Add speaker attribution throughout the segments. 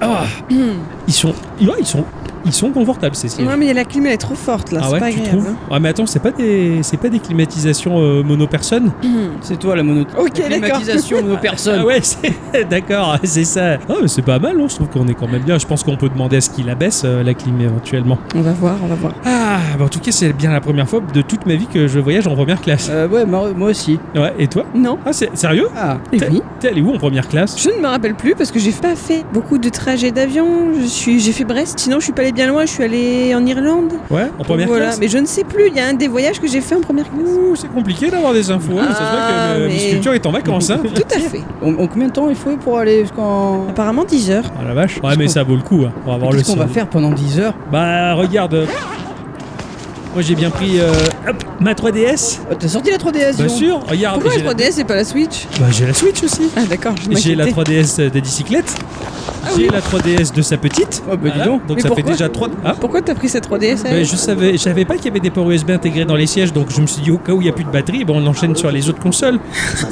Speaker 1: Ah, ils sont, ils, ouais, ils sont, ils sont confortables ces sièges.
Speaker 2: Ouais, mais la clim elle est trop forte là,
Speaker 1: ah
Speaker 2: c'est
Speaker 1: ouais,
Speaker 2: pas hein.
Speaker 1: tu
Speaker 2: agréable.
Speaker 1: trouves Ah mais attends, c'est pas des, c'est pas des climatisations euh, monopersonnes
Speaker 2: hein.
Speaker 3: C'est toi la mono.
Speaker 2: Ok,
Speaker 3: la
Speaker 2: d'accord.
Speaker 3: climatisation nos personnes.
Speaker 1: Ah ouais, c'est- d'accord, c'est ça. Ah mais c'est pas mal, non je trouve qu'on est quand même bien. Je pense qu'on peut demander à ce qu'il abaisse euh, la clim éventuellement.
Speaker 2: On va voir, on va voir.
Speaker 1: Ah, bah en tout cas, c'est bien la première fois de toute ma vie que je voyage en première classe.
Speaker 3: Euh, ouais, moi, moi aussi.
Speaker 1: Ouais, et toi
Speaker 2: Non.
Speaker 1: Ah, c'est sérieux
Speaker 3: Ah,
Speaker 2: Et
Speaker 1: T'es-
Speaker 2: oui.
Speaker 1: T'es allé où en première classe
Speaker 2: Je ne me rappelle plus parce que j'ai pas fait beaucoup de trajets d'avion. Je suis, j'ai fait Brest. Sinon, je suis pas allée bien loin. Je suis allée en Irlande.
Speaker 1: Ouais, en première
Speaker 2: voilà.
Speaker 1: classe
Speaker 2: Mais je ne sais plus. Il y a un des voyages que j'ai fait en première classe.
Speaker 1: Ouh, c'est compliqué d'avoir des infos.
Speaker 2: Ah,
Speaker 1: ça se voit que euh,
Speaker 2: mais-
Speaker 1: Miss Culture est en vacances, hein
Speaker 2: Tout à fait.
Speaker 3: on, on- combien de temps il faut pour aller jusqu'en.
Speaker 2: Apparemment 10 heures.
Speaker 1: Ah la vache. Ouais,
Speaker 3: Qu'est-ce
Speaker 1: mais
Speaker 3: qu'on-
Speaker 1: ça vaut le coup. hein. On va voir le
Speaker 3: Qu'est-ce qu'on va
Speaker 1: son.
Speaker 3: faire pendant 10 heures
Speaker 1: Bah, regarde. Moi, j'ai bien pris euh, hop, ma 3DS.
Speaker 3: Oh, T'as sorti la 3DS
Speaker 1: Bien
Speaker 3: dis donc.
Speaker 1: sûr, regarde.
Speaker 2: Pourquoi
Speaker 1: Ah, j'ai
Speaker 2: la 3DS et pas la Switch
Speaker 1: Bah, j'ai la Switch aussi.
Speaker 2: Ah d'accord. je
Speaker 1: J'ai la
Speaker 2: m'inquiétais.
Speaker 1: 3DS des bicyclettes. J'ai la 3DS de sa petite.
Speaker 3: Ah Oh, bah, dis
Speaker 1: Voilà.
Speaker 3: donc. Mais
Speaker 1: ça fait
Speaker 3: pourquoi
Speaker 1: déjà 3. Ah,
Speaker 2: Pourquoi t'as pris cette 3DS
Speaker 1: Ben, je savais, je savais pas qu'il y avait des ports USB intégrés dans les sièges, donc je me suis dit au cas où il n'y a plus de batterie, ben, on enchaîne sur les autres consoles.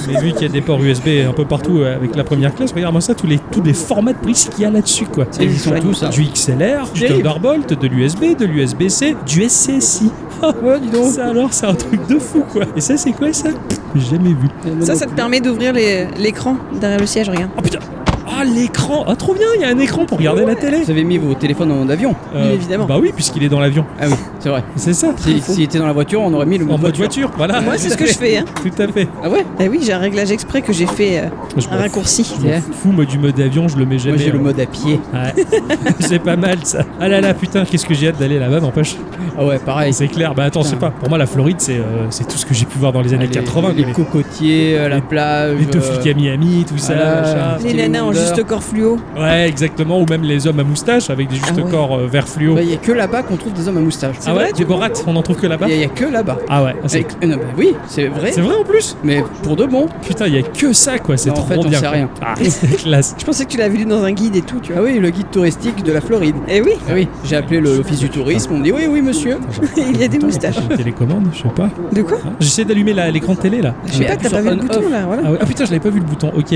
Speaker 1: Mais vu qu'il y a des ports USB un peu partout euh, avec la première classe, regarde-moi ça, tous les, tous les formats de prise qu'il y a là-dessus quoi.
Speaker 3: Et ils sont tous, hein.
Speaker 1: Du XLR, du
Speaker 3: Terrible.
Speaker 1: Thunderbolt, de l'USB, de l'USB-C, du SCSI.
Speaker 2: Ah
Speaker 3: Ouais, dis donc.
Speaker 1: Ça alors, c'est un truc de fou quoi. Et ça, c'est quoi ça Pff, Jamais vu.
Speaker 2: Ça, ça te permet d'ouvrir les- l'écran derrière le siège. Regarde.
Speaker 1: Oh putain Ah l'écran Ah trop bien, il y a un écran pour regarder la télé.
Speaker 3: Vous avez mis vos téléphones en mode avion.
Speaker 1: Euh,
Speaker 2: évidemment.
Speaker 1: Bah oui, puisqu'il est dans l'avion.
Speaker 3: Ah oui, c'est vrai.
Speaker 1: C'est ça.
Speaker 3: Si- S'il était dans la voiture, on aurait mis le
Speaker 1: En
Speaker 3: mode
Speaker 1: mode
Speaker 3: voiture.
Speaker 1: voiture, voilà.
Speaker 2: Moi, c'est ce que je fais. Hein.
Speaker 1: Tout Ah, à fait.
Speaker 3: Ah ouais
Speaker 2: Bah oui, j'ai un réglage exprès que j'ai fait euh,
Speaker 1: Je
Speaker 2: un
Speaker 1: m'en
Speaker 2: raccourci.
Speaker 1: Je m'en fous, moi, du mode avion, je le mets jamais.
Speaker 3: Ah, Moi j'ai le
Speaker 1: hein.
Speaker 3: mode à pied.
Speaker 1: Ouais. c'est pas mal ça. Ah là là, putain, qu'est-ce que j'ai hâte d'aller là-bas, n'empêche.
Speaker 3: Ah ouais, pareil.
Speaker 1: C'est clair, bah attends,
Speaker 3: Putain.
Speaker 1: c'est pas. Pour moi, la Floride, c'est euh, c'est tout ce que j'ai pu voir dans les années
Speaker 3: Les-
Speaker 1: 80.
Speaker 3: les,
Speaker 1: quoi.
Speaker 3: cocotiers, euh, la
Speaker 1: les-
Speaker 3: plage.
Speaker 1: Les Tofik à Miami, tout ça,
Speaker 3: Ah,
Speaker 1: machin.
Speaker 2: Les
Speaker 3: Stevie
Speaker 2: nanas en
Speaker 3: Wonder.
Speaker 2: juste corps fluo.
Speaker 1: Ouais, exactement. Ou même les hommes à moustache avec des justes
Speaker 2: Ah ouais.
Speaker 1: corps euh, vert fluo.
Speaker 3: Il n'y a que là-bas qu'on trouve des hommes à moustache.
Speaker 1: ah ouais, des Borat, on en trouve que là-bas.
Speaker 3: Il n'y a, que là-bas.
Speaker 1: Ah ouais, ah, c'est
Speaker 3: Eh, non, mais oui, c'est vrai.
Speaker 1: c'est vrai en plus.
Speaker 3: Mais pour de bon.
Speaker 1: Putain, il y a que ça quoi, c'est
Speaker 3: Non, en
Speaker 1: trop
Speaker 3: fait, on
Speaker 1: bien.
Speaker 3: sait
Speaker 1: quoi.
Speaker 3: rien.
Speaker 1: Ah, c'est classe.
Speaker 2: Je pensais que tu l'avais lu dans un guide et tout, tu
Speaker 3: Ah
Speaker 2: vois.
Speaker 3: oui, le guide touristique de la Floride.
Speaker 2: Eh oui,
Speaker 3: Ah oui, j'ai appelé le- l'office du tourisme. On me dit oui, oui, monsieur.
Speaker 2: il y a des
Speaker 1: Attends,
Speaker 2: moustaches.
Speaker 1: Une télécommande, je sais pas.
Speaker 2: De quoi
Speaker 1: Ah, J'essaie d'allumer la- l'écran de télé là.
Speaker 2: Je sais
Speaker 3: Mais
Speaker 2: pas,
Speaker 3: appuie
Speaker 2: t'as pas
Speaker 3: sur
Speaker 2: vu le
Speaker 3: on,
Speaker 2: bouton
Speaker 3: off.
Speaker 2: là, voilà.
Speaker 1: Ah, ouais, ah putain, je l'avais pas vu le bouton, ok.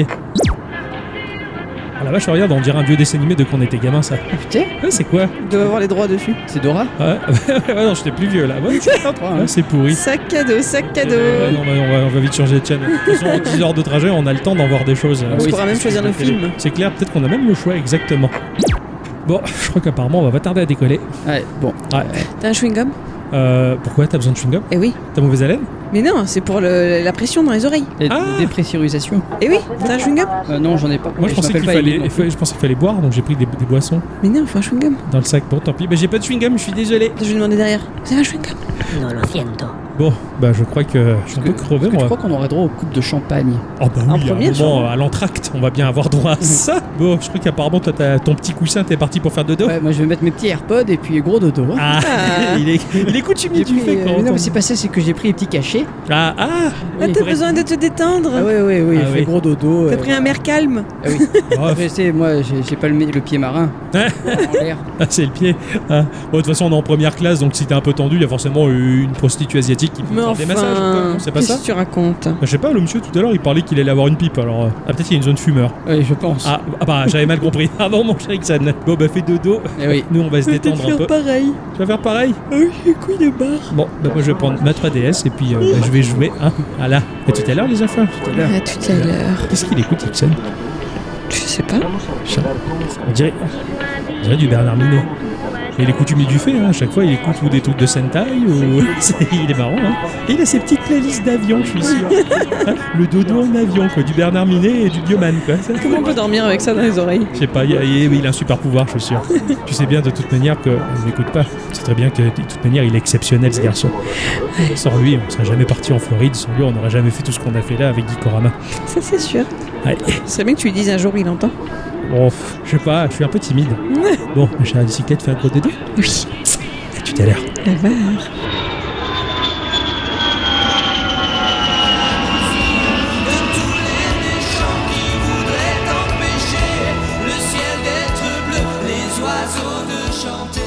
Speaker 1: Ah la vache, regarde, on dirait un vieux dessin animé de quand on était gamin, ça.
Speaker 3: Ah putain,
Speaker 1: Ouais, c'est quoi
Speaker 2: Il doit avoir les droits dessus.
Speaker 3: c'est Dora.
Speaker 1: Ah, Ouais, ouais, non, j'étais plus vieux là. Ouais,
Speaker 2: hein.
Speaker 1: ouais, c'est pourri.
Speaker 2: Sac cadeau, sac cadeau.
Speaker 1: Euh, non, bah, on, va, on va vite changer de chaîne. De toute façon, en 10 heures de trajet, on a le temps d'en voir des choses.
Speaker 2: On
Speaker 1: Euh,
Speaker 2: pourra même
Speaker 1: c'est-
Speaker 2: choisir
Speaker 1: c'est-
Speaker 2: nos
Speaker 1: c'est-
Speaker 2: films.
Speaker 1: C'est clair, peut-être qu'on a même le choix, exactement. Bon, je crois qu'apparemment, on va pas tarder à décoller.
Speaker 3: Ah Ouais, bon.
Speaker 1: Ouais.
Speaker 2: T'as un chewing-gum
Speaker 1: Euh, pourquoi T'as besoin de chewing-gum
Speaker 2: Eh oui.
Speaker 1: T'as mauvaise haleine
Speaker 2: Mais non, c'est pour le- la pression dans les oreilles.
Speaker 3: Et
Speaker 1: Ah
Speaker 3: Dépressurisation.
Speaker 2: Eh oui, t'as un chewing-gum
Speaker 3: Euh, non, j'en ai pas.
Speaker 1: Moi, je, pensais
Speaker 3: m'appelle
Speaker 1: qu'il
Speaker 3: pas
Speaker 1: fallait,
Speaker 3: Émile, non.
Speaker 1: il fallait- je pensais qu'il fallait boire, donc j'ai pris des, des boissons
Speaker 2: Mais non, il faut un chewing-gum.
Speaker 1: dans le sac. Bon, tant pis. Bah, j'ai pas de chewing-gum, je suis désolé.
Speaker 2: Je vais demander derrière. Vous avez un chewing-gum
Speaker 4: No lo siento.
Speaker 1: Bon, bah, je crois que je suis un peu crevé,
Speaker 3: Parce que
Speaker 1: moi.
Speaker 3: je crois qu'on aurait droit aux coupes de champagne.
Speaker 1: Oh bah
Speaker 2: En
Speaker 1: oui,
Speaker 2: premier,
Speaker 1: à, un
Speaker 2: je
Speaker 1: moment, à l'entracte, on va bien avoir droit à ça. Bon, je crois qu'apparemment, toi, t'as ton petit coussin, t'es parti pour faire dodo.
Speaker 3: Ouais, moi je vais mettre mes petits AirPods et puis gros dodo. hein.
Speaker 1: Oh. Ah,
Speaker 2: Ah.
Speaker 1: il, est, il est coutumier
Speaker 3: Et
Speaker 1: du
Speaker 3: puis,
Speaker 1: fait
Speaker 3: euh,
Speaker 1: quand
Speaker 3: mais non,
Speaker 1: on-
Speaker 3: mais c'est passé, c'est que j'ai pris les petits cachets.
Speaker 1: Ah, ah
Speaker 2: Ah, t'as besoin de te détendre.
Speaker 3: Ah ouais, ouais, ouais,
Speaker 1: Ah
Speaker 3: j'ai
Speaker 1: oui.
Speaker 3: fait gros dodo.
Speaker 2: T'as
Speaker 3: euh,
Speaker 2: pris un mer calme.
Speaker 3: ah oui.
Speaker 1: Oh,
Speaker 3: Après, tu sais, moi j'ai j'ai pas le, le pied marin. en l'air.
Speaker 1: ah, C'est le pied. Ah. Bon, de toute façon, on est en première classe, donc si t'es un peu tendu, il y a forcément une prostituée asiatique qui peut
Speaker 2: Mais
Speaker 1: faire des massages. ou quoi,
Speaker 2: enfin,
Speaker 1: non, C'est pas ça
Speaker 2: qu'est-ce que tu racontes
Speaker 1: Bah, Je sais pas, le monsieur tout à l'heure, il parlait qu'il allait avoir une pipe, alors... euh, Ah, peut-être qu'il y a une zone fumeur.
Speaker 3: Oui, je pense.
Speaker 1: Ah, ah bah, j'avais mal compris. Ah non, mon cher Ixon. Bon, bah, fais dodo.
Speaker 3: Eh oui.
Speaker 1: Nous, on va se détendre un peu.
Speaker 2: pareil.
Speaker 1: Tu vas faire pareil
Speaker 2: Ah oui, j'ai couille de barre.
Speaker 1: Bon, bah moi je vais prendre ma 3DS et puis euh, bah, je vais jouer. Hein. Voilà. À tout à l'heure les enfants. Tout à l'heure.
Speaker 2: À tout à l'heure.
Speaker 1: Qu'est-ce qu'il écoute, Ibsen
Speaker 2: Je sais pas.
Speaker 1: On dirait, on dirait du Bernard Minet. Et il est coutumier du fait, hein. à chaque fois il écoute ou des trucs de Sentai ou. c'est- il est marrant, hein. Et il a ses petites playlists d'avion, je suis sûr. Hein, Le dodo en avion, quoi, du Bernard Minet et du Bioman, quoi. Ça,
Speaker 2: Comment on peut dormir avec ça dans les oreilles
Speaker 1: Je sais pas, il y a- il y a- il a un super pouvoir, je suis sûr. tu sais bien de toute manière qu'on ne l'écoute pas. C'est très bien que de toute manière, il est exceptionnel ce garçon. Sans lui, on serait jamais parti en Floride. Sans lui, on n'aurait jamais fait tout ce qu'on a fait là avec Guy Corama.
Speaker 2: Ça, c'est sûr.
Speaker 1: Ouais.
Speaker 2: C'est bien que tu lui dises un jour, il entend.
Speaker 1: Bon, pff, je sais pas, je suis un peu timide. Bon, ma chère bicyclette, fais un gros dodo.
Speaker 2: Oui.
Speaker 1: À tout à l'heure.
Speaker 2: La barre.
Speaker 5: le ciel d'être bleu, les oiseaux de chanter.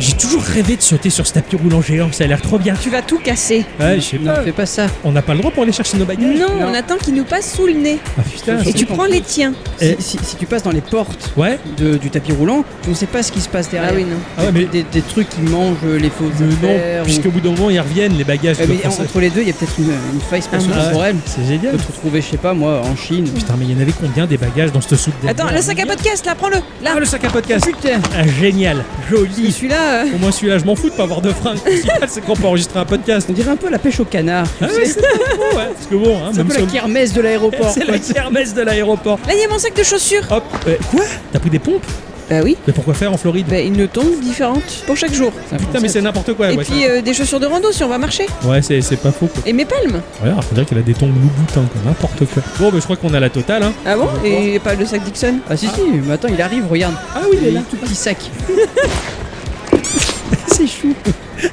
Speaker 1: J'ai toujours rêvé de sauter sur ce tapis roulant géant, ça a l'air trop bien.
Speaker 2: Tu vas tout casser.
Speaker 1: Ouais, je sais
Speaker 3: Non,
Speaker 1: pas.
Speaker 3: fais pas ça.
Speaker 1: On n'a pas le droit pour aller chercher nos bagages.
Speaker 2: Non,
Speaker 3: Non.
Speaker 2: on attend qu'il nous passe sous le nez.
Speaker 1: Ah putain.
Speaker 2: Et
Speaker 3: Surtout
Speaker 1: c'est-
Speaker 2: tu
Speaker 3: qu'en
Speaker 2: prends les tiens.
Speaker 1: Eh.
Speaker 3: Si, si- si tu passes dans les portes
Speaker 1: Ouais.
Speaker 3: de- du tapis roulant, tu ne sais pas ce qui se passe derrière.
Speaker 2: Ah oui, non.
Speaker 1: Ah ouais, mais,
Speaker 3: des, des trucs qui mangent les faux
Speaker 1: mais Euh, non,
Speaker 3: affaires
Speaker 2: Euh,
Speaker 3: ou-
Speaker 1: puisqu'au bout d'un moment ils reviennent les bagages.
Speaker 2: Eh
Speaker 3: Ouais,
Speaker 1: tu
Speaker 3: mais
Speaker 1: dois penser-
Speaker 3: entre les deux, il y a peut-être une, une faille spatio
Speaker 1: Ah ouais.
Speaker 3: temporelle.
Speaker 1: C'est
Speaker 3: Tu
Speaker 1: génial.
Speaker 3: peux te retrouver, je sais pas moi, en Chine.
Speaker 1: Putain, mais il y en avait combien des bagages dans cette soupe
Speaker 2: Attends,
Speaker 1: derrière
Speaker 2: le sac à podcast, là, prends-le. Là,
Speaker 1: Ah, le sac à podcast.
Speaker 3: Putain
Speaker 1: Ah, génial,
Speaker 2: Et
Speaker 1: joli.
Speaker 2: celui-là,
Speaker 3: hein.
Speaker 2: euh,
Speaker 1: Au moins celui-là, je m'en fous de pas avoir de frein. Le principal, c'est qu'on peut enregistrer un podcast.
Speaker 3: On dirait un peu la pêche au canard. tu
Speaker 1: Ah
Speaker 3: sais.
Speaker 1: ouais, c'est pas faux, ouais. Parce que bon, hein,
Speaker 3: C'est un
Speaker 1: même
Speaker 3: peu
Speaker 1: si
Speaker 3: la
Speaker 1: on-
Speaker 3: kermesse de l'aéroport.
Speaker 1: c'est
Speaker 3: quoi.
Speaker 1: la kermesse de l'aéroport.
Speaker 2: là, il y a mon sac de chaussures.
Speaker 1: Hop, euh, quoi T'as pris des pompes
Speaker 2: Bah oui,
Speaker 1: Mais pourquoi faire en Floride
Speaker 2: bah, une tombe différente pour chaque jour.
Speaker 3: C'est un
Speaker 1: Putain, mais
Speaker 3: concept.
Speaker 1: c'est n'importe quoi.
Speaker 2: Et
Speaker 1: ouais,
Speaker 2: puis euh, des chaussures de rando si on va marcher.
Speaker 1: ça. Ouais, c'est c'est pas faux. Quoi.
Speaker 2: Et mes palmes.
Speaker 1: Regarde, faut dire qu'elle a des tombes loup-boutin, quoi. N'importe quoi. Bon, bah, je crois qu'on a la totale, hein.
Speaker 2: Ah bon Et pas le sac Dixon
Speaker 3: Ah si si, mais attends, il arrive, regarde.
Speaker 1: Ah oui,
Speaker 3: Il a un tout petit sac.
Speaker 1: C'est chou.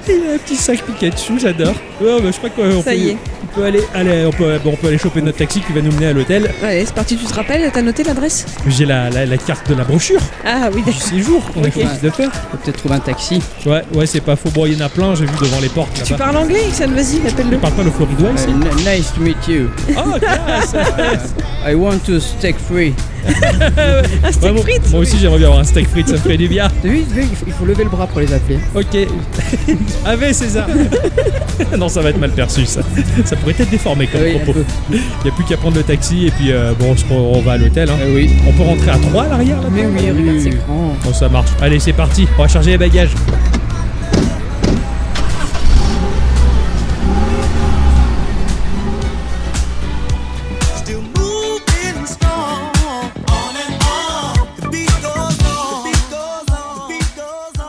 Speaker 1: Il a un petit sac Pikachu, j'adore. Ouais, bah, je crois qu'on
Speaker 2: Ça
Speaker 1: peut,
Speaker 2: y est.
Speaker 1: on peut aller, allez, on peut, bon, on peut aller choper notre taxi qui va nous mener à l'hôtel.
Speaker 2: Allez, c'est parti, tu te rappelles T'as noté l'adresse
Speaker 1: J'ai la, la, la carte de la brochure
Speaker 2: Ah oui,
Speaker 1: du
Speaker 2: d'accord.
Speaker 1: séjour qu'on a
Speaker 3: Ok.
Speaker 1: choisi de faire.
Speaker 3: Faut peut-être trouver un taxi.
Speaker 1: Ouais, ouais, c'est pas faux. Bon, il y en a plein, j'ai vu devant les portes
Speaker 2: Tu
Speaker 1: là-bas.
Speaker 2: parles anglais, Ixon Vas-y,
Speaker 1: Tu
Speaker 2: appelle-le.
Speaker 1: parles pas le floridois
Speaker 3: Euh,
Speaker 1: ici
Speaker 3: n- nice to meet you.
Speaker 1: Oh, classe
Speaker 3: I want to steak free.
Speaker 2: Un steak
Speaker 1: Ouais, moi-
Speaker 2: frites
Speaker 1: Moi aussi, j'aimerais bien avoir un steak frites, ça me ferait du bien.
Speaker 3: T'as vu, t'as vu, il faut, il faut lever le bras pour les appeler.
Speaker 1: Ok. Ave César Non, ça va être mal perçu, ça. Ça pourrait être déformé comme
Speaker 3: Ah oui, un
Speaker 1: propos.
Speaker 3: peu.
Speaker 1: Il n'y a plus qu'à prendre le taxi et puis euh, bon, je crois on va à l'hôtel. hein.
Speaker 3: Ah oui.
Speaker 1: On peut rentrer à 3 à l'arrière là
Speaker 3: Mais oui, regarde, c'est grand.
Speaker 1: Bon, ça marche. Allez, c'est parti. On va charger les bagages.
Speaker 5: Still moving strong, on and on. The beat goes on, the beat goes on, the beat goes on.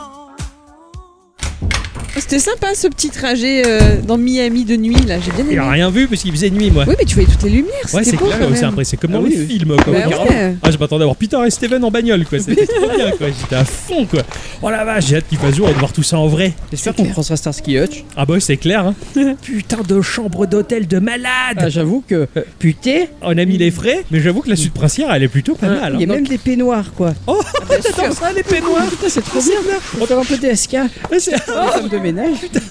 Speaker 2: C'était sympa ce petit trajet euh, dans Miami de nuit, là. J'ai bien
Speaker 1: Il a
Speaker 2: aimé.
Speaker 1: rien vu parce qu'il faisait nuit, moi.
Speaker 2: Oui, mais tu voyais toutes les lumières.
Speaker 1: ouais, c'est
Speaker 2: C'était beau
Speaker 1: clair.
Speaker 2: quand
Speaker 1: ouais, C'est
Speaker 2: même.
Speaker 1: impressionnant. C'est comme dans
Speaker 3: Ah
Speaker 1: les
Speaker 3: oui, oui.
Speaker 1: films. Quoi,
Speaker 2: Bah
Speaker 1: carrément.
Speaker 2: ouais.
Speaker 1: Ah, je m'attendais à voir Peter et Steven en bagnole, quoi. C'était trop bien, quoi. J'étais à fond, quoi. Oh la vache, j'ai hâte qu'il fasse jour et de voir tout ça en vrai.
Speaker 3: J'espère qu'on croisera Starsky Hutch.
Speaker 1: Ah bah, c'est clair, hein. Putain de chambre d'hôtel de malade.
Speaker 3: Ah, j'avoue que. euh, Putain,
Speaker 1: On a mis les frais, mais j'avoue que la suite princière, elle est plutôt pas mal.
Speaker 3: Ah, il y a
Speaker 1: hein.
Speaker 3: même des peignoirs quoi.
Speaker 1: Oh,
Speaker 3: t'attends ça, les peignoirs Putain, c'est trop bien On va faire un peu DSK,
Speaker 1: C'est-
Speaker 3: en femme de ménage.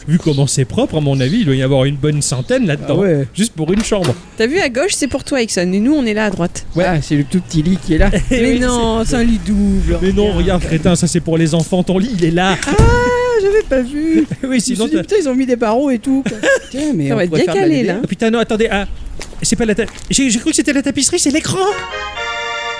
Speaker 1: Vu comment c'est propre, à mon avis, il doit y avoir une bonne centaine là-dedans.
Speaker 3: Ah ouais.
Speaker 1: Juste pour une chambre.
Speaker 2: T'as vu à gauche, c'est pour toi, Ixon. Et nous, on est là à droite.
Speaker 3: Ouais, ah, c'est le tout petit lit qui est là.
Speaker 1: Eh
Speaker 2: Mais
Speaker 1: oui,
Speaker 2: non, c'est un lit double.
Speaker 1: Mais non, regarde, crétin, ça c'est pour les enfants, ton lit, il est là.
Speaker 3: Ah, j'avais pas vu
Speaker 1: oui,
Speaker 3: Je me
Speaker 1: sinon.
Speaker 3: suis dit,
Speaker 1: t'as-
Speaker 3: putain, ils ont mis des barreaux et tout. quoi. Putain, mais
Speaker 2: Ça
Speaker 3: on
Speaker 2: va être
Speaker 3: pourrait
Speaker 2: bien
Speaker 3: faire de la
Speaker 2: calé,
Speaker 3: BD.
Speaker 2: là.
Speaker 1: Ah, putain, non, attendez. Ah, c'est pas la. ta- J'ai j'ai cru que c'était la tapisserie, c'est l'écran.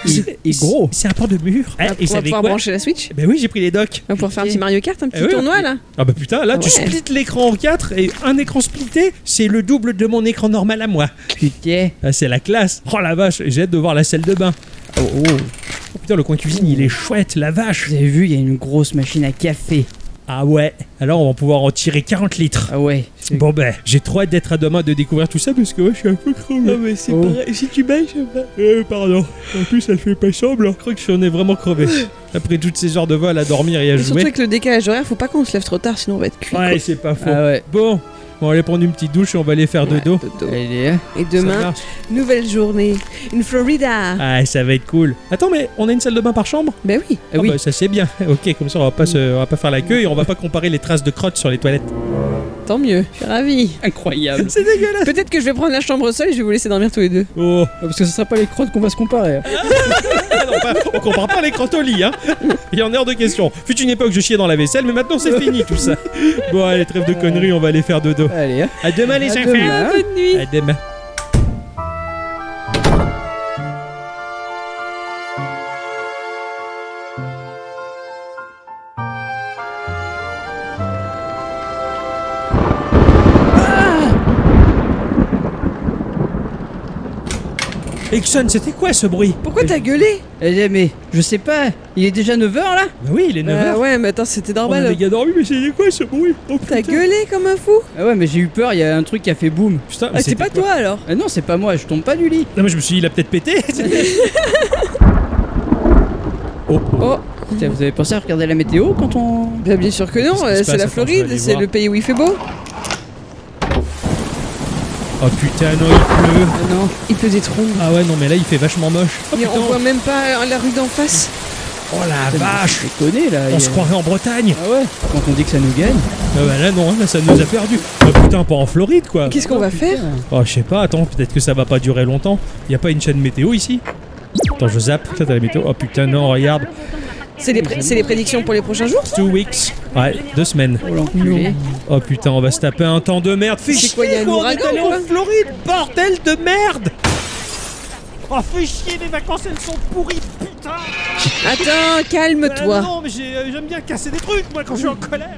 Speaker 3: Il, il est gros.
Speaker 1: C'est un port de mur. Eh,
Speaker 2: Ah,
Speaker 1: et
Speaker 2: on va
Speaker 1: savez
Speaker 2: pouvoir
Speaker 1: quoi
Speaker 2: brancher la Switch.
Speaker 1: Ben oui, j'ai pris les docks.
Speaker 2: On va pouvoir faire un petit Mario Kart, un petit
Speaker 1: Eh oui.
Speaker 2: tournoi, là.
Speaker 1: Ah bah putain, là tu
Speaker 2: Ah ouais.
Speaker 1: splits l'écran en quatre et un écran splitté, c'est le double de mon écran normal à moi.
Speaker 3: Putain.
Speaker 1: Ah, c'est la classe. Oh la vache, j'ai hâte de voir la salle de bain.
Speaker 3: Oh, oh.
Speaker 1: Oh putain, le coin cuisine, il est chouette, la vache.
Speaker 3: Vous avez vu, il y a une grosse machine à café.
Speaker 1: Ah ouais, alors on va pouvoir en tirer 40 litres.
Speaker 3: Ah ouais. c'est-
Speaker 1: Bon ben, j'ai trop hâte d'être à demain de découvrir tout ça parce que ouais, je suis un peu crevé. Ah mais c'est
Speaker 3: Oh.
Speaker 1: pareil, si tu bailles, je pas. Euh, pardon. En plus, ça fait pas semblant. Je crois que j'en ai vraiment crevé. Après toutes ces heures de vol à dormir et à
Speaker 2: Et surtout
Speaker 1: jouer.
Speaker 2: avec le décalage horaire, faut pas qu'on se lève trop tard, sinon on va être cuit.
Speaker 1: Ouais, c'est pas faux.
Speaker 3: Ah ouais.
Speaker 1: Bon, on va aller prendre une petite douche et on va aller faire
Speaker 2: quoi.
Speaker 1: Oh, dodo. Eh,
Speaker 2: Ouais, dodo.
Speaker 3: Allez, hein.
Speaker 2: Et
Speaker 1: Ça
Speaker 2: demain,
Speaker 1: marche.
Speaker 2: nouvelle journée. Une Florida.
Speaker 1: Ah, ça va être cool. Attends, mais on a une salle de bain par chambre
Speaker 2: Ben oui.
Speaker 3: Ah oui.
Speaker 1: bah, ça c'est bien. Ok, comme ça on va pas, se- on va pas faire la queue et on va pas comparer les traces de crottes sur les toilettes.
Speaker 2: Tant mieux, je suis ravie.
Speaker 3: Incroyable.
Speaker 1: C'est dégueulasse.
Speaker 2: Peut-être que je vais prendre la chambre seule et je vais vous laisser dormir tous les deux.
Speaker 1: Oh,
Speaker 3: Ah, Parce que ce sera pas les crottes qu'on va se comparer. hein.
Speaker 1: Ah non, pas- on compare pas les crottes au lit, hein Il y en a hors de question. Fut une époque, je chiais dans la vaisselle, mais maintenant c'est fini tout ça. Bon, allez, trêve de conneries, on va aller faire dodo.
Speaker 3: Allez, hein.
Speaker 1: À demain, les
Speaker 3: À
Speaker 1: enfants.
Speaker 3: demain.
Speaker 2: Ah,
Speaker 3: Hein
Speaker 2: bonne nuit.
Speaker 1: À demain. Ah Ixon, c'était quoi ce bruit
Speaker 2: Pourquoi t'as gueulé
Speaker 3: Allez, Eh, mais je sais pas. Il est déjà 9h là
Speaker 1: Bah oui, il est 9h.
Speaker 2: Bah ouais, mais attends, c'était
Speaker 1: On a
Speaker 2: normal.
Speaker 1: méga dormi, mais c'était quoi ce bruit Oh
Speaker 2: T'as
Speaker 1: putain
Speaker 2: gueulé comme un fou.
Speaker 3: Ah ouais, mais j'ai eu peur, il y a un truc qui a fait boum.
Speaker 1: Putain, mais
Speaker 2: Ah, c'est pas
Speaker 1: quoi
Speaker 2: toi alors
Speaker 3: Ah non, c'est pas moi, je tombe pas du lit.
Speaker 1: Non, mais je me suis dit, il a peut-être pété Oh, oh.
Speaker 2: Oh,
Speaker 3: Putain, vous avez pensé à regarder la météo quand on.
Speaker 2: bah, bien sûr que
Speaker 1: Qu'est-ce
Speaker 2: non,
Speaker 1: qui
Speaker 2: euh,
Speaker 1: se
Speaker 2: c'est
Speaker 1: passe Attends, je
Speaker 2: la
Speaker 1: vais
Speaker 2: Floride,
Speaker 1: aller
Speaker 2: c'est
Speaker 1: voir.
Speaker 2: le pays où il fait beau.
Speaker 1: Oh, putain, non, il pleut
Speaker 3: Ah non.
Speaker 2: Il pleut des trombes.
Speaker 1: Ah ouais, non, mais là, il fait vachement moche. Oh,
Speaker 2: Et
Speaker 1: putain.
Speaker 2: on voit même pas euh, la rue d'en face.
Speaker 1: Oh la vache
Speaker 3: Étonné là. il y
Speaker 1: On
Speaker 3: a-
Speaker 1: se croirait en Bretagne
Speaker 3: Ah ouais. Quand on dit que ça nous gagne.
Speaker 1: Ah bah Là non, là ça nous a perdu. Ah, putain, pas en Floride quoi
Speaker 2: Qu'est-ce qu'on va faire
Speaker 1: Oh je sais pas, attends, peut-être que ça va pas durer longtemps. Y a pas une chaîne météo ici Attends, je zappe, ça t'as la météo. Oh putain, non, regarde.
Speaker 2: C'est les, pré- c'est les prédictions pour les prochains jours
Speaker 1: Two weeks. Ouais, deux semaines.
Speaker 3: Oh l'enculé.
Speaker 1: Oh putain, on va se taper un temps de merde. Fais
Speaker 2: C'est
Speaker 1: chier,
Speaker 2: quoi, y a un
Speaker 1: on est
Speaker 2: ouragan,
Speaker 1: allé
Speaker 2: quoi
Speaker 1: en Floride, bordel de merde Oh fais chier, les vacances elles sont pourries, putain Ah
Speaker 2: Attends, calme-toi.
Speaker 1: Non, mais j'ai- euh, j'aime bien casser des trucs, moi, quand je suis en colère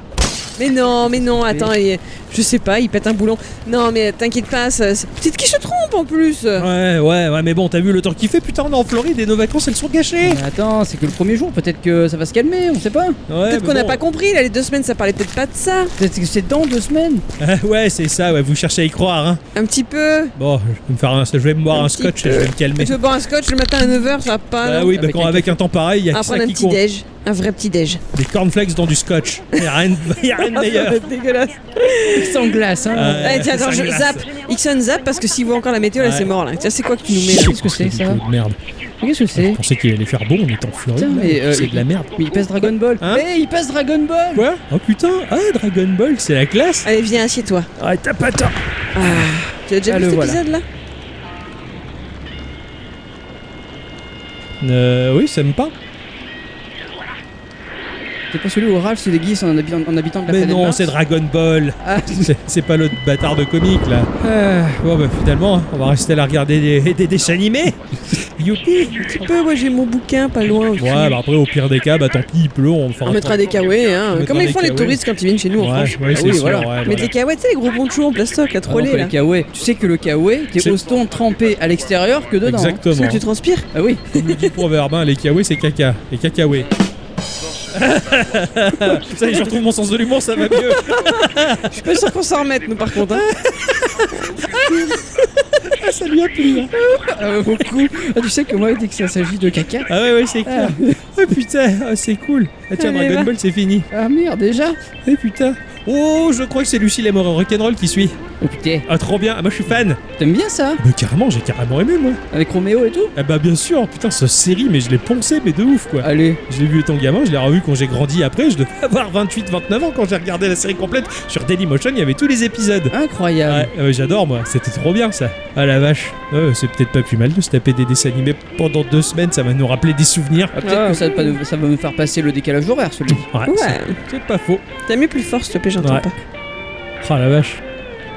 Speaker 2: Mais non, mais non, attends, il- je sais pas, il pète un boulon. Non, mais t'inquiète pas, ça- c'est- peut-être qu'il se trompe en plus.
Speaker 1: Ouais, ouais, ouais, mais bon, t'as vu le temps qu'il fait, putain, on est en Floride et nos vacances elles sont gâchées
Speaker 3: Mais attends, c'est que le premier jour, peut-être que ça va se calmer, on sait pas.
Speaker 2: Peut-être qu'on n'a pas compris, là, les deux semaines, ça parlait peut-être pas de ça.
Speaker 3: Peut-être que c'est dans deux semaines.
Speaker 1: compris Ah Ouais, c'est ça, ouais, vous cherchez à y croire, hein
Speaker 2: Un petit peu.
Speaker 1: Bon, je vais me, faire un- je vais me boire
Speaker 2: Un
Speaker 1: un
Speaker 2: petit
Speaker 1: scotch
Speaker 2: peu.
Speaker 1: et je vais me calmer.
Speaker 2: Tu veux boire un scotch le matin à 9h, ça va pas.
Speaker 1: Ah
Speaker 2: non
Speaker 1: oui, bah
Speaker 3: Avec
Speaker 1: quand
Speaker 3: un
Speaker 1: avec un temps pareil, il y a
Speaker 2: On
Speaker 1: que
Speaker 2: va
Speaker 1: ça
Speaker 2: prendre un
Speaker 1: qui
Speaker 2: petit
Speaker 1: compte.
Speaker 2: déj, un vrai petit déj.
Speaker 1: Des cornflakes dans du scotch. Y'a rien, de- y a rien de meilleur.
Speaker 2: dégueulasse.
Speaker 3: Sans glace, hein.
Speaker 1: Ouais,
Speaker 2: Allez, tiens, attends,
Speaker 1: ça
Speaker 2: je
Speaker 1: glace.
Speaker 2: zappe. Ixon zappe parce que s'il voit encore la météo, là,
Speaker 1: Ouais.
Speaker 2: c'est mort. Là. Tiens, c'est quoi que tu nous mets là
Speaker 3: Qu'est-ce que c'est, ça
Speaker 1: de merde.
Speaker 3: Eh, Qu'est-ce que
Speaker 1: Je
Speaker 3: c'est
Speaker 1: pensais qu'il allait faire bon, on est en Floride.
Speaker 3: Putain,
Speaker 1: là,
Speaker 3: mais, euh,
Speaker 1: c'est de la merde.
Speaker 3: Mais il passe Dragon Ball.
Speaker 1: Hein
Speaker 3: mais il passe Dragon Ball
Speaker 1: Quoi Oh putain, ah Dragon Ball, c'est la classe
Speaker 2: Allez, viens, assieds-toi.
Speaker 1: Ah, t'as pas tort
Speaker 2: Ah, tu as déjà
Speaker 3: Ah,
Speaker 2: vu
Speaker 3: le
Speaker 2: cet
Speaker 3: voilà.
Speaker 2: épisode là
Speaker 1: Euh, oui, ça me parle.
Speaker 3: C'est pas celui où Ralph se déguise en, habi- en habitant de la
Speaker 1: Mais
Speaker 3: planète
Speaker 1: non,
Speaker 3: Mars
Speaker 1: c'est Dragon Ball
Speaker 3: Ah,
Speaker 1: C'est- C'est pas l'autre bâtard de comique, là. Euh, bon, bah finalement, on va rester là à regarder des, des dessins animés Youpi
Speaker 2: Tu peux, moi j'ai mon bouquin pas loin aussi.
Speaker 1: Ouais, bah après, au pire des cas, bah tant pis, il pleut, on fera
Speaker 2: On mettra des kawaii, hein.
Speaker 3: Euh,
Speaker 1: mettra
Speaker 2: Comme
Speaker 1: des
Speaker 2: ils font les
Speaker 1: kawaii.
Speaker 2: touristes quand ils viennent chez nous
Speaker 1: Ouais,
Speaker 2: en France.
Speaker 1: ouais,
Speaker 3: Ah
Speaker 1: c'est
Speaker 3: oui,
Speaker 1: sûr,
Speaker 3: voilà.
Speaker 1: ouais,
Speaker 2: Mais
Speaker 1: voilà.
Speaker 2: des kawaii, tu sais, les gros ponchos en plastoc à
Speaker 3: Ah non,
Speaker 2: troller
Speaker 3: pas
Speaker 2: là.
Speaker 3: le kawaii. Tu sais que le kawaii,
Speaker 1: C'est-
Speaker 3: t'es autant trempé à l'extérieur que dedans. hein.
Speaker 2: Parce
Speaker 1: Exactement.
Speaker 2: que tu transpires.
Speaker 3: Ah oui,
Speaker 1: Comme le dit le proverbe, hein, les kawaii c'est caca. Les cacahuets. ça y est, je retrouve mon sens de l'humour, ça va mieux.
Speaker 2: Je suis pas sûr qu'on s'en remette, nous par contre. hein.
Speaker 1: ça lui a plu. hein.
Speaker 3: euh, beaucoup. Ah, tu sais que moi, dès que ça s'agit de caca.
Speaker 1: Ah ouais, ouais, c'est clair. Ah putain, ah, c'est cool. Ah tiens,
Speaker 2: Allez,
Speaker 1: Dragon
Speaker 2: va.
Speaker 1: Ball c'est fini.
Speaker 3: Ah merde, déjà
Speaker 1: Eh putain. Oh, je crois que c'est Lucie l'amour rock'n'roll qui suit.
Speaker 3: Oh putain,
Speaker 1: Ah trop bien, ah, moi je suis fan.
Speaker 3: t'aimes bien ça hein,
Speaker 1: Mais carrément, j'ai carrément aimé moi.
Speaker 3: Avec Roméo et tout
Speaker 1: Ah bah bien sûr, putain, cette série, mais je l'ai poncé, mais de ouf quoi.
Speaker 3: Allez,
Speaker 1: Je l'ai vu étant gamin, je l'ai revu quand j'ai grandi après, je devais avoir 28-29 ans quand j'ai regardé la série complète. Sur Dailymotion, il y avait tous les épisodes.
Speaker 3: incroyable.
Speaker 1: Ouais, euh, j'adore moi, c'était trop bien ça. Ah la vache, Ouais, c'est peut-être pas plus mal de se taper des dessins animés pendant deux semaines, ça va nous rappeler des souvenirs.
Speaker 3: Ah, Peut-être
Speaker 2: Ah.
Speaker 3: que ça, va pas nous- ça va me faire passer le décalage horaire, celui
Speaker 1: Ouais,
Speaker 2: Ouais.
Speaker 1: c'est- c'est pas faux.
Speaker 2: T'as mis plus fort, s'il te plaît, j'entends
Speaker 1: Ouais.
Speaker 2: pas.
Speaker 1: Ah la vache.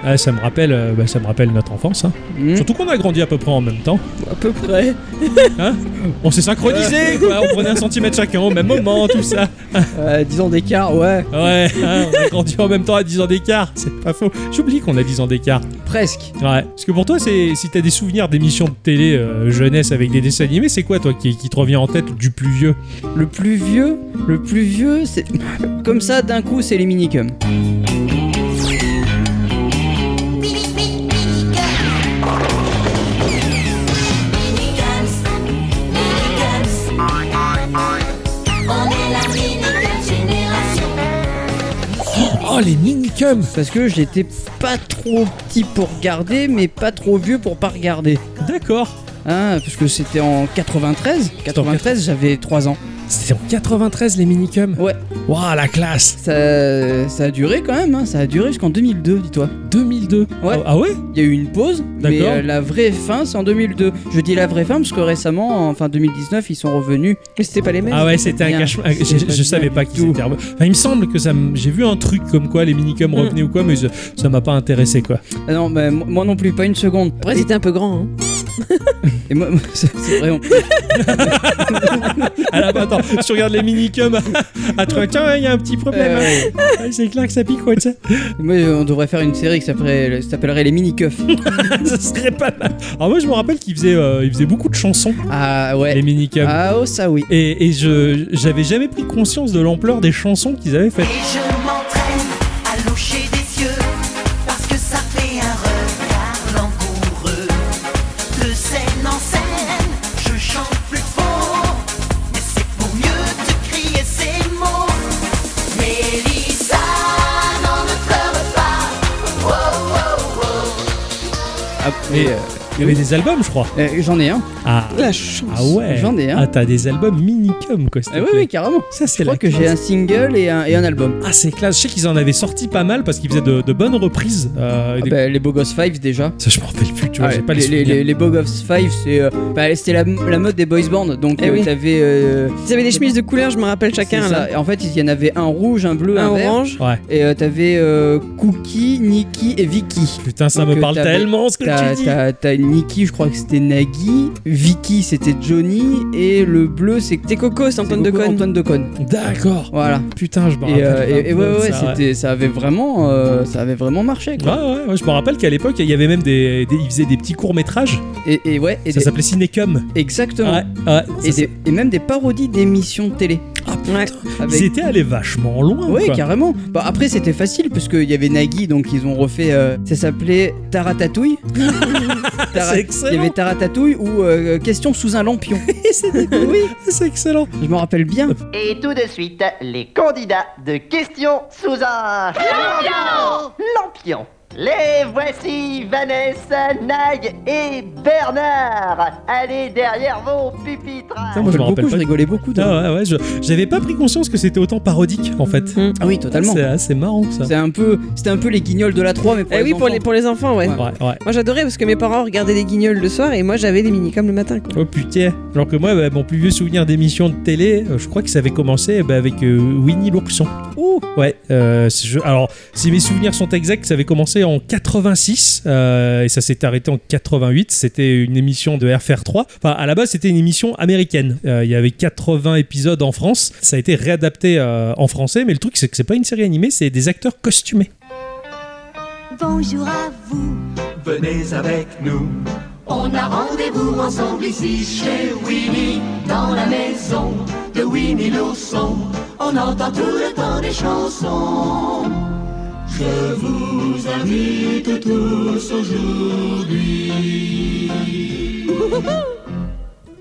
Speaker 1: Ah, ça me rappelle, euh, bah, ça me rappelle notre enfance. hein.
Speaker 3: Hmm.
Speaker 1: Surtout qu'on a grandi à peu près en même temps.
Speaker 2: À peu près.
Speaker 1: On s'est synchronisés, quoi. On prenait un centimètre chacun au même moment, tout ça.
Speaker 3: Euh, 10 ans d'écart, ouais,
Speaker 1: Ouais, hein, on a grandi en même temps à 10 ans d'écart. C'est pas faux. J'oublie qu'on a 10 ans d'écart.
Speaker 3: presque.
Speaker 1: Ouais. Parce que pour toi, c'est si t'as des souvenirs d'émissions de télé euh, jeunesse avec des dessins animés, c'est quoi toi qui, qui te revient en tête du plus vieux
Speaker 3: Le plus vieux, le plus vieux, c'est. Comme ça, d'un coup, c'est les minicums.
Speaker 1: Oh les minicums
Speaker 3: Parce que j'étais pas trop petit pour regarder, mais pas trop vieux pour pas regarder.
Speaker 1: D'accord.
Speaker 3: Hein, parce que c'était en 93. 93, j'avais 3 ans.
Speaker 1: C'était en 93 les minicums.
Speaker 3: Ouais.
Speaker 1: Waouh la classe.
Speaker 3: Ça, ça a duré quand même, hein, ça a duré jusqu'en 2002, dis-toi.
Speaker 1: 2002.
Speaker 3: Ouais.
Speaker 1: Ah, ah ouais
Speaker 3: Il y a eu une pause, mais
Speaker 1: D'accord.
Speaker 3: euh, la vraie fin, c'est en 2002. Je dis la vraie fin parce que récemment, en fin 2019, ils sont revenus.
Speaker 2: Mais c'était pas les mêmes.
Speaker 1: Ah ouais, c'était un
Speaker 3: Bien.
Speaker 1: cachemire.
Speaker 3: C'était
Speaker 1: Je,
Speaker 3: pas
Speaker 1: je
Speaker 3: bien
Speaker 1: savais pas
Speaker 3: du
Speaker 1: qu'ils
Speaker 3: tout.
Speaker 1: étaient. re- Enfin, il me semble que ça m- j'ai vu un truc comme quoi les minicums revenaient ou quoi, mais je- ça m'a pas intéressé quoi.
Speaker 3: Ah non, bah, moi moi non plus, pas une seconde.
Speaker 2: Après, c'était un peu grand. hein.
Speaker 3: Et moi, c'est c'est vrai, on-
Speaker 1: Ah là, bah, attends, si tu regardes les minicums à trois, tiens, il y a un petit problème. hein.
Speaker 3: Euh,
Speaker 1: Ouais, C'est clair que ça pique, ouais, ça.
Speaker 3: moi, on devrait faire une série qui s'appellerait qui s'appellerait Les Mini-Cuffs.
Speaker 1: ça serait pas mal. Alors moi, je me rappelle qu'ils faisaient, euh, ils faisaient beaucoup de chansons,
Speaker 3: Ah
Speaker 1: les
Speaker 3: ouais.
Speaker 1: minicums.
Speaker 3: Ah oh, ça oui.
Speaker 1: Et, et je j'avais jamais pris conscience de l'ampleur des chansons qu'ils avaient faites.
Speaker 4: Et je m'entraîne à loucher des yeux parce que ça fait un regard langoureux. De scène en scène, je chante plus fort, mais c'est pour mieux te crier ces mots. Mélissa, non, ne pleure pas. Oh, oh, oh.
Speaker 3: Après, euh,
Speaker 1: Il y avait des albums, je crois.
Speaker 3: euh, j'en ai un.
Speaker 1: Ah,
Speaker 2: La chance.
Speaker 1: ah ouais.
Speaker 3: J'en ai un.
Speaker 1: Ah, t'as des albums minicum, quoi, s'il te
Speaker 3: Ah oui,
Speaker 1: plaît.
Speaker 3: oui, carrément.
Speaker 1: Ça, c'est
Speaker 3: Je
Speaker 1: la
Speaker 3: crois que j'ai un single et un, et un album.
Speaker 1: Ah, c'est classe. Je sais qu'ils en avaient sorti pas mal parce qu'ils faisaient de, de bonnes reprises. euh, et
Speaker 3: Ah
Speaker 1: des-
Speaker 3: bah, les Bogos Five déjà.
Speaker 1: Ça, je m'en rappelle plus, tu vois.
Speaker 3: Ah
Speaker 1: j'ai
Speaker 3: ouais,
Speaker 1: pas les, souvenirs.
Speaker 3: les, les Bogos Five, c'est, euh, bah, c'était la, la mode des boys bands. Donc
Speaker 2: Eh
Speaker 3: euh,
Speaker 2: oui.
Speaker 3: t'avais. euh,
Speaker 2: Ils avaient des chemises de couleur, je me rappelle chacun
Speaker 3: c'est
Speaker 2: là.
Speaker 3: ça. Et En fait, il y en avait un rouge, un bleu,
Speaker 2: Un
Speaker 3: un, vert.
Speaker 2: orange.
Speaker 1: Ouais.
Speaker 3: Et euh, t'avais euh, Cookie, Nikki et Vicky.
Speaker 1: Putain, ça
Speaker 3: Donc,
Speaker 1: me
Speaker 3: euh,
Speaker 1: parle
Speaker 3: t'as-
Speaker 1: tellement ce que
Speaker 3: T'as-
Speaker 1: tu dis.
Speaker 3: T'as t'as Nikki, je crois que c'était Nagui. Vicky, c'était Johnny. Et le bleu, c'est
Speaker 2: Des cocos, Antoine de
Speaker 3: Coco-
Speaker 2: Caunes.
Speaker 3: Antoine de Caunes.
Speaker 1: D'accord.
Speaker 3: Voilà.
Speaker 1: Putain, je me rappelle.
Speaker 3: Et, euh, et- et ouais,
Speaker 1: pas de
Speaker 3: ouais, ouais,
Speaker 1: ça, ouais.
Speaker 3: c'était, ça avait vraiment, euh, ça avait vraiment marché.
Speaker 1: Ouais,
Speaker 3: Quoi.
Speaker 1: ouais, ouais, je me rappelle qu'à l'époque, il y avait même des, des- Ils faisaient des petits courts-métrages.
Speaker 3: Et, et ouais, et
Speaker 1: Ça
Speaker 3: des-
Speaker 1: s'appelait Cinécum. Ouais,
Speaker 3: exactement.
Speaker 1: ouais. ça
Speaker 3: et,
Speaker 1: s'appelait-
Speaker 3: des- et même des parodies d'émissions de télé.
Speaker 1: Ah, putain.
Speaker 2: Ouais.
Speaker 1: Ils
Speaker 3: Avec...
Speaker 1: étaient allés vachement loin.
Speaker 3: Ouais,
Speaker 1: quoi.
Speaker 3: carrément. Bah, après, c'était facile parce qu'il y avait Nagui, donc ils ont refait. euh, ça s'appelait Taratatouille. Tara-
Speaker 1: C'est
Speaker 3: Il y
Speaker 1: excellent.
Speaker 3: avait Taratatouille ou euh, Question sous un lampion. oui,
Speaker 1: C'est excellent.
Speaker 3: je me rappelle bien.
Speaker 6: Et tout de suite, les candidats de question sous un lampion. Lampion. Les voici Vanessa, Nag et Bernard. Allez derrière vos pupitres.
Speaker 1: Putain, moi, je me rappelle
Speaker 3: beaucoup, je
Speaker 1: pas.
Speaker 3: rigolais beaucoup. de-
Speaker 1: Ah ouais, ouais, je- j'avais pas pris conscience que c'était autant parodique en fait.
Speaker 3: Ah oui, totalement.
Speaker 1: C'est assez marrant ça.
Speaker 3: C'est un peu, c'était un peu les guignols de la 3 mais pour
Speaker 2: Eh
Speaker 3: les
Speaker 2: oui, pour
Speaker 3: enfants.
Speaker 2: les, pour les enfants, ouais.
Speaker 3: Ouais.
Speaker 1: Ouais, ouais.
Speaker 2: Moi j'adorais parce que mes parents regardaient les guignols le soir et moi j'avais les minicums le matin. Quoi.
Speaker 1: Oh putain. Alors que moi, bah, mon plus vieux souvenir d'émission de télé, euh, je crois que ça avait commencé bah, avec euh, Winnie l'ourson.
Speaker 3: Ouh.
Speaker 1: Ouais. euh, c'est- je- alors, si mes souvenirs sont exacts, ça avait commencé en 86 euh, et ça s'est arrêté en 88. C'était une émission de RFR3. Enfin, à la base, c'était une émission américaine. Euh, Il y avait 80 épisodes en France. Ça a été réadapté euh, en français, mais le truc, c'est que c'est pas une série animée, c'est des acteurs costumés.
Speaker 7: Bonjour à vous.
Speaker 5: Venez avec nous.
Speaker 7: On a rendez-vous ensemble ici chez Winnie, dans la maison de Winnie l'ourson. On entend tout le temps des chansons. Je vous invite tous aujourd'hui.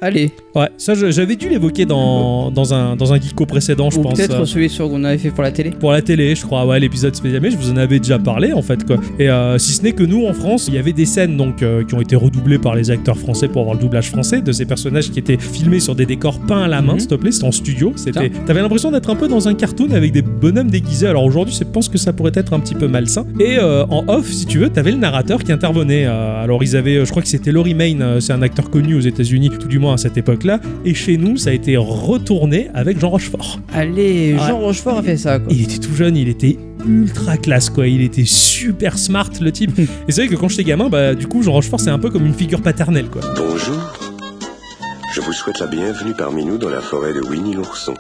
Speaker 3: Allez,
Speaker 1: Ouais, ça je- j'avais dû l'évoquer dans, dans, un, dans un geeko précédent, je
Speaker 3: ou
Speaker 1: pense.
Speaker 3: peut-être
Speaker 1: euh,
Speaker 3: celui sur qu'on avait fait pour la télé.
Speaker 1: Pour la télé, je crois, ouais, l'épisode spécial, mais je vous en avais déjà parlé en fait quoi. Et euh, si ce n'est que nous en France, il y avait des scènes donc euh, qui ont été redoublées par les acteurs français pour avoir le doublage français de ces personnages qui étaient filmés sur des décors peints à la main,
Speaker 3: Mhm.
Speaker 1: s'il te plaît, c'était en studio. C'était,
Speaker 3: Ça.
Speaker 1: t'avais l'impression d'être un peu dans un cartoon avec des bonhommes déguisés. Alors aujourd'hui, je pense que ça pourrait être un petit peu malsain. Et euh, en off, si tu veux, t'avais le narrateur qui intervenait. Euh, alors ils avaient, euh, je crois que c'était Laurie Main, euh, c'est un acteur connu aux États-Unis, tout du moins à cette époque-là. Et chez nous, ça a été retourné avec Jean Rochefort.
Speaker 3: Allez,
Speaker 1: Ouais.
Speaker 3: Jean Rochefort a fait ça. Quoi.
Speaker 1: ah. Il était tout jeune, il était ultra classe quoi, il était super smart le type.
Speaker 3: Hmm.
Speaker 1: Et c'est vrai que quand j'étais gamin, bah du coup Jean Rochefort c'est un peu comme une figure paternelle quoi.
Speaker 8: Bonjour. Je vous souhaite la bienvenue parmi nous dans la forêt de Winnie l'ourson.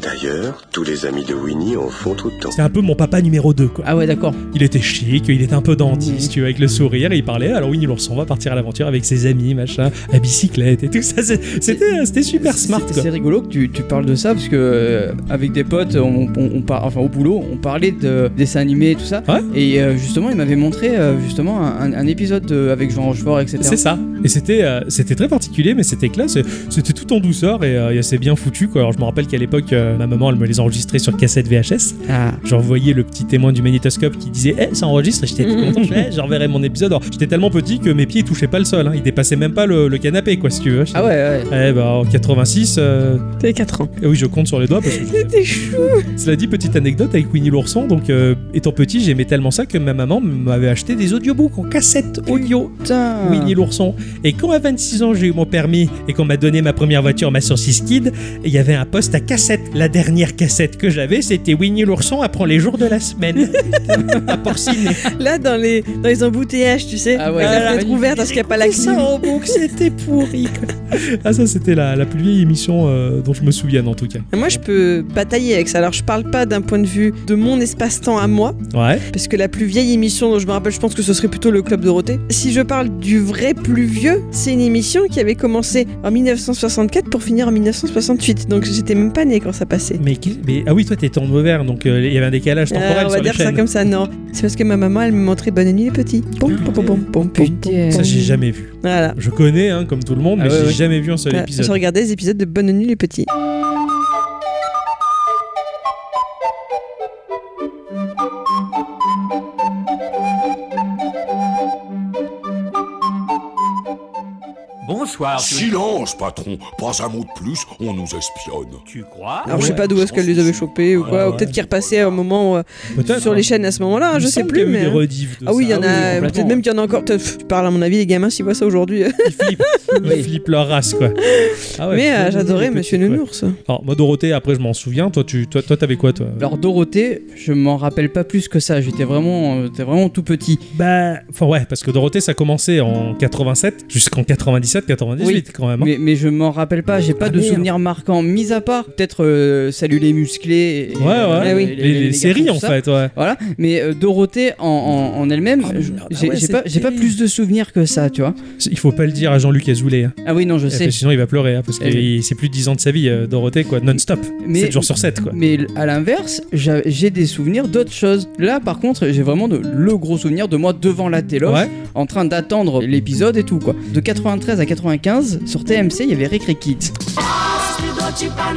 Speaker 8: D'ailleurs, tous les amis de Winnie en font autant.
Speaker 1: C'est un peu mon papa numéro 2 quoi.
Speaker 3: Ah ouais, d'accord.
Speaker 1: Il était chic, il était un peu
Speaker 3: Mhm.
Speaker 1: dentiste, tu vois, avec le sourire, et il parlait. Alors Winnie l'ourson va partir à l'aventure avec ses amis, machin, à bicyclette et tout ça. C'est- C'était euh, c'était super
Speaker 3: C'est-
Speaker 1: smart
Speaker 3: c'est-
Speaker 1: quoi.
Speaker 3: C'est rigolo que tu, tu parles de ça parce que euh, avec des potes, on, on, on par- enfin au boulot, on parlait de dessins animés et tout ça.
Speaker 1: Ouais.
Speaker 3: Et euh, justement, il m'avait montré euh, justement un, un- un épisode de- avec Jean Rochefort, etc.
Speaker 1: C'est ça. Et c'était euh, c'était très particulier, mais c'était classe. Et C'était tout en douceur et, euh, et assez bien foutu. Quoi. Alors je me rappelle qu'à l'époque, euh, ma maman, elle me les enregistrait sur cassette VHS.
Speaker 3: Ah.
Speaker 1: J'envoyais le petit témoin du magnétoscope qui disait Eh, ça enregistre Et j'étais tout content, je fais, Eh, j'enverrai mon épisode. Alors, J'étais tellement petit que mes pieds ils touchaient pas le sol, hein. ils dépassaient même pas le, le canapé, quoi, si tu veux.
Speaker 3: Ah ouais, ouais.
Speaker 1: Eh bah en 86, euh,
Speaker 2: T'avais 4 ans.
Speaker 1: eh oui je compte sur les doigts parce que
Speaker 2: C'était chou.
Speaker 1: cela dit petite anecdote avec Winnie l'ourson donc euh, étant petit j'aimais tellement ça que ma maman m'avait acheté des audiobooks en cassette audio
Speaker 3: Putain.
Speaker 2: Hmm.
Speaker 1: Winnie l'ourson. Et quand à 26 ans j'ai eu mon permis et qu'on m'a donné ma première voiture, ma Source Kid, il y avait un poste à cassette. La dernière cassette que j'avais, c'était Winnie l'ourson apprend les jours de la semaine. à porciner.
Speaker 2: Là dans les, dans les embouteillages, tu sais,
Speaker 3: Ah ouais,
Speaker 2: avec
Speaker 1: ah
Speaker 2: la
Speaker 1: là,
Speaker 2: fenêtre ouverte parce qu'il n'y a pas la clim.
Speaker 1: Ça en boucle, Oh, c'était pourri. quoi. ah ça c'était la, la plus vieille émission euh, dont je me souviens en tout cas.
Speaker 2: Moi je peux batailler avec ça. Alors je parle pas d'un point de vue de mon espace-temps à moi,
Speaker 1: Ouais.
Speaker 2: parce que la plus vieille émission dont je me rappelle, je pense que ce serait plutôt le Club Dorothée. Si je parle du vrai plus vieux, c'est une émission qui avait commencé en 1964 pour finir en 1968. Donc j'étais même pas née quand ça passait.
Speaker 1: Mais, qui- mais- ah oui toi t'étais en Auvergne donc euh, il y avait un décalage
Speaker 2: Euh,
Speaker 1: temporel
Speaker 2: on va
Speaker 1: sur les
Speaker 2: dire ça
Speaker 1: chaînes.
Speaker 2: comme ça, non. C'est parce que ma maman, elle me montrait Bonne nuit les petits. Pom, pom, pom, pom, pom, pom,
Speaker 3: Putain.
Speaker 2: pom.
Speaker 1: Ça j'ai jamais vu.
Speaker 2: Voilà.
Speaker 1: Je connais hein, comme tout le monde
Speaker 3: Ah
Speaker 1: mais
Speaker 3: ouais,
Speaker 1: j'ai
Speaker 3: ouais.
Speaker 1: jamais vu un seul
Speaker 2: Voilà,
Speaker 1: épisode.
Speaker 2: Je regardais les épisodes de Bonne nuit les petits.
Speaker 6: Bonsoir.
Speaker 9: soir. tu-
Speaker 10: Silence, patron Pas un mot de plus, on nous espionne.
Speaker 9: Tu crois
Speaker 2: Alors, je sais pas d'où est-ce qu'elle les avait chopés ou quoi,
Speaker 1: Ouais,
Speaker 2: ou
Speaker 1: ouais.
Speaker 2: peut-être qu'ils repassaient à un moment euh,
Speaker 1: Peut-être.
Speaker 2: sur les chaînes à ce moment-là, hein,
Speaker 1: Il
Speaker 2: je
Speaker 1: me
Speaker 2: sais
Speaker 1: semble
Speaker 2: plus,
Speaker 1: qu'il y a eu
Speaker 2: mais.
Speaker 1: des rediffs de
Speaker 2: Ah oui, il y
Speaker 1: ça.
Speaker 2: en a.
Speaker 1: complètement.
Speaker 2: Peut-être même qu'il y en a encore. Pff, Tu parles, à mon avis, les gamins, s'ils voient ça aujourd'hui.
Speaker 1: Ils flippent, ils flippent leur race, quoi. Ah ouais,
Speaker 2: mais euh,
Speaker 1: putain,
Speaker 2: j'adorais
Speaker 1: les
Speaker 2: Monsieur
Speaker 1: petites, ouais.
Speaker 2: Nounours.
Speaker 1: Alors, moi, Dorothée, après, je m'en souviens. Toi, tu toi, toi, t'avais quoi, toi
Speaker 3: Alors Dorothée, je m'en rappelle pas plus que ça. J'étais vraiment, euh, j'étais vraiment tout petit.
Speaker 1: Bah, enfin, ouais, parce que Dorothée, ça commençait en 87 jusqu'en 97, 98,
Speaker 3: Oui,
Speaker 1: quand même. hein.
Speaker 3: Mais, mais je m'en rappelle pas. J'ai pas
Speaker 1: Ah,
Speaker 3: de
Speaker 1: merde.
Speaker 3: souvenirs marquants, mis à part peut-être euh, Salut les musclés. et- euh,
Speaker 1: Ouais, ouais.
Speaker 3: et
Speaker 2: oui.
Speaker 1: Les, les
Speaker 3: garçons,
Speaker 1: séries,
Speaker 3: tout
Speaker 1: en
Speaker 3: ça.
Speaker 1: fait, ouais.
Speaker 3: Voilà, mais euh, Dorothée en, en- en elle-même,
Speaker 1: Oh,
Speaker 3: je-
Speaker 1: merde, ah
Speaker 3: j'ai
Speaker 1: ouais,
Speaker 3: j'ai
Speaker 1: c'est
Speaker 3: pas, j'ai pas
Speaker 1: terrible.
Speaker 3: plus de souvenirs que ça, tu vois.
Speaker 1: Il faut pas le dire à Jean-Luc Azoulay. hein.
Speaker 3: Ah oui, non, je
Speaker 1: Parce
Speaker 3: sais.
Speaker 1: que sinon, il va pleurer, hein, parce que
Speaker 3: Eh oui.
Speaker 1: il- c'est plus de 10 ans de sa vie, euh, Dorothée, quoi, non-stop.
Speaker 3: Mais-
Speaker 1: 7 jours sur 7, quoi.
Speaker 3: Mais l- à l'inverse, j'a- j'ai des souvenirs d'autres choses. Là, par contre, j'ai vraiment de- le gros souvenir de moi devant la télo,
Speaker 1: Ouais.
Speaker 3: en train d'attendre l'épisode et tout, quoi. De 93 à 95, sur TMC, il y avait Recre Kids.
Speaker 5: Bah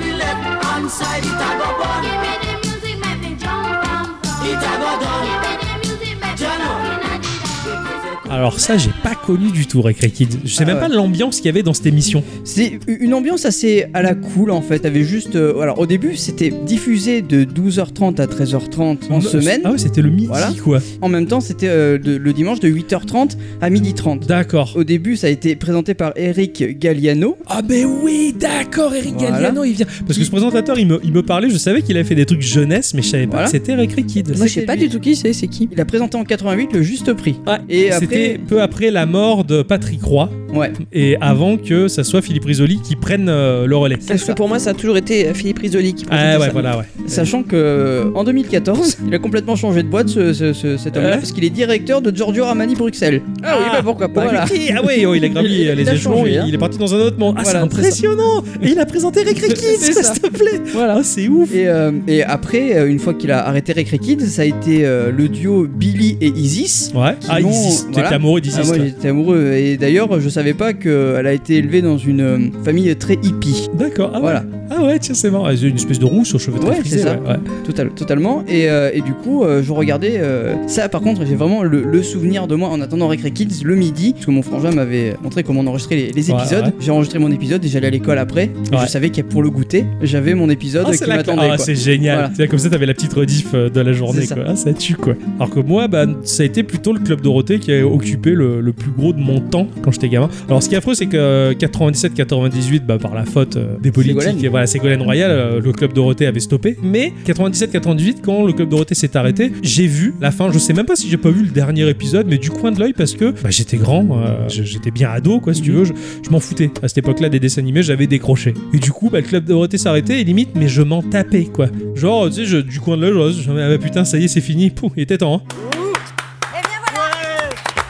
Speaker 1: Alors, ça, j'ai pas connu du tout, Recre Kids. Je sais
Speaker 3: Ah
Speaker 1: même
Speaker 3: ouais.
Speaker 1: pas l'ambiance qu'il y avait dans cette émission.
Speaker 3: C'est u- une ambiance assez à la cool, en fait. T'avais juste. euh, alors, au début, c'était diffusé de 12h30 à 13h30 en
Speaker 1: Non,
Speaker 3: semaine.
Speaker 1: Ah ouais, c'était le midi,
Speaker 3: Voilà.
Speaker 1: quoi.
Speaker 3: En même temps, c'était euh, de- le dimanche de 8h30 à 12h30.
Speaker 1: D'accord.
Speaker 3: Au début, ça a été présenté par Eric Galliano.
Speaker 1: Ah ben oui, d'accord, Eric
Speaker 3: Voilà.
Speaker 1: Galliano, il vient. Parce que ce présentateur, il me, il me parlait, je savais qu'il avait fait des trucs jeunesse, mais je savais pas
Speaker 3: Voilà.
Speaker 1: que c'était Recre Kids.
Speaker 2: Moi, je
Speaker 3: C'était
Speaker 2: sais pas
Speaker 3: lui.
Speaker 2: du tout qui c'est, c'est qui.
Speaker 3: Il a présenté en 88 le juste prix.
Speaker 1: Ouais,
Speaker 3: Ah, Et
Speaker 1: c'était
Speaker 3: après-
Speaker 1: peu après la mort de Patrick Roy
Speaker 3: Ouais.
Speaker 1: et avant que ça soit Philippe Risoli qui prenne euh, le relais.
Speaker 2: Parce que
Speaker 3: ça.
Speaker 2: pour moi, ça a toujours été euh, Philippe Risoli qui présentait
Speaker 1: Ah ouais,
Speaker 2: ça.
Speaker 1: voilà, ouais.
Speaker 3: Sachant que euh, en 2014, il a complètement changé de boîte ce, ce- ce- cet homme-là
Speaker 1: Ouais.
Speaker 3: parce qu'il est directeur de Giorgio Armani Bruxelles. Ah, oui, bah pourquoi pas.
Speaker 1: Ah,
Speaker 3: Voilà.
Speaker 1: lui qui ah ouais, oh, il a gravi
Speaker 3: Il-
Speaker 1: euh, les
Speaker 3: il a
Speaker 1: échelons,
Speaker 3: changé,
Speaker 1: il,
Speaker 3: hein.
Speaker 1: il est parti dans un autre monde. Ah,
Speaker 3: Voilà,
Speaker 1: c'est
Speaker 3: c'est
Speaker 1: impressionnant Et il a présenté Recre Kids,
Speaker 3: C'est
Speaker 1: quoi,
Speaker 3: ça.
Speaker 1: s'il te plaît
Speaker 3: Voilà.
Speaker 1: Ah, c'est ouf
Speaker 3: Et, euh, et après, euh, une fois qu'il a arrêté Recre Kids, ça a été euh, le duo Billy et Isis.
Speaker 1: Ouais, ah,
Speaker 3: l'ont-
Speaker 1: Isis, t'étais
Speaker 3: voilà.
Speaker 1: amoureux d'Isis,
Speaker 3: Ah, moi
Speaker 1: toi.
Speaker 3: j'étais amoureux et d'ailleurs je savais pas qu'elle a été élevée dans une euh, famille très hippie.
Speaker 1: D'accord, ah, ouais.
Speaker 3: voilà,
Speaker 1: ah ouais, tiens, c'est marrant. Ah, c'est Une espèce de rousse aux cheveux très
Speaker 3: Ouais,
Speaker 1: frisés,
Speaker 3: c'est ça.
Speaker 1: ouais, ouais.
Speaker 3: Total- totalement. Et, euh, et du coup euh, je regardais euh, ça par contre j'ai vraiment le, le souvenir de moi en attendant Recre Kids le midi parce que mon frangin m'avait montré comment on enregistrait les, les
Speaker 1: Ouais,
Speaker 3: épisodes.
Speaker 1: ouais.
Speaker 3: J'ai enregistré mon épisode et j'allais à l'école après. Et
Speaker 1: Ouais.
Speaker 3: Je savais qu'il y a pour le goûter j'avais mon épisode
Speaker 1: Ah,
Speaker 3: qui
Speaker 1: c'est la cla-
Speaker 3: m'attendait.
Speaker 1: Ah,
Speaker 3: quoi.
Speaker 1: c'est génial.
Speaker 3: Voilà.
Speaker 1: Tu vois, Comme ça, t'avais la petite rediff euh, de la journée.
Speaker 3: C'est ça.
Speaker 1: Quoi. Ah, ça tue, quoi. Alors que moi, bah, ça a été plutôt le Club Dorothée qui a occupé le, le plus gros de mon temps quand j'étais gamin. Alors, ce qui est affreux, c'est que 97-98, bah, par la faute euh, des politiques,
Speaker 3: Ségolène.
Speaker 1: et voilà, Ségolène Royal, euh, le Club Dorothée avait stoppé. Mais 97-98, quand le Club Dorothée s'est arrêté, j'ai vu la fin. Je sais même pas si j'ai pas vu le dernier épisode, mais du coin de l'œil, parce que bah, j'étais grand, euh, je- j'étais bien ado, quoi, si tu veux. Je- je m'en foutais. À cette époque-là, des dessins animés, j'avais décroché. Et du coup, bah, le club Dorothée s'arrêtait et limite, mais je m'en tapais, quoi. Genre, tu sais, je- du coin de l'œil, je- je me disais, ah bah putain, ça y est, c'est fini. Pouf, il était temps. hein.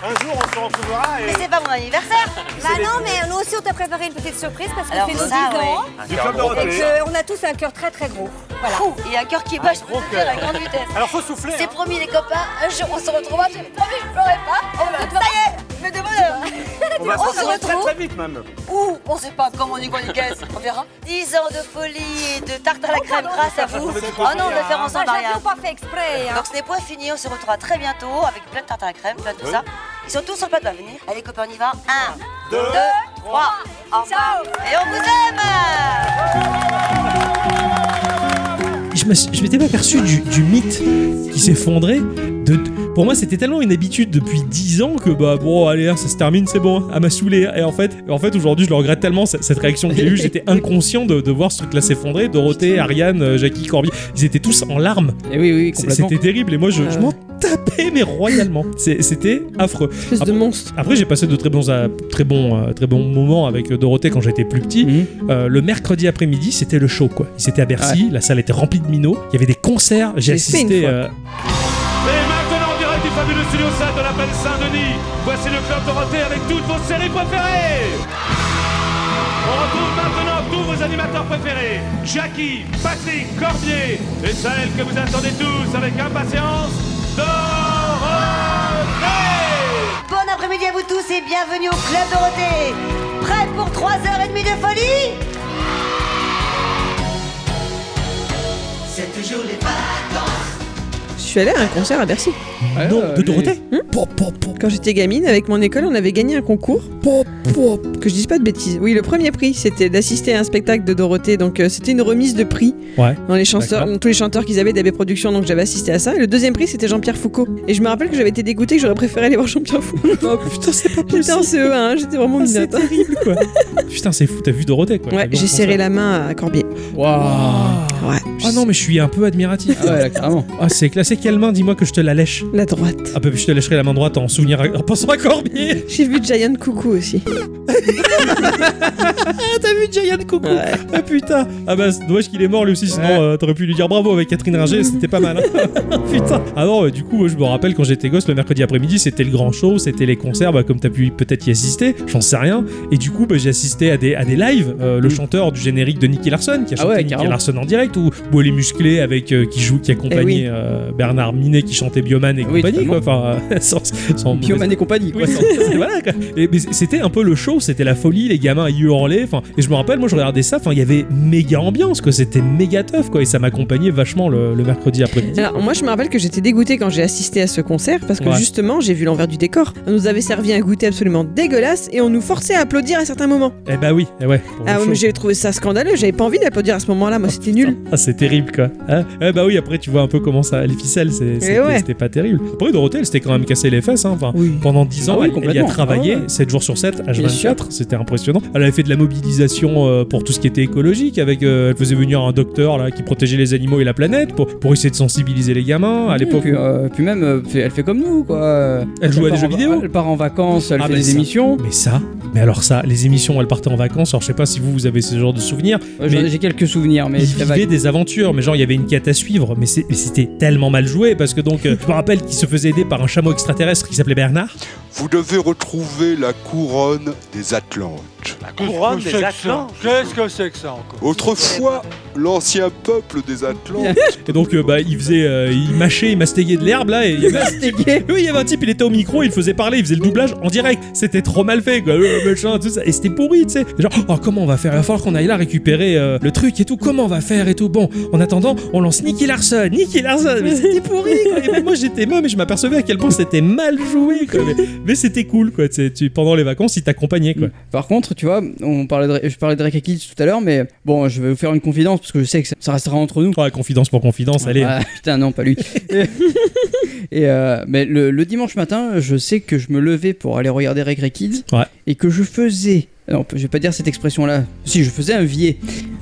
Speaker 9: Un jour, on se retrouvera et.
Speaker 4: C'est pas mon anniversaire
Speaker 5: Bah non, mais nous aussi on t'a préparé une petite surprise parce qu'on
Speaker 4: Alors
Speaker 5: fait nos 10
Speaker 4: ça,
Speaker 5: ans
Speaker 9: Du club Dorothée.
Speaker 5: et qu'on a tous un cœur très très gros. Voilà.
Speaker 4: Ouh, Il y a Ah, un cœur qui bat, je peux te dire, à grande vitesse.
Speaker 9: Alors, faut souffler.
Speaker 4: C'est promis les copains, un jour on se retrouvera, j'ai promis, je pleurerai pas. Oh On va ça y est, mais de bonheur.
Speaker 9: On va
Speaker 4: on se
Speaker 9: se retrouver très
Speaker 4: retrouve.
Speaker 9: très vite, même.
Speaker 4: Ouh, on sait pas comment on dit quoi les caisses, on verra. 10 ans de folie et de tarte à la crème grâce à vous. Oh non, on va faire ensemble
Speaker 5: Ah,
Speaker 4: Ariane.
Speaker 5: j'avoue, pas fait exprès. hein.
Speaker 4: Donc ce n'est point fini, on se retrouvera très bientôt avec plein de tarte à la crème, plein de tout ça. Ils sont tous sur le plateau à venir. Allez copains, on y va. 1, 2, 3, au revoir. Et on vous aime
Speaker 1: Je me suis- je m'étais pas perçu du, du mythe qui s'effondrait. De, de- pour moi, c'était tellement une habitude depuis 10 ans que, bah, bon, allez, ça se termine, c'est bon, à m'a saoulé. Et en fait, en fait aujourd'hui, je le regrette tellement, cette cette réaction que j'ai eue. J'étais inconscient de, de voir ce truc-là s'effondrer. Dorothée, Ariane, euh, Jackie, Corby, ils étaient tous en larmes.
Speaker 3: Et oui, oui, oui,
Speaker 1: Ah, C'est-
Speaker 3: complètement.
Speaker 1: C'était terrible et moi je, je
Speaker 2: Ouais.
Speaker 1: m'en tapais mais royalement. C'est- C'était affreux.
Speaker 2: Espèce
Speaker 1: Ah
Speaker 2: de
Speaker 1: bon
Speaker 2: monstre.
Speaker 1: Après j'ai passé de très bons, à- très bons, euh, très bons moments avec Dorothée quand j'étais plus petit.
Speaker 3: Mhm.
Speaker 1: Euh, le mercredi après-midi c'était le show quoi. Ils étaient à Bercy, la salle était remplie de minots, il y avait des concerts, j'ai
Speaker 2: J'ai fait une
Speaker 1: assisté.
Speaker 2: fois.
Speaker 1: euh,
Speaker 9: Et maintenant, en direct du fabuleux studio salle de la Belle Saint-Denis, voici le club Dorothée avec toutes vos séries préférées. On retrouve maintenant tous vos animateurs préférés Jackie, Patrick, Corbier et celle que vous attendez tous avec impatience, Dorothée
Speaker 4: Bon après-midi à vous tous et bienvenue au Club Dorothée Prête pour 3h30 de folie
Speaker 7: C'est toujours les vacances.
Speaker 2: suis allée à un concert à Bercy.
Speaker 3: Ouais,
Speaker 1: non,
Speaker 3: euh,
Speaker 1: de
Speaker 3: les-
Speaker 1: Dorothée
Speaker 2: Hmm
Speaker 1: Pop, pop, pop,
Speaker 2: Quand j'étais gamine, avec mon école, on avait gagné un concours.
Speaker 1: pop, pop.
Speaker 2: Que je dise pas de bêtises. Oui, le premier prix, c'était d'assister à un spectacle de Dorothée. Donc, euh, c'était une remise de prix
Speaker 1: Ouais.
Speaker 2: dans les chanteurs,
Speaker 1: D'accord.
Speaker 2: dans tous les chanteurs qu'ils avaient d'AB Productions. Donc, j'avais assisté à ça. Et le deuxième prix, c'était Jean-Pierre Foucault. Et je me rappelle que j'avais été dégoûtée que j'aurais préféré aller voir Jean-Pierre Foucault.
Speaker 1: Oh putain, c'est pas
Speaker 2: j'étais en
Speaker 1: possible.
Speaker 2: CE1, hein, j'étais vraiment
Speaker 1: Ah, C'est
Speaker 2: minette. hein.
Speaker 1: terrible quoi. putain, c'est fou, t'as vu Dorothée quoi.
Speaker 2: Ouais,
Speaker 1: t'as vu en
Speaker 2: j'ai serré la main à Corbier.
Speaker 3: Waouh.
Speaker 1: Ah
Speaker 2: Ouais.
Speaker 1: Ah non, mais je suis un peu admiratif.
Speaker 3: Ah ouais, là, carrément.
Speaker 1: Ah, c'est classé quelle main Dis-moi que je te la lèche.
Speaker 2: La droite.
Speaker 1: Ah, bah, je te lècherai la main droite en souvenir à- en pensant à Corbier.
Speaker 2: J'ai vu Giant Coucou aussi.
Speaker 1: Ah, t'as vu Giant Coucou
Speaker 2: Ouais.
Speaker 1: Ah putain Ah bah c'est dommage qu'il est mort lui aussi, sinon
Speaker 3: Ouais.
Speaker 1: euh, t'aurais pu lui dire bravo avec Catherine Ringer, c'était pas mal. hein. putain Ah non, ouais, du coup, moi, je me rappelle quand j'étais gosse, le mercredi après-midi, c'était le grand show, c'était les concerts, bah, comme t'as pu peut-être y assister, j'en sais rien. Et du coup, bah, j'ai assisté à des, à des lives, euh, le
Speaker 3: Mm.
Speaker 1: chanteur du générique de Nicky Larson, qui a
Speaker 3: Ah
Speaker 1: chanté
Speaker 3: ouais,
Speaker 1: Nicky
Speaker 3: carrément. Eh
Speaker 1: Larson en direct, ou Boilé Musclé avec, euh, qui joue, qui accompagnait
Speaker 2: oui.
Speaker 1: euh, Bernard Minet qui chantait Bioman et
Speaker 3: Oui,
Speaker 1: compagnie, quoi.
Speaker 3: totalement.
Speaker 1: Enfin, euh, sans, sans mauvaise-
Speaker 3: Bioman et compagnie, quoi.
Speaker 1: oui, c'est- c'est- voilà, quoi. Et- mais c'était un peu le show, c'était la folie, les gamins ils hurlaient. Enfin, et je me rappelle, moi je regardais ça, enfin il y avait méga ambiance, quoi. C'était méga teuf, quoi. Et ça m'accompagnait vachement le, le mercredi après-midi.
Speaker 2: Alors moi je me rappelle que j'étais dégoûtée quand j'ai assisté à ce concert parce que
Speaker 1: Ouais.
Speaker 2: justement j'ai vu l'envers du décor. On nous avait servi un goûter absolument dégueulasse et on nous forçait à applaudir à certains moments.
Speaker 1: Eh bah oui, eh ouais. pour le
Speaker 2: Ah ouais,
Speaker 1: show.
Speaker 2: mais j'ai trouvé ça scandaleux, j'avais pas envie d'applaudir à ce moment-là, moi c'était nul.
Speaker 1: Ah, c'est terrible quoi. Hein eh bah oui, après tu vois un peu comment ça. Les ficelles, c'est- c'était
Speaker 2: Eh ouais.
Speaker 1: c'était pas terrible. Après, Dorothée, elle s'était quand même cassé les fesses. hein. Enfin,
Speaker 3: Oui.
Speaker 1: Pendant 10 ans,
Speaker 3: Ah oui,
Speaker 1: elle- elle, y a
Speaker 3: complètement.
Speaker 1: travaillé
Speaker 3: Ah ouais.
Speaker 1: 7 jours sur 7,
Speaker 3: Bien sûr.
Speaker 1: H24. C'était impressionnant. Elle avait fait de la mobilisation euh, pour tout ce qui était écologique. Avec, euh, elle faisait venir un docteur là, qui protégeait les animaux et la planète pour, pour essayer de sensibiliser les gamins. À l'époque,
Speaker 3: Puis, euh, puis même, euh, fait- elle fait comme nous, quoi. Euh,
Speaker 1: Elle joue à
Speaker 3: part
Speaker 1: des
Speaker 3: en
Speaker 1: jeux
Speaker 3: va-
Speaker 1: vidéo.
Speaker 3: Elle part en vacances, elle
Speaker 1: Ah,
Speaker 3: fait
Speaker 1: mais
Speaker 3: des
Speaker 1: ça.
Speaker 3: émissions.
Speaker 1: Mais ça, mais alors ça, les émissions, elles partaient en vacances. Alors je sais pas si vous, vous avez ce genre de souvenirs.
Speaker 3: Euh, j'en ai-
Speaker 1: Mais-
Speaker 3: J'ai quelques souvenirs, mais
Speaker 1: ils
Speaker 3: c'est
Speaker 1: vivaient
Speaker 3: vague.
Speaker 1: des aventures, mais genre il y avait une quête à suivre, mais c'est- mais c'était tellement mal joué parce que donc euh, je me rappelle qu'il se faisait aider par un chameau extraterrestre qui s'appelait Bernard.
Speaker 10: Vous devez retrouver la couronne des Atlantes.
Speaker 9: Couronne des Atlantes.
Speaker 5: Qu'est-ce que c'est que ça encore
Speaker 10: Autrefois, l'ancien peuple des Atlantes
Speaker 1: Et donc euh, bah il faisait, euh, il mâchait, il mastiguait de l'herbe là et il y avait un-
Speaker 3: Mastégué.
Speaker 1: Oui, il y avait un type, il était au micro, il le faisait parler, il faisait le doublage en direct. C'était trop mal fait, quoi. Le machin, tout ça. Et c'était pourri, tu sais. Genre, oh, comment on va faire Il va falloir qu'on aille là récupérer euh, le truc et tout. Comment on va faire et tout Bon, en attendant, on lance Nicky Larson, Nicky Larson. Mais c'était pourri, quoi. Et même moi, j'étais même et je m'apercevais à quel point c'était mal joué, quoi. Mais, mais c'était cool, quoi. Tu sais, tu- pendant les vacances, il t'accompagnait, quoi.
Speaker 3: Par contre, tu vois, on parlait de, je parlais de Drake Kids tout à l'heure, mais bon, je vais vous faire une confidence parce que je sais que ça, ça restera entre nous.
Speaker 1: Oh, confidence pour confidence, allez.
Speaker 3: Ah, putain, non, pas lui. et euh, mais le, le dimanche matin, je sais que je me levais pour aller regarder Regret Kids
Speaker 1: Ouais.
Speaker 3: et que je faisais. Non, je vais pas dire cette expression-là. Si, je faisais un vier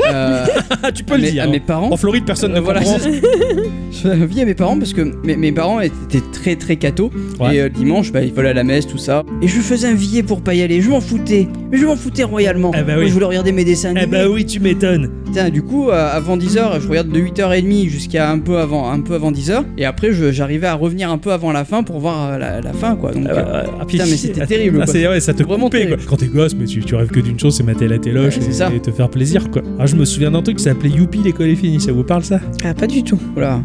Speaker 3: euh,
Speaker 1: Ah, tu peux
Speaker 3: à,
Speaker 1: le
Speaker 3: mes,
Speaker 1: dire.
Speaker 3: à
Speaker 1: hein.
Speaker 3: mes parents.
Speaker 1: En Floride, personne ne
Speaker 3: Euh, voilà,
Speaker 1: comprend.
Speaker 3: c'est ça. je faisais un vier à mes parents parce que mes, mes parents étaient très très cathos.
Speaker 1: Ouais.
Speaker 3: Et euh, le dimanche, bah, ils volaient à la messe, tout ça. Et je faisais un vier pour pas y aller. Je m'en foutais. Mais je m'en foutais royalement.
Speaker 1: Ah bah
Speaker 3: Moi,
Speaker 1: oui.
Speaker 3: je voulais regarder mes dessins
Speaker 1: Eh
Speaker 3: animés.
Speaker 1: bah oui, tu m'étonnes.
Speaker 3: Putain, du coup, euh, avant 10h, je regarde de 8h30 jusqu'à un peu avant, un peu avant 10h. Et après, je- j'arrivais à revenir un peu avant la fin pour voir euh, la, la fin, quoi. Donc,
Speaker 1: Ah
Speaker 3: euh,
Speaker 1: bah, ah,
Speaker 3: putain, mais c'était terrible,
Speaker 1: Ah,
Speaker 3: quoi.
Speaker 1: c'est- ouais, ça te
Speaker 3: Vraiment
Speaker 1: coupait, quoi.
Speaker 3: terrible.
Speaker 1: Quand t'es gosse, mais tu, tu rêves que d'une chose, c'est mater la téloche
Speaker 3: Ouais, c'est
Speaker 1: et-
Speaker 3: ça.
Speaker 1: et, te faire plaisir, quoi. Ah, je me souviens d'un truc qui s'appelait Youpi, l'école est finie, ça vous parle ça
Speaker 2: Ah pas du tout.
Speaker 3: voilà.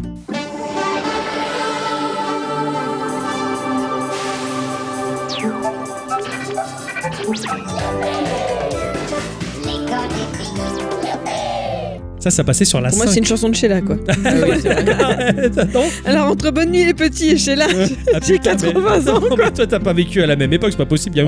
Speaker 1: Ça, ça passait sur la
Speaker 2: Pour moi
Speaker 1: 5.
Speaker 2: c'est une chanson de Sheila quoi.
Speaker 3: Ah oui, c'est vrai.
Speaker 1: Attends,
Speaker 2: Alors entre Bonne Nuit les Petits et Sheila,
Speaker 1: ah,
Speaker 2: j'ai
Speaker 1: putain, mais-
Speaker 2: 80 ans.
Speaker 1: Non, mais toi, t'as pas vécu à la même époque, c'est pas possible. Il y a eu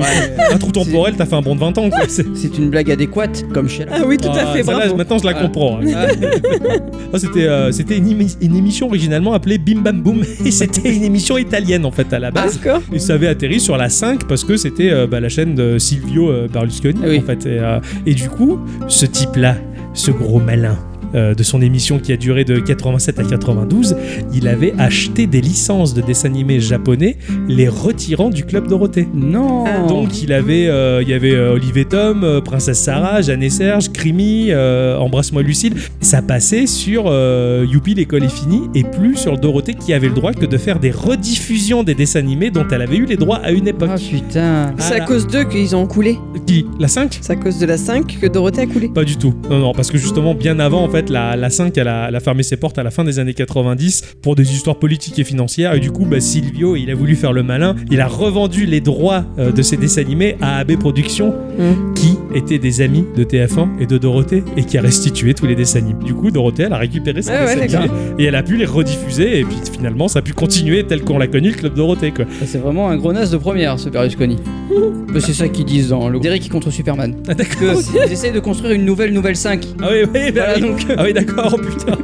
Speaker 3: Ouais.
Speaker 1: un trou temporel, t'as fait un bond de 20 ans, quoi. C'est-
Speaker 3: C'est une blague adéquate, comme chez
Speaker 2: Ah oui tout à
Speaker 1: Ah,
Speaker 2: fait,
Speaker 1: celle-là,
Speaker 2: bravo.
Speaker 1: maintenant, je la
Speaker 3: Ah.
Speaker 1: comprends. hein. Ah, c'était euh, c'était une, émi- une émission originalement appelée Bim Bam Boom. Et c'était une émission italienne, en fait, à la base.
Speaker 2: Ah, D'accord.
Speaker 1: Et ça avait atterri sur la 5 parce que c'était euh, bah, la chaîne de Silvio euh, Berlusconi
Speaker 3: Ah oui.
Speaker 1: en fait. Et, euh, et du coup, ce type-là, ce gros malin euh, de son émission qui a duré de 87 à 92, il avait acheté des licences de dessins animés japonais, les retirant du club Dorothée.
Speaker 3: Non.
Speaker 1: Donc il avait, euh, il y avait euh, Olivier Tom, euh, Princesse Sarah, Jeanne et Serge, Crimi, euh, Embrasse-moi Lucille. Ça passait sur euh, Youpi, l'école est finie, et plus sur le Dorothée qui avait le droit que de faire des rediffusions des dessins animés dont elle avait eu les droits à une époque.
Speaker 3: Ah putain.
Speaker 1: Ah,
Speaker 2: C'est à
Speaker 1: là.
Speaker 2: cause d'eux qu'ils ont coulé.
Speaker 1: Qui La 5
Speaker 2: C'est à cause de la 5 que Dorothée a coulé.
Speaker 1: pas du tout. Non, non, parce que justement, bien avant, en fait, fait, la, la 5, elle a, elle a fermé ses portes à la fin des années 90 pour des histoires politiques et financières. Et du coup, bah, Silvio, il a voulu faire le malin. Il a revendu les droits euh, de ses dessins animés à AB Productions,
Speaker 2: Mm.
Speaker 1: qui étaient des amis de TF1 et de Dorothée, et qui a restitué tous les dessins animés. Du coup, Dorothée, elle a récupéré ses
Speaker 2: Ah ouais,
Speaker 1: dessins animés et elle a pu les rediffuser. Et puis finalement, ça a pu continuer tel qu'on l'a connu, le Club Dorothée. Quoi.
Speaker 3: Ça, C'est vraiment un gros naze de première, ce Berlusconi. Mais c'est ça qu'ils disent dans le Derek contre Superman.
Speaker 1: Ah, d'accord.
Speaker 3: Que ils essayent de construire une nouvelle, nouvelle 5.
Speaker 1: Ah oui, oui, bah
Speaker 3: Voilà,
Speaker 1: oui.
Speaker 3: donc.
Speaker 1: Ah oui, d'accord, oh, putain.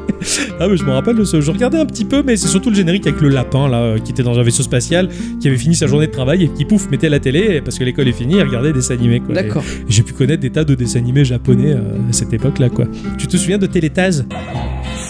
Speaker 1: Ah mais je me rappelle de ce. Je regardais un petit peu, mais c'est surtout le générique avec le lapin là, euh, qui était dans un vaisseau spatial, qui avait fini sa journée de travail et qui pouf mettait la télé parce que l'école est finie, il regardait des dessins animés. Quoi.
Speaker 3: D'accord.
Speaker 1: Et J'ai pu connaître des tas de dessins animés japonais euh, à cette époque-là, quoi. Tu te souviens de Télétaz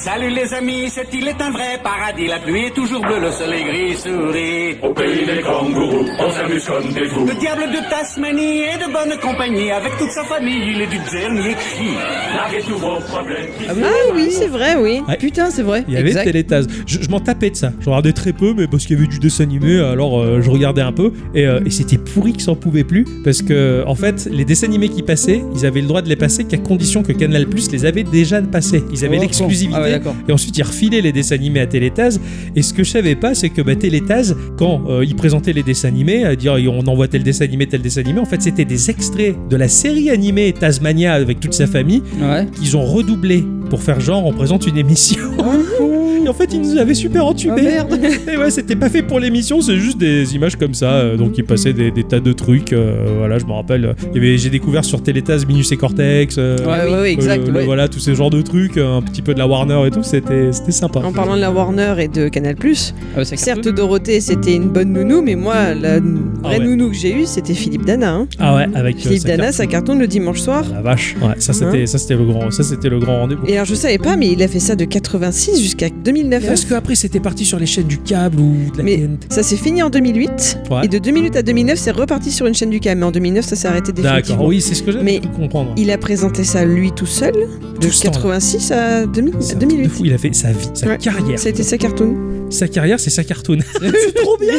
Speaker 5: Salut les amis, cette île est un vrai paradis. La pluie est toujours bleue, le soleil gris sourit. Au pays des kangourous, on s'amuse comme des fous. Le diable de Tasmanie est de bonne compagnie. Avec toute sa famille, il est du dernier cri. Larguez tous vos problèmes.
Speaker 2: Ah oui, c'est vrai, oui.
Speaker 1: Ouais.
Speaker 3: Putain, c'est vrai.
Speaker 1: Il y avait
Speaker 3: Exact.
Speaker 1: Télétaz. Je, je m'en tapais de ça. Je regardais très peu, mais parce qu'il y avait du dessin animé, alors euh, je regardais un peu. Et, euh, et c'était pourri que s'en pouvait plus. Parce que, en fait, les dessins animés qui passaient, ils avaient le droit de les passer qu'à condition que Canal Plus les avait déjà passés. Ils avaient
Speaker 3: Oh,
Speaker 1: l'exclusivité.
Speaker 3: Ah ouais, d'accord.
Speaker 1: et ensuite, ils refilaient les dessins animés à Télétaz. Et ce que je savais pas, c'est que bah, Télétaz, quand euh, ils présentaient les dessins animés, à dire on envoie tel dessin animé, tel dessin animé, en fait, c'était des extraits de la série animée Tasmania avec toute sa famille
Speaker 3: Ouais.
Speaker 1: qu'ils ont redoublé pour faire genre on présente une émission. Et en fait, ils nous avaient super entubés.
Speaker 3: Ah, merde.
Speaker 1: Et ouais, c'était pas fait pour l'émission, c'est juste des images comme ça. euh, Donc, ils passaient des, des tas de trucs. euh, voilà, je me rappelle. euh, il y avait- J'ai découvert sur Télétaz Minus et Cortex. euh,
Speaker 3: Ouais, ouais, ouais, exact,
Speaker 1: euh, le-
Speaker 3: ouais.
Speaker 1: Voilà, tous ces genres de trucs. euh, Un petit peu de la Warner et tout. C'était c'était sympa.
Speaker 2: En parlant de la Warner et de Canal+,
Speaker 3: Ah ouais, ça
Speaker 2: certes Dorothée c'était une bonne nounou, mais moi la vraie
Speaker 1: Ah ouais.
Speaker 2: nounou que j'ai eue c'était Philippe Dana. hein.
Speaker 1: Ah ouais, avec. euh,
Speaker 2: Philippe
Speaker 1: sa
Speaker 2: Dana,
Speaker 1: carte.
Speaker 2: ça cartonne le dimanche soir.
Speaker 1: La vache. Ouais, ça c'était ça, c'était le grand, ça, c'était le grand rendez-vous.
Speaker 2: Et alors je savais pas, mais il a fait ça de 86 jusqu'à 2009.
Speaker 1: Parce qu'après, c'était parti sur les chaînes du câble ou de la
Speaker 2: Mais-
Speaker 1: TNT.
Speaker 2: Ça s'est fini en 2008
Speaker 1: Ouais.
Speaker 2: et de 2008 à 2009 c'est reparti sur une chaîne du câble. Mais en 2009 ça s'est arrêté
Speaker 1: D'accord,
Speaker 2: définitivement.
Speaker 1: oui, c'est ce que j'avais
Speaker 2: Mais-
Speaker 1: pu comprendre.
Speaker 2: Il a présenté ça lui tout seul de
Speaker 1: Tout ce temps-là.
Speaker 2: 86 à 2000
Speaker 1: C'est un truc de
Speaker 2: 2008.
Speaker 1: fou, il a fait sa vie, sa
Speaker 2: Ouais.
Speaker 1: carrière.
Speaker 2: Ça a été sa cartoon.
Speaker 1: Sa carrière, c'est sa cartoon. c'est trop bien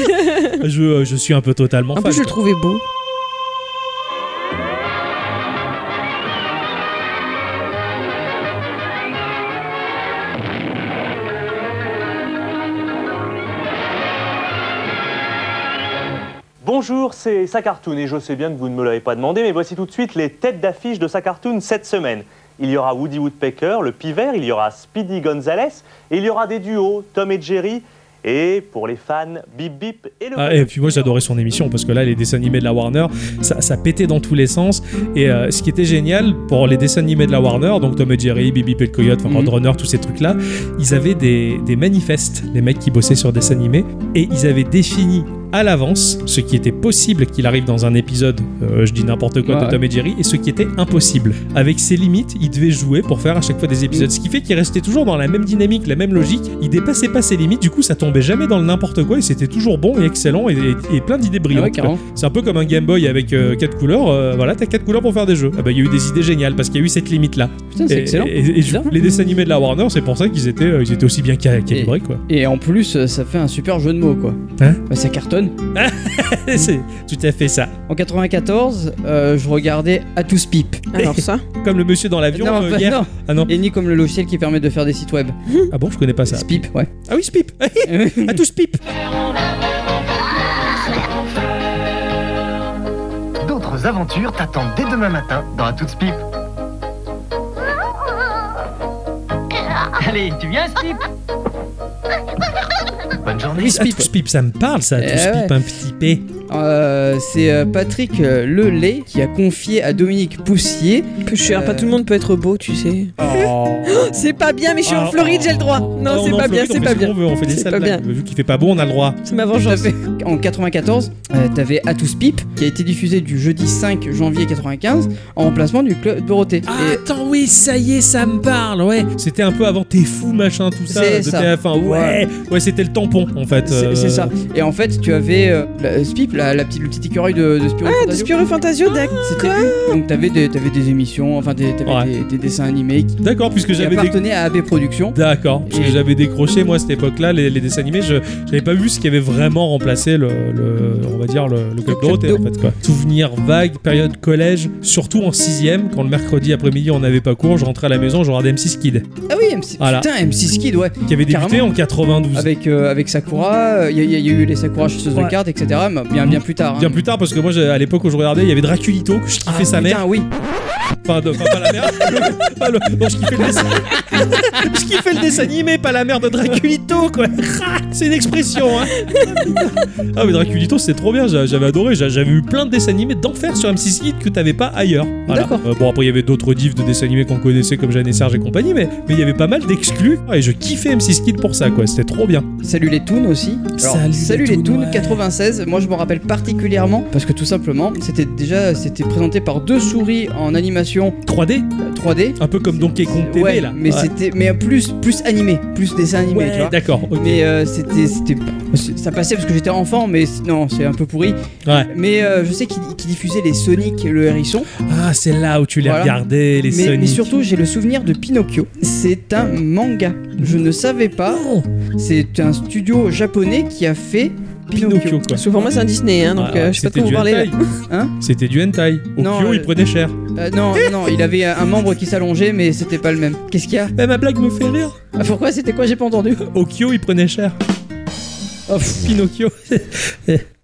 Speaker 1: je, euh, je suis un peu totalement
Speaker 2: En
Speaker 1: fan.
Speaker 2: plus je le trouvais beau.
Speaker 9: Bonjour, c'est Sacartoon et je sais bien que vous ne me l'avez pas demandé, mais voici tout de suite les têtes d'affiche de Sacartoon cette semaine. Il y aura Woody Woodpecker, le pivert, il y aura Speedy Gonzales, et il y aura des duos, Tom et Jerry, et pour les fans, Bip Bip et le...
Speaker 1: Ah, et puis moi j'adorais son émission parce que là les dessins animés de la Warner ça, ça pétait dans tous les sens et euh, ce qui était génial pour les dessins animés de la Warner donc Tom et Jerry, Bibi et le Coyote, enfin
Speaker 3: Mhm.
Speaker 1: Roadrunner tous ces trucs là ils avaient des, des manifestes les mecs qui bossaient sur dessins animés et ils avaient défini à l'avance ce qui était possible qu'il arrive dans un épisode euh, je dis n'importe quoi de
Speaker 3: Ouais.
Speaker 1: Tom et Jerry et ce qui était impossible avec ses limites ils devaient jouer pour faire à chaque fois des épisodes ce qui fait qu'ils restaient toujours dans la même dynamique la même logique ils dépassaient pas ses limites du coup ça tombait jamais dans le n'importe quoi et c'était toujours bon et excellent et, et- et plein d'idées
Speaker 3: Ah ouais,
Speaker 1: brillantes quoi.
Speaker 3: carrément.
Speaker 1: c'est un peu comme un Game Boy avec euh, quatre couleurs euh, voilà t'as quatre couleurs pour faire des jeux ah bah il y a eu des idées géniales parce qu'il y a eu cette limite là
Speaker 3: Putain, c'est excellent.
Speaker 1: et, et- et
Speaker 3: Bizarre.
Speaker 1: les dessins animés de la Warner c'est pour ça qu'ils étaient, euh, ils étaient aussi bien ca- calibrés quoi
Speaker 3: Et en plus, euh, ça fait un super jeu de mots, quoi.
Speaker 1: Hein
Speaker 3: Bah, ça cartonne.
Speaker 1: c'est tout à fait ça
Speaker 3: En 94, euh, je regardais à tous pipe.
Speaker 2: Alors ça.
Speaker 1: comme le monsieur dans l'avion
Speaker 3: non,
Speaker 1: euh,
Speaker 3: bah,
Speaker 1: hier
Speaker 3: non.
Speaker 1: ah non
Speaker 3: Et ni comme le logiciel qui permet de faire des sites web.
Speaker 1: ah bon je connais pas ça
Speaker 3: Spip, ouais.
Speaker 1: ah oui Spip Ah, à tous Pip
Speaker 7: D'autres aventures t'attendent dès demain matin dans la toute pipe. Allez, tu viens, Spip Bonne journée.
Speaker 1: à
Speaker 3: Spip.
Speaker 1: tous Pip Ah, ça me parle ça à
Speaker 3: Eh
Speaker 1: tous Pip
Speaker 3: ouais.
Speaker 1: un petit P
Speaker 3: Euh, c'est euh, Patrick euh, Lelay qui a confié à Dominique Poussier.
Speaker 2: Je suis-
Speaker 3: Euh.
Speaker 2: pas tout le monde peut être beau, tu sais. C'est pas bien, mais je suis
Speaker 1: Oh.
Speaker 2: en
Speaker 1: Ah,
Speaker 2: Floride,
Speaker 1: oh.
Speaker 2: j'ai le
Speaker 1: Ah,
Speaker 2: droit. Non,
Speaker 1: on est
Speaker 2: c'est
Speaker 1: en
Speaker 2: pas
Speaker 1: Floride,
Speaker 2: bien,
Speaker 1: on
Speaker 2: c'est
Speaker 1: fait
Speaker 2: pas
Speaker 1: ce qu'on
Speaker 2: bien.
Speaker 1: veut, on fait des
Speaker 2: C'est
Speaker 1: sales
Speaker 2: pas
Speaker 1: blagues.
Speaker 2: bien.
Speaker 1: vu qu'il fait pas beau on a le droit
Speaker 2: C'est ma vengeance.
Speaker 3: En 94, euh, t'avais À tous pipe qui a été diffusé du jeudi 5 janvier 95 en remplacement du club Dorothée.
Speaker 1: Ah,
Speaker 3: Et-
Speaker 1: attends, oui, ça y est, ça me parle, ouais. C'était un peu avant T'es fou, machin, tout ça,
Speaker 3: C'est
Speaker 1: de
Speaker 3: ça.
Speaker 1: TF1. Ouais, ouais, c'était le tampon, en fait.
Speaker 3: C'est c'est ça. Et en fait, tu avais euh, la- Spip, la, la petite, le petit écureuil de, de Spirou
Speaker 2: Ah, de
Speaker 3: Fantasio.
Speaker 2: Spirou Fantasio, d'accord.
Speaker 3: C'était lui. Donc t'avais des, t'avais des émissions, enfin des, t'avais
Speaker 1: Ouais.
Speaker 3: des, des dessins animés qui,
Speaker 1: D'accord, puisque
Speaker 3: qui
Speaker 1: j'avais des...
Speaker 3: appartenaient à AB Productions.
Speaker 1: D'accord, parce que
Speaker 3: Et-
Speaker 1: j'avais décroché moi à cette époque-là les, les dessins animés, je n'avais pas vu ce qui avait vraiment remplacé le, le- on va dire le, le club Dorothée en fait quoi. Souvenir vague, période collège, surtout en sixième quand le mercredi après-midi on n'avait pas cours, je rentrais à la maison, je regardais M6 Kid
Speaker 3: Ah oui, MC,
Speaker 1: Voilà.
Speaker 3: putain, M6 Kid, ouais.
Speaker 1: qui avait débuté
Speaker 3: Carrément.
Speaker 1: en 92.
Speaker 3: Avec, euh, avec Sakura, il y, a- y a y a eu les Sakura chasseuses
Speaker 1: Ouais.
Speaker 3: de cartes, etc. mais bien, bien plus tard. hein.
Speaker 1: Bien plus tard parce que moi j'ai- à l'époque où je regardais, il y avait Draculito que je kiffais
Speaker 3: Ah,
Speaker 1: sa mère.
Speaker 3: Putain, oui.
Speaker 1: Enfin, de- enfin, pas la mère. Le- pas le- non, je kiffais le dessin. je kiffais le dessin animé, pas la mère de Draculito, quoi. C'est une expression, hein. Ah, mais Draculito, c'était trop bien. j'a- J'avais adoré. j'a- J'avais eu plein de dessins animés d'enfer sur M6 Kid que t'avais pas ailleurs.
Speaker 3: D'accord.
Speaker 1: Euh, bon, après, il y avait d'autres divs de dessins animés qu'on connaissait comme Jeanne et Serge et compagnie, mais mais il y avait pas mal d'exclus. Ah, Et je kiffais M6 Kid pour ça, quoi. C'était trop bien.
Speaker 3: Salut les Toons aussi.
Speaker 1: Salut les
Speaker 3: les
Speaker 1: Toons,
Speaker 3: Toons
Speaker 1: ouais.
Speaker 3: 96. Moi je m'en rappelle particulièrement parce que tout simplement c'était déjà c'était présenté par deux souris en animation
Speaker 1: 3D,
Speaker 3: euh, 3D.
Speaker 1: un peu comme Donkey Kong TV,
Speaker 3: ouais,
Speaker 1: là.
Speaker 3: mais
Speaker 1: Ouais.
Speaker 3: c'était mais plus plus animé, plus dessin animé. tu
Speaker 1: Ouais,
Speaker 3: vois.
Speaker 1: d'accord. ok.
Speaker 3: Mais euh, c'était c'était ça passait parce que j'étais enfant mais c- non c'est un peu pourri.
Speaker 1: Ouais.
Speaker 3: Mais euh, je sais qu'ils qu'ils diffusaient les Sonic le hérisson.
Speaker 1: Ah, c'est là où tu les
Speaker 3: Voilà.
Speaker 1: regardais, les
Speaker 3: mais,
Speaker 1: Sonic.
Speaker 3: mais surtout j'ai le souvenir de Pinocchio. C'est un manga. Je ne savais pas.
Speaker 1: Oh,
Speaker 3: C'est un studio japonais qui a fait
Speaker 1: Pinocchio, quoi.
Speaker 2: Parce que pour moi, c'est un Disney, hein, donc
Speaker 1: Ah,
Speaker 2: euh,
Speaker 1: ouais,
Speaker 2: je sais pas de
Speaker 1: c'était
Speaker 2: quoi vous
Speaker 1: du
Speaker 2: parlez.
Speaker 1: hentai.
Speaker 3: Hein
Speaker 1: C'était du hentai. Au
Speaker 3: Non,
Speaker 1: Kyo,
Speaker 3: euh,
Speaker 1: il prenait cher.
Speaker 3: Euh, non, non, il avait un membre qui s'allongeait, mais c'était pas le même. Qu'est-ce qu'il y a
Speaker 1: Mais ma blague me fait rire.
Speaker 3: Ah, Pourquoi C'était quoi J'ai pas entendu.
Speaker 1: Au Kyo, il prenait cher. Oh, Pinocchio.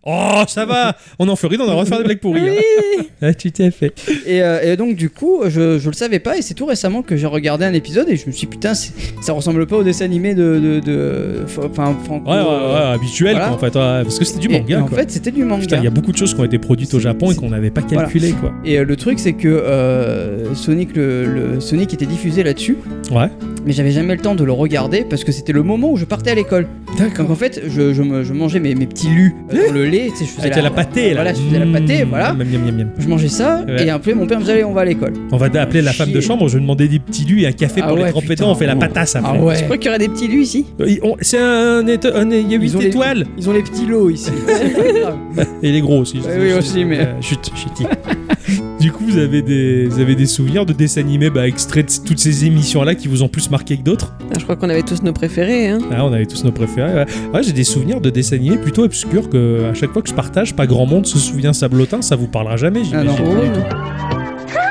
Speaker 1: oh, ça va. On en fait rire, on a le droit de faire des blagues pourries. hein. Ah, tu t'es fait.
Speaker 3: Et, euh, et donc, du coup, je, je le savais pas, et c'est tout récemment que j'ai regardé un épisode, et je me suis dit, putain, c'est- ça ressemble pas au dessin animé de. de, de- f- enfin, Franco.
Speaker 1: Ouais, ouais, ouais, habituel,
Speaker 3: Voilà.
Speaker 1: quoi, en fait. ouais, parce que c'était du
Speaker 3: Et-
Speaker 1: manga,
Speaker 3: et en
Speaker 1: quoi.
Speaker 3: fait, c'était du manga.
Speaker 1: Putain, il y a beaucoup de choses qui ont été produites au Japon et qu'on n'avait pas
Speaker 3: Voilà.
Speaker 1: calculé,
Speaker 3: Et euh, le truc, c'est que euh, Sonic, le, le- Sonic était diffusé là-dessus,
Speaker 1: quoi. Ouais.
Speaker 3: mais j'avais jamais le temps de le regarder parce que c'était le moment où je partais à l'école. Donc en fait, je, je me- je mangeais mes, mes petits lus euh, dans le lait, tu sais, je faisais
Speaker 1: Avec la, pâtée, là.
Speaker 3: Voilà, je faisais la pâtée,
Speaker 1: Mmh,
Speaker 3: voilà.
Speaker 1: miam, miam, miam, miam.
Speaker 3: Je mangeais ça,
Speaker 1: Ouais.
Speaker 3: et après mon père me disait allez on va à l'école.
Speaker 1: On va appeler la femme de
Speaker 3: Chier.
Speaker 1: chambre, je vais demander des petits lus et un café
Speaker 3: Ah
Speaker 1: pour les
Speaker 3: ouais,
Speaker 1: tremper
Speaker 3: putain, Ah
Speaker 1: dedans, on fait la
Speaker 3: vraiment.
Speaker 1: patasse après.
Speaker 2: Je crois qu'il y aurait des petits lui ici.
Speaker 1: Euh, on- C'est un. éto- un- Il y a 8
Speaker 3: Ils ont les-
Speaker 1: étoiles.
Speaker 3: Ils ont les petits lots ici.
Speaker 1: Et il est gros aussi.
Speaker 3: Ouais, oui, aussi, mais-
Speaker 1: Euh, chut, chut. du coup, vous avez, des, vous avez des souvenirs de dessins animés bah, extraits de toutes ces émissions-là qui vous ont plus marqué que d'autres
Speaker 2: Ah, je crois qu'on avait tous nos préférés. Hein.
Speaker 1: Ah, On avait tous nos préférés. Ouais, Ouais, j'ai des souvenirs de dessins animés plutôt obscurs que à chaque fois que je partage, pas grand monde se souvient Sablotin, ça vous parlera jamais,
Speaker 3: Ah non.
Speaker 1: j'imagine.
Speaker 3: Oh,
Speaker 1: Ouais.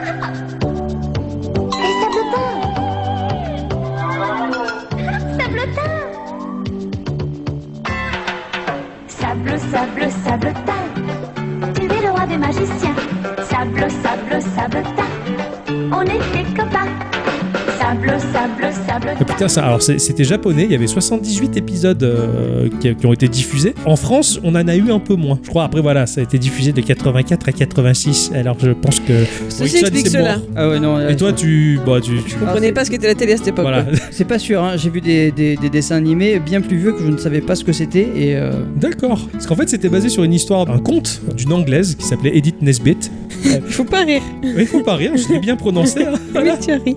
Speaker 11: Sable, sable, sabletin, tu es le roi des magiciens. Sable, sable, sabletin, on est des copains. Sable, sable,
Speaker 1: Ah,
Speaker 11: sabletin.
Speaker 1: putain, ça, alors c'est- c'était japonais, il y avait 78 épisodes euh, qui, qui ont été diffusés. En France, on en a eu un peu moins. Je crois, après voilà, ça a été diffusé de 84 à 86. Alors je pense que.
Speaker 2: Ceci
Speaker 1: Wilson,
Speaker 2: explique
Speaker 1: c'est
Speaker 2: cela.
Speaker 1: mort.
Speaker 3: ah ouais non. là,
Speaker 1: Et toi, tu. Bah, tu. tu-
Speaker 2: Je comprenais
Speaker 3: c'est-
Speaker 2: pas ce qu'était la télé à cette époque.
Speaker 1: Voilà.
Speaker 2: quoi.
Speaker 3: C'est pas sûr, hein. j'ai vu des, des- des dessins animés bien plus vieux que je ne savais pas ce que c'était et euh,
Speaker 1: D'accord. Parce qu'en fait, c'était basé sur une histoire, un conte d'une anglaise qui s'appelait Edith Nesbit.
Speaker 2: Il faut pas rire.
Speaker 1: Il faut pas rire, je l'ai bien prononcé. hein.
Speaker 2: Oui, tu as ri.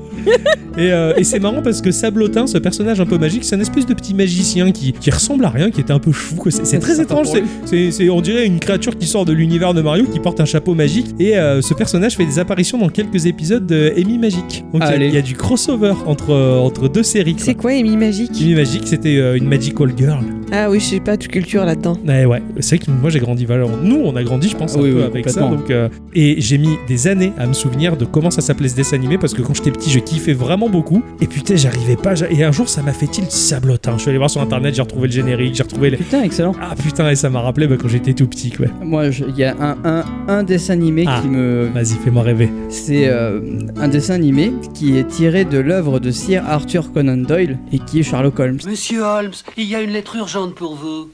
Speaker 1: Et, euh, et c'est marrant parce que Sablotin, ce personnage un peu magique, c'est un espèce de petit magicien qui, qui ressemble à rien, qui est un peu fou. quoi. C'est c'est très
Speaker 3: sympa
Speaker 1: étrange.
Speaker 3: pour
Speaker 1: C'est,
Speaker 3: lui.
Speaker 1: c'est- c'est- on dirait une créature qui sort de l'univers de Mario, qui porte un chapeau magique. Et euh, ce personnage fait des apparitions dans quelques épisodes de Amy Magique. Donc il y a-
Speaker 3: Allez.
Speaker 1: il y, a du crossover entre, euh, entre deux séries. quoi.
Speaker 2: C'est quoi Amy Magique
Speaker 1: Amy Magique, c'était euh, une magical girl.
Speaker 2: Ah oui, je sais pas, tu culture là-dedans.
Speaker 1: Eh Ouais, ouais. C'est vrai que moi j'ai grandi. voilà, on- Nous, on a grandi, je pense, un
Speaker 3: Ah oui,
Speaker 1: peu
Speaker 3: oui,
Speaker 1: avec ça.
Speaker 3: complètement.
Speaker 1: Donc, euh, et j'ai mis des années à me souvenir de comment ça s'appelait ce dessin animé parce que quand j'étais petit, je kiffais vraiment beaucoup. Et putain, j'arrivais pas. j'a- Et un jour, ça m'a fait il sablotin. Je suis allé voir sur internet, j'ai retrouvé le générique, j'ai retrouvé les.
Speaker 3: putain excellent.
Speaker 1: Ah putain, et ça m'a rappelé bah, quand j'étais tout petit, quoi.
Speaker 3: Moi je- il y a un, un, un dessin animé
Speaker 1: Ah.
Speaker 3: qui me
Speaker 1: Vas-y, fais-moi rêver.
Speaker 3: c'est euh, un dessin animé qui est tiré de l'œuvre de Sir Arthur Conan Doyle et qui est Sherlock Holmes.
Speaker 12: Monsieur Holmes, il y a une lettre urgente pour vous.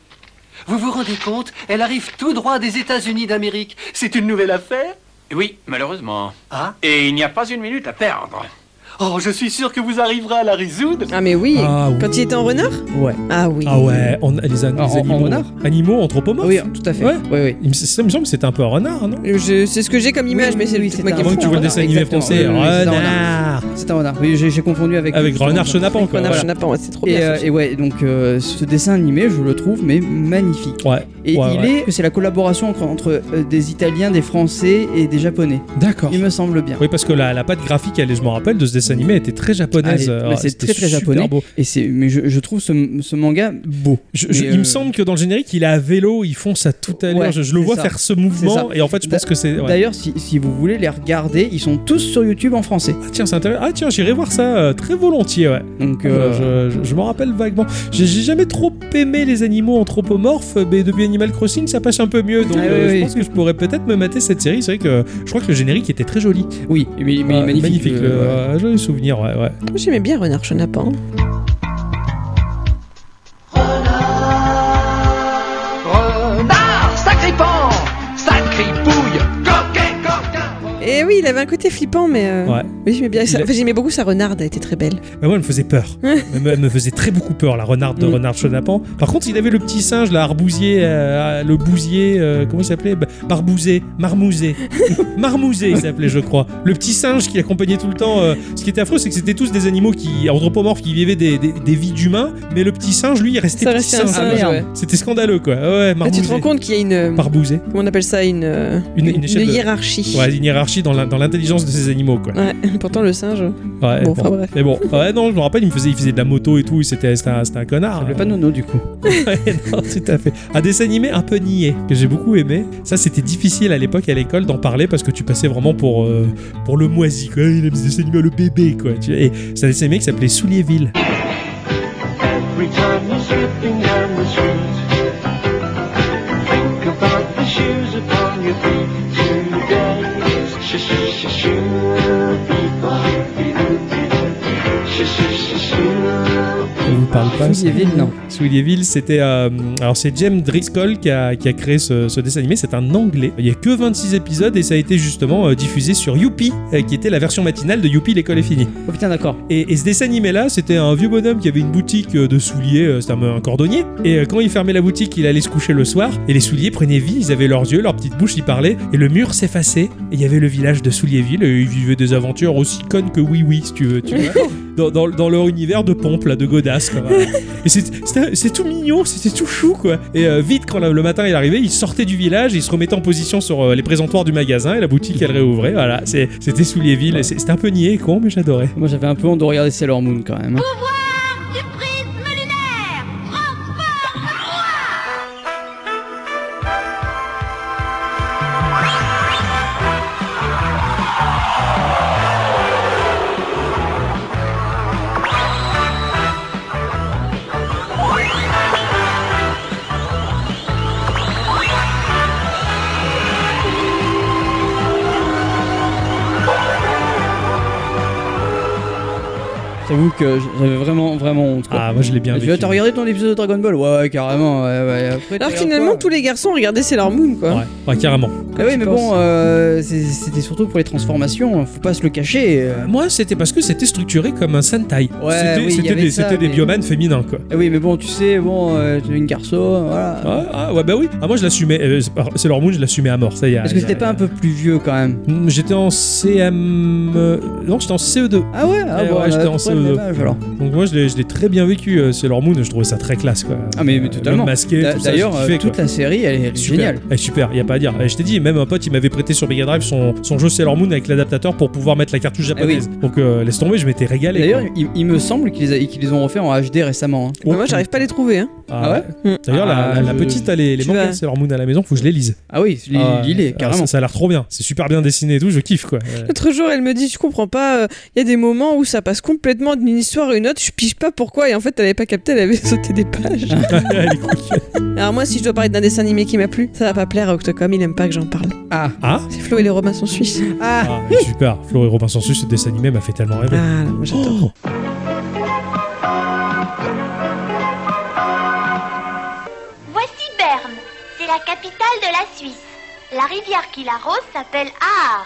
Speaker 12: Vous vous rendez compte Elle arrive tout droit des États-Unis d'Amérique. C'est une nouvelle affaire
Speaker 9: Oui, malheureusement.
Speaker 12: Ah
Speaker 9: Et il n'y a pas une minute à perdre.
Speaker 12: Oh, je suis sûr que vous arriverez à la résoudre.
Speaker 2: Ah mais oui,
Speaker 1: Ah oui.
Speaker 2: quand il était en renard
Speaker 3: Ouais.
Speaker 2: Ah oui.
Speaker 1: Ah ouais, on, les, an-
Speaker 3: En-
Speaker 1: les
Speaker 3: en
Speaker 1: animaux,
Speaker 3: renard
Speaker 1: animaux anthropomorphes.
Speaker 3: Oui, tout à fait.
Speaker 1: Ouais.
Speaker 3: Oui, oui.
Speaker 1: Il me- Ça me semble que c'était un peu un renard, non
Speaker 2: Je- C'est ce que j'ai comme image, mais c'est
Speaker 3: oui,
Speaker 2: peut-être
Speaker 3: c'est
Speaker 2: moi qui hein.
Speaker 3: un
Speaker 2: me
Speaker 1: Avant que
Speaker 2: trompe.
Speaker 1: tu vois le dessin animé
Speaker 3: Ah Exactement,
Speaker 1: français,
Speaker 3: oui, oui, oui, c'est un
Speaker 1: renard
Speaker 3: C'est un renard. Oui, j'ai j'ai confondu avec.
Speaker 1: Avec
Speaker 3: justement,
Speaker 1: renard chenapan, quoi.
Speaker 2: Renard
Speaker 1: voilà.
Speaker 2: chenapan, ouais, c'est trop
Speaker 3: Et,
Speaker 2: bien.
Speaker 3: euh,
Speaker 2: ça.
Speaker 3: et ouais, donc euh, ce dessin animé, je le trouve mais magnifique.
Speaker 1: Ouais.
Speaker 3: Et
Speaker 1: ouais,
Speaker 3: il
Speaker 1: ouais.
Speaker 3: est que c'est la collaboration entre, entre, euh, des Italiens, des Français et des Japonais.
Speaker 1: D'accord.
Speaker 3: Il me semble bien.
Speaker 1: Oui, parce que la, la patte graphique, elle, je me rappelle, de ce dessin animé était très japonaise.
Speaker 3: Ah, mais
Speaker 1: Alors,
Speaker 3: c'est
Speaker 1: c'était
Speaker 3: très, très
Speaker 1: super
Speaker 3: japonais.
Speaker 1: beau.
Speaker 3: Et c'est, mais je, je trouve ce, ce manga beau.
Speaker 1: Je- je-
Speaker 3: Mais,
Speaker 1: Il me
Speaker 3: euh,
Speaker 1: semble que dans le générique, il est à vélo, il fonce à toute allure.
Speaker 3: Ouais,
Speaker 1: je, je le
Speaker 3: c'est
Speaker 1: vois
Speaker 3: ça.
Speaker 1: faire ce
Speaker 3: C'est ça.
Speaker 1: mouvement, et en fait, je pense
Speaker 3: D'a-
Speaker 1: que c'est. ouais.
Speaker 3: D'ailleurs, si, si vous voulez les regarder, ils sont tous sur YouTube en français.
Speaker 1: Ah, tiens, c'est intéressant. Ah, tiens, j'irai voir ça euh, très volontiers, ouais.
Speaker 3: Donc, euh,
Speaker 1: Euh, je, je- je m'en rappelle vaguement. J'ai j'ai jamais trop aimé les animaux anthropomorphes, mais depuis Animal Crossing, ça passe un peu mieux. Donc,
Speaker 3: Ah,
Speaker 1: euh,
Speaker 3: oui,
Speaker 1: je
Speaker 3: oui.
Speaker 1: pense que je pourrais peut-être me mater cette série. C'est vrai que je crois que le générique était très joli.
Speaker 3: oui, mais, mais il est
Speaker 1: Ah,
Speaker 3: magnifique.
Speaker 1: le-
Speaker 3: euh, ouais.
Speaker 1: euh, joli souvenir, ouais, ouais.
Speaker 2: Moi, J'aimais bien renard chenapan.
Speaker 4: Renard, sacripant, sacripouille, coquet, coquin.
Speaker 2: Et Eh oui, il avait un côté flippant, mais, euh,
Speaker 1: Ouais.
Speaker 2: mais j'aimais bien. ça.
Speaker 1: Il a-
Speaker 2: Enfin, j'aimais beaucoup sa renarde, elle était très belle.
Speaker 1: Mais moi, Ah elle me faisait peur. elle, me, elle me faisait très beaucoup peur, la renarde de
Speaker 3: Mm.
Speaker 1: renard chenapan. Par contre, il avait le petit singe, là, arbousier, euh, le bousier, euh, comment il s'appelait Bah, Barbousé, marmousé. marmousé, il s'appelait, je crois. Le petit singe qui l'accompagnait tout le temps. euh, ce qui était affreux, c'est que c'était tous des animaux qui, anthropomorphes qui vivaient des, des- des vies d'humains, mais le petit singe, lui, il restait
Speaker 2: Ça
Speaker 1: petit
Speaker 2: restait un
Speaker 1: singe.
Speaker 2: singe, ouais.
Speaker 1: C'était scandaleux, quoi. Ah Ouais,
Speaker 2: Là,
Speaker 1: marmousé.
Speaker 2: tu te rends compte qu'il y a une. euh,
Speaker 1: Barbousé.
Speaker 2: Comment on appelle ça Une, euh,
Speaker 1: Une- une échelle de-
Speaker 2: hiérarchie.
Speaker 1: Ouais, une hiérarchie dans la- dans l'intelligence de ces animaux, quoi.
Speaker 2: Ouais, pourtant le singe.
Speaker 1: Ouais,
Speaker 2: Bon, enfin, bref.
Speaker 1: Mais bon, ouais, non, je me rappelle, il me faisait, il faisait de la moto et tout, et c'était c'était un, c'était un connard.
Speaker 3: Ça s'appelait pas Nono du coup.
Speaker 1: Ouais, non, tout à fait. Un dessin animé un peu niais que j'ai beaucoup aimé. Ça, c'était difficile à l'époque à l'école d'en parler parce que tu passais vraiment pour euh, pour le moisi. Quoi. Il aime ce dessin animé le bébé quoi. tu vois. Et c'est un dessin animé qui s'appelait Soulierville.
Speaker 7: Every time you're slipping down the street, think about the shoes upon your feet. Today is shoe shoe shoe shoe people. Shoe shoe shoe shoe.
Speaker 1: Ça vous parle pas ça
Speaker 3: Soulierville, non.
Speaker 1: Soulierville, c'était euh, alors c'est James Driscoll qui a, qui a créé ce, ce dessin animé. C'est un anglais. Il y a que 26 épisodes et ça a été justement euh, diffusé sur Youpi, euh, qui était la version matinale de Youpi l'école est finie.
Speaker 3: Oh putain, d'accord.
Speaker 1: Et, et ce dessin animé là, c'était un vieux bonhomme qui avait une boutique euh, de souliers, euh, c'était un, un cordonnier. Et euh, quand il fermait la boutique, il allait se coucher le soir. Et les souliers prenaient vie, ils avaient leurs yeux, leurs petites bouches, ils parlaient. Et le mur s'effaçait. Et il y avait le village de Soulierville. Et ils vivaient des aventures aussi connes que oui oui, si tu veux. Tu vois dans, dans- dans leur univers de pompe là, de godasse. quoi. Et c'est- c'était- c'est tout mignon, c'était tout chou quoi. Et euh, vite quand le, le matin il arrivait, il sortait du village, il se remettait en position sur euh, les présentoirs du magasin et la boutique elle réouvrait. Voilà, C'est- c'était Soulierville. Et c'est- C'était un peu niais et con, mais j'adorais.
Speaker 3: Moi j'avais un peu honte de regarder Sailor Moon quand même. hein.
Speaker 11: Du prisme lunaire
Speaker 3: J'avoue que j'avais vraiment vraiment honte. Quoi.
Speaker 1: Ah, moi je l'ai bien
Speaker 3: tu vas
Speaker 1: vécu.
Speaker 3: te regarder ton épisode de Dragon Ball Ouais, ouais, carrément. Ouais, ouais. Après,
Speaker 2: Alors
Speaker 3: tu
Speaker 2: que
Speaker 3: regardes
Speaker 2: finalement,
Speaker 3: pas.
Speaker 2: tous les garçons regardaient Sailor Moon,
Speaker 3: Hein
Speaker 2: quoi.
Speaker 1: Ouais, ouais, carrément.
Speaker 3: Ah oui,
Speaker 2: tu
Speaker 3: mais
Speaker 2: penses.
Speaker 3: bon, euh, c'est- c'était surtout pour les transformations, hein, faut pas se le cacher. euh.
Speaker 1: Moi, c'était parce que c'était structuré comme un Sentai.
Speaker 3: Ouais,
Speaker 1: c'était
Speaker 3: oui, il y
Speaker 1: c'était
Speaker 3: avait
Speaker 1: des,
Speaker 3: ça,
Speaker 1: c'était des
Speaker 3: mais-
Speaker 1: biomanes féminins, quoi.
Speaker 3: Ah oui, mais bon, tu sais, bon, euh, tu es une garçon, voilà.
Speaker 1: Ah, ah, ouais, bah oui. Ah, moi, je l'assumais. euh, c'est pas- c'est leur moon, je l'assumais à mort. Ça y est.
Speaker 3: Est-ce que
Speaker 1: y a-
Speaker 3: c'était pas un peu plus vieux quand même
Speaker 1: Hmm, J'étais en CM. euh, Non, j'étais en CE2.
Speaker 3: Ah ouais, ah
Speaker 1: Eh
Speaker 3: bon,
Speaker 1: ouais,
Speaker 3: on a
Speaker 1: j'étais
Speaker 3: à peu
Speaker 1: en
Speaker 3: près le
Speaker 1: CE2.
Speaker 3: même âge, alors.
Speaker 1: Donc, moi, je l'ai je l'ai très bien vécu. euh, Sailor Moon, je trouvais ça très classe, quoi.
Speaker 3: Ah mais, mais
Speaker 1: Euh,
Speaker 3: totalement.
Speaker 1: l'homme masqué,
Speaker 3: D'a-
Speaker 1: tout ça,
Speaker 3: D'ailleurs,
Speaker 1: j'ai
Speaker 3: euh,
Speaker 1: kiffé, quoi.
Speaker 3: toute la série, elle est, elle est
Speaker 1: Super.
Speaker 3: géniale.
Speaker 1: Eh, super, y a pas à dire. Eh, je t'ai dit, même un pote, il m'avait prêté sur Mega Drive son, son jeu Sailor Moon avec l'adaptateur pour pouvoir mettre la cartouche
Speaker 3: Ah oui.
Speaker 1: japonaise. Donc, euh, laisse tomber, je m'étais régalé.
Speaker 3: D'ailleurs,
Speaker 1: quoi.
Speaker 3: il, il me semble qu'ils les, a- qu'ils les ont refait en HD récemment. hein.
Speaker 1: Oh.
Speaker 2: Bah, moi, j'arrive pas à les trouver. Hein.
Speaker 1: Ah
Speaker 3: Ah
Speaker 1: ouais D'ailleurs, la-
Speaker 3: Ah,
Speaker 1: la, la
Speaker 3: je-
Speaker 1: petite a les, les
Speaker 2: tu
Speaker 1: mangas
Speaker 2: vas-
Speaker 1: de Sailor Moon à la maison, faut que je les lise.
Speaker 3: Ah oui, il,
Speaker 1: Ah,
Speaker 3: il est,
Speaker 1: ah,
Speaker 3: carrément.
Speaker 1: Ça, ça a l'air trop bien. C'est super bien dessiné et tout, je kiffe quoi. Euh,
Speaker 2: L'autre jour, elle me dit Je comprends pas, il y a des moments où ça passe complètement d'une histoire à une autre, je pige pas pourquoi, et en fait, elle avait pas capté, elle avait sauté des pages.
Speaker 1: elle est cool.
Speaker 2: Alors, moi, si je dois parler d'un dessin animé qui m'a plu, ça va pas plaire à Octocom, il aime pas que j'en parle.
Speaker 3: Ah,
Speaker 1: Ah,
Speaker 2: C'est Flo et les Romains sont suisses.
Speaker 3: ah,
Speaker 1: Ah, super. Flo et Robin Sansus, ce dessin animé m'a fait tellement rêver.
Speaker 2: Ah, moi, j'adore.
Speaker 1: Oh
Speaker 11: Voici Berne, c'est la capitale de la Suisse. La rivière qui l'arrose s'appelle Aar.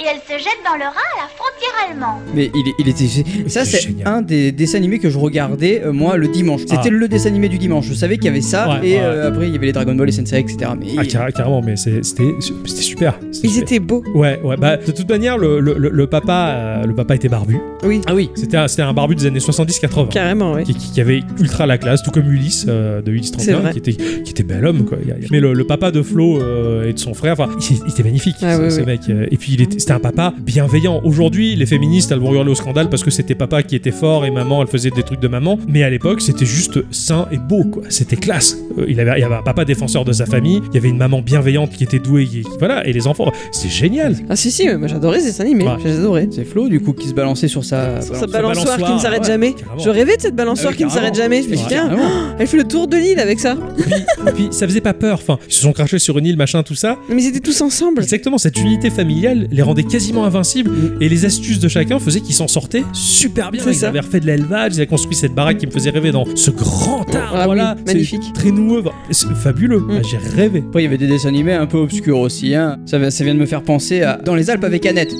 Speaker 11: et elle se jette dans le Rhin à la frontière allemande.
Speaker 3: Mais il, est- il était. Ça,
Speaker 1: c'est
Speaker 3: c'est un des dessins animés que je regardais, euh, moi, le dimanche. C'était
Speaker 1: Ah.
Speaker 3: le dessin animé du dimanche. Je savais qu'il y avait ça,
Speaker 1: Ouais,
Speaker 3: et
Speaker 1: ouais.
Speaker 3: euh, après, il y avait les Dragon Ball, les Sensei, etc. Mais
Speaker 1: Ah, carré- carrément, mais c'est- c'était c'était super. C'était
Speaker 2: Ils
Speaker 1: super.
Speaker 2: étaient beaux.
Speaker 1: Ouais, ouais. Bah, de toute manière, le, le- le- le papa, euh, le papa était barbu.
Speaker 2: Oui.
Speaker 3: Ah oui.
Speaker 1: C'était un, c'était un barbu des années 70-80.
Speaker 2: Carrément, oui.
Speaker 1: Qui, qui- qui avait ultra la classe, tout comme Ulysse euh, de Ulysse
Speaker 2: C'est
Speaker 1: 31,
Speaker 2: vrai.
Speaker 1: qui était, qui était bel homme. Quoi. Il y a- il y a- Mais le, le papa de Flo euh, et de son frère, enfin, il, il était magnifique,
Speaker 2: Ah
Speaker 1: ce,
Speaker 2: oui,
Speaker 1: ce
Speaker 2: oui.
Speaker 1: mec. Euh, Et puis, il était- c'était un papa bienveillant. Aujourd'hui, les féministes, elles vont hurler au scandale parce que c'était papa qui était fort et maman, elle faisait des trucs de maman. Mais à l'époque, c'était juste sain et beau. quoi. C'était classe. Euh, il, avait, il y avait un papa défenseur de sa famille, il y avait une maman bienveillante qui était douée. qui- qui- voilà, et les enfants, c'est génial.
Speaker 2: Ah si, si, moi j'adorais ces dessins animés,
Speaker 1: Ouais.
Speaker 2: j'adorais.
Speaker 3: C'est Flo, du coup, qui se balançait sur sa.
Speaker 2: Sa balançoire,
Speaker 1: balançoire,
Speaker 2: qui ne s'arrête
Speaker 1: ouais,
Speaker 2: jamais.
Speaker 1: carrément.
Speaker 2: Je rêvais de cette balançoire
Speaker 3: Ah oui,
Speaker 2: qui ne s'arrête
Speaker 3: carrément.
Speaker 2: jamais. Je me suis dit, tiens,
Speaker 3: Carrément.
Speaker 2: elle fait le tour de l'île avec ça.
Speaker 1: Et puis, et puis, ça faisait pas peur. Enfin, ils se sont crachés sur une île, machin, tout ça.
Speaker 2: Mais ils étaient tous ensemble.
Speaker 1: Exactement, cette unité familiale les rendait quasiment invincibles
Speaker 3: Mm.
Speaker 1: et les astuces de chacun faisaient qu'ils s'en sortaient super bien.
Speaker 2: C'est
Speaker 1: Ils
Speaker 2: ça.
Speaker 1: avaient refait de l'élevage, ils avaient construit cette baraque qui me faisait rêver dans ce grand arbre.
Speaker 2: Ah oui,
Speaker 1: voilà, c'est
Speaker 2: magnifique.
Speaker 1: Très noueux, Enfin, c'est fabuleux.
Speaker 3: Mm.
Speaker 1: Ah, J'ai rêvé.
Speaker 3: Après, il y avait des dessins animés un peu obscurs aussi. Hein. Ça, va- ça vient de me faire penser à Dans les Alpes avec Annette.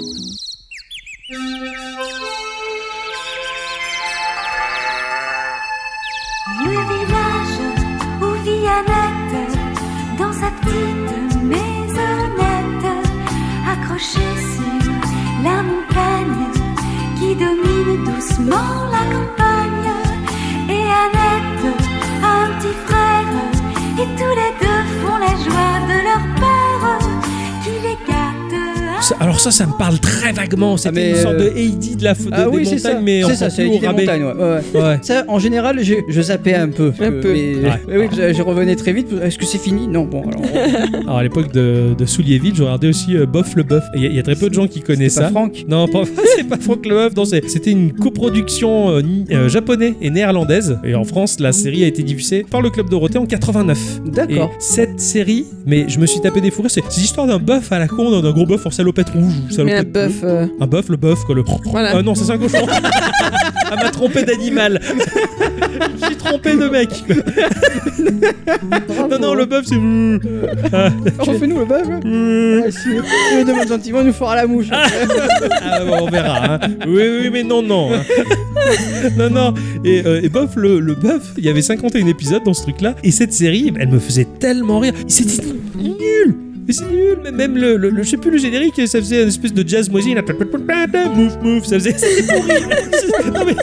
Speaker 11: Le village où vit Annette, dans sa petite maisonnette, accrochée sur la montagne qui domine doucement la campagne. Et Annette a un petit frère, et tous les deux font la joie de leur père qui les gâte.
Speaker 1: Ça- alors ça, ça me parle très vaguement. C'était
Speaker 3: Ah, mais,
Speaker 1: une sorte
Speaker 3: euh,
Speaker 1: de Heidi de la faute
Speaker 3: Ah
Speaker 1: des
Speaker 3: oui, c'est
Speaker 1: montagnes,
Speaker 3: ça.
Speaker 1: mais
Speaker 3: C'est
Speaker 1: encore
Speaker 3: ça, c'est
Speaker 1: plus au
Speaker 3: Heidi des
Speaker 1: rabais.
Speaker 3: montagnes, ouais, ouais.
Speaker 1: Ouais.
Speaker 3: Ça, en général, je, je zappais un peu.
Speaker 2: Un
Speaker 3: euh,
Speaker 2: peu.
Speaker 3: Mais,
Speaker 1: Ouais.
Speaker 3: mais oui, parce que je revenais très vite. Est-ce que c'est fini Non, bon, alors.
Speaker 1: Alors à l'époque de, de Souliéville, je regardais aussi euh, Boff le Boeuf. Et il y, a- il y a très peu de gens qui connaissent
Speaker 3: C'est pas
Speaker 1: ça.
Speaker 3: Franck.
Speaker 1: Non, pas- c'est pas Franck Leboeuf, non, c'est- c'était une coproduction euh, ni- euh, japonaise et néerlandaise. Et en France, la série a été diffusée par le Club Dorothée en 89. Et
Speaker 3: D'accord.
Speaker 1: cette série, mais je me suis tapé des fourrures, c'est c'est l'histoire d'un bœuf à la con, d'un d'un gros bœuf en salopette rouge ou
Speaker 2: Mais
Speaker 1: salopette
Speaker 2: un bœuf. euh,
Speaker 1: bleue. Un bœuf, le bœuf, quoi, le.
Speaker 2: Voilà.
Speaker 1: Ah non, ça, c'est un cochon. Elle m'a trompé d'animal. J'ai trompé de mec. non, non, le bœuf, c'est. Ah,
Speaker 3: Refais-nous le bœuf. Ah, si. Il nous demande gentiment, il nous fera la mouche.
Speaker 1: Ah, bah, on verra. hein. Oui, oui, mais non, non. hein. Non, non. Et, euh, et Bof, le, le bœuf, il y avait 51 épisodes dans ce truc-là. Et cette série, elle me faisait tellement rire. C'était nul. Mais c'est nul, mais même le, le- le- je sais plus, le générique, ça faisait une espèce de jazz moisi, là, mouf, mouf, ça faisait, c'était pourri. Non, mais-